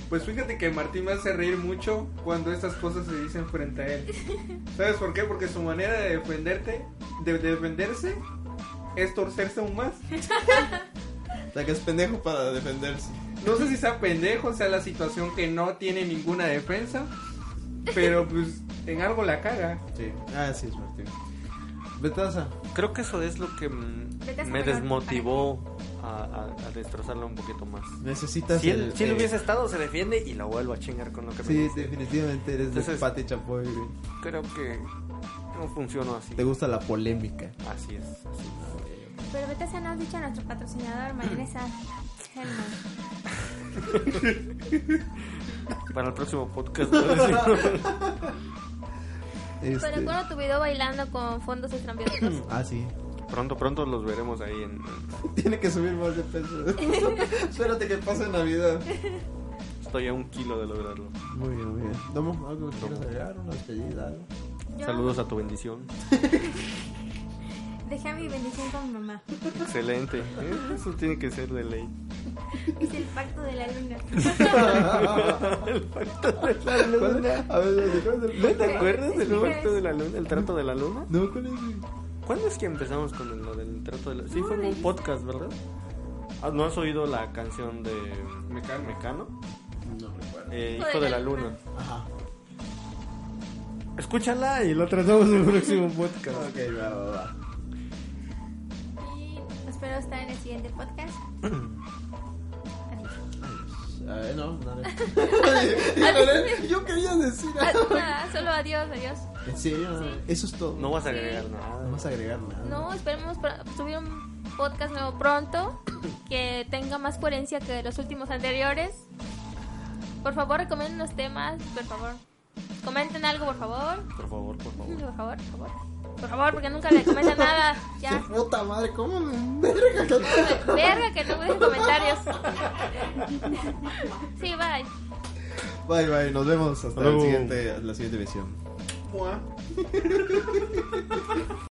Speaker 3: Pues fíjate que Martín me hace reír mucho cuando estas cosas se dicen frente a él. ¿Sabes por qué? Porque su manera de defenderte, de defenderse, es torcerse aún más.
Speaker 1: O sea, que es pendejo para defenderse.
Speaker 3: No sé si sea pendejo, sea la situación que no tiene ninguna defensa, pero pues en algo la caga.
Speaker 1: Sí, ah, sí, es Martín. Betaza.
Speaker 2: Creo que eso es lo que mm,
Speaker 4: Vete a
Speaker 2: me
Speaker 4: Superman.
Speaker 2: desmotivó a, a- a destrozarlo un poquito más.
Speaker 1: Necesitas.
Speaker 2: Si
Speaker 1: el-
Speaker 2: él, si él
Speaker 1: eh,
Speaker 2: hubiese estado, se defiende y la vuelvo a chingar con lo que me
Speaker 1: Sí,
Speaker 2: gusta.
Speaker 1: definitivamente eres de
Speaker 2: Entonces-
Speaker 1: Pati Chapoy. güey.
Speaker 2: Creo que no funcionó así.
Speaker 1: Te gusta la polémica.
Speaker 2: Así es. así es.
Speaker 4: Pero Betasa nos ha dicho a nuestro patrocinador, Mayonesa Hellman.
Speaker 2: Para el próximo podcast. voy a decir,
Speaker 1: Este-
Speaker 5: Pero recuerdo tu video bailando con fondos estrambioticos.
Speaker 1: Ah, sí.
Speaker 2: pronto, pronto los veremos ahí en...
Speaker 1: Tiene que subir más de peso. Espérate que pase Navidad.
Speaker 2: Estoy a un kilo de lograrlo.
Speaker 1: Muy bien, muy bien. Domo, ¿algo que quieras agregar? ¿Una despedida? algo?
Speaker 4: Yo
Speaker 2: Saludos a tu bendición.
Speaker 4: Dejé mi bendición con mi mamá.
Speaker 2: Excelente. ¿eh? Eso tiene que ser de ley.
Speaker 4: Hice el pacto de la luna.
Speaker 2: el pacto de la luna.
Speaker 1: A ver, ¿de cuál es el-
Speaker 2: ¿No te acuerdas del
Speaker 4: Sí.
Speaker 2: pacto de la luna? ¿El trato de la luna?
Speaker 1: No, ¿cuál es? güey?
Speaker 2: ¿Cuándo es que empezamos con el- lo del trato de la... Sí, fue en un podcast, ¿verdad? Ah, ¿No has oído la canción de Mecano?
Speaker 1: No recuerdo.
Speaker 2: Eh, Hijo de la Luna.
Speaker 1: Ajá.
Speaker 2: Escúchala y lo tratamos en el próximo podcast.
Speaker 1: Ok, va, va, va.
Speaker 4: Y espero estar en el siguiente podcast. Adiós.
Speaker 1: A ver, no, dale. Dale, Yo quería decir
Speaker 5: Ah,
Speaker 1: algo.
Speaker 5: nada, solo adiós, adiós.
Speaker 1: En serio, eso es todo.
Speaker 2: No vas a agregar nada.
Speaker 1: No vas a agregar nada.
Speaker 5: No, esperemos para subir un podcast nuevo pronto que tenga más coherencia que los últimos anteriores. Por favor, recomienden los temas, por favor. Comenten algo, por favor.
Speaker 2: Por favor, por favor.
Speaker 5: Por favor, por favor. Por favor, porque nunca le comentan nada.
Speaker 1: Qué
Speaker 5: Ya.
Speaker 1: puta madre, ¿cómo me verga que
Speaker 5: Verga, que no me dejen comentarios. Sí, bye.
Speaker 1: Bye, bye, nos vemos hasta el
Speaker 2: luego.
Speaker 1: siguiente, la siguiente visión.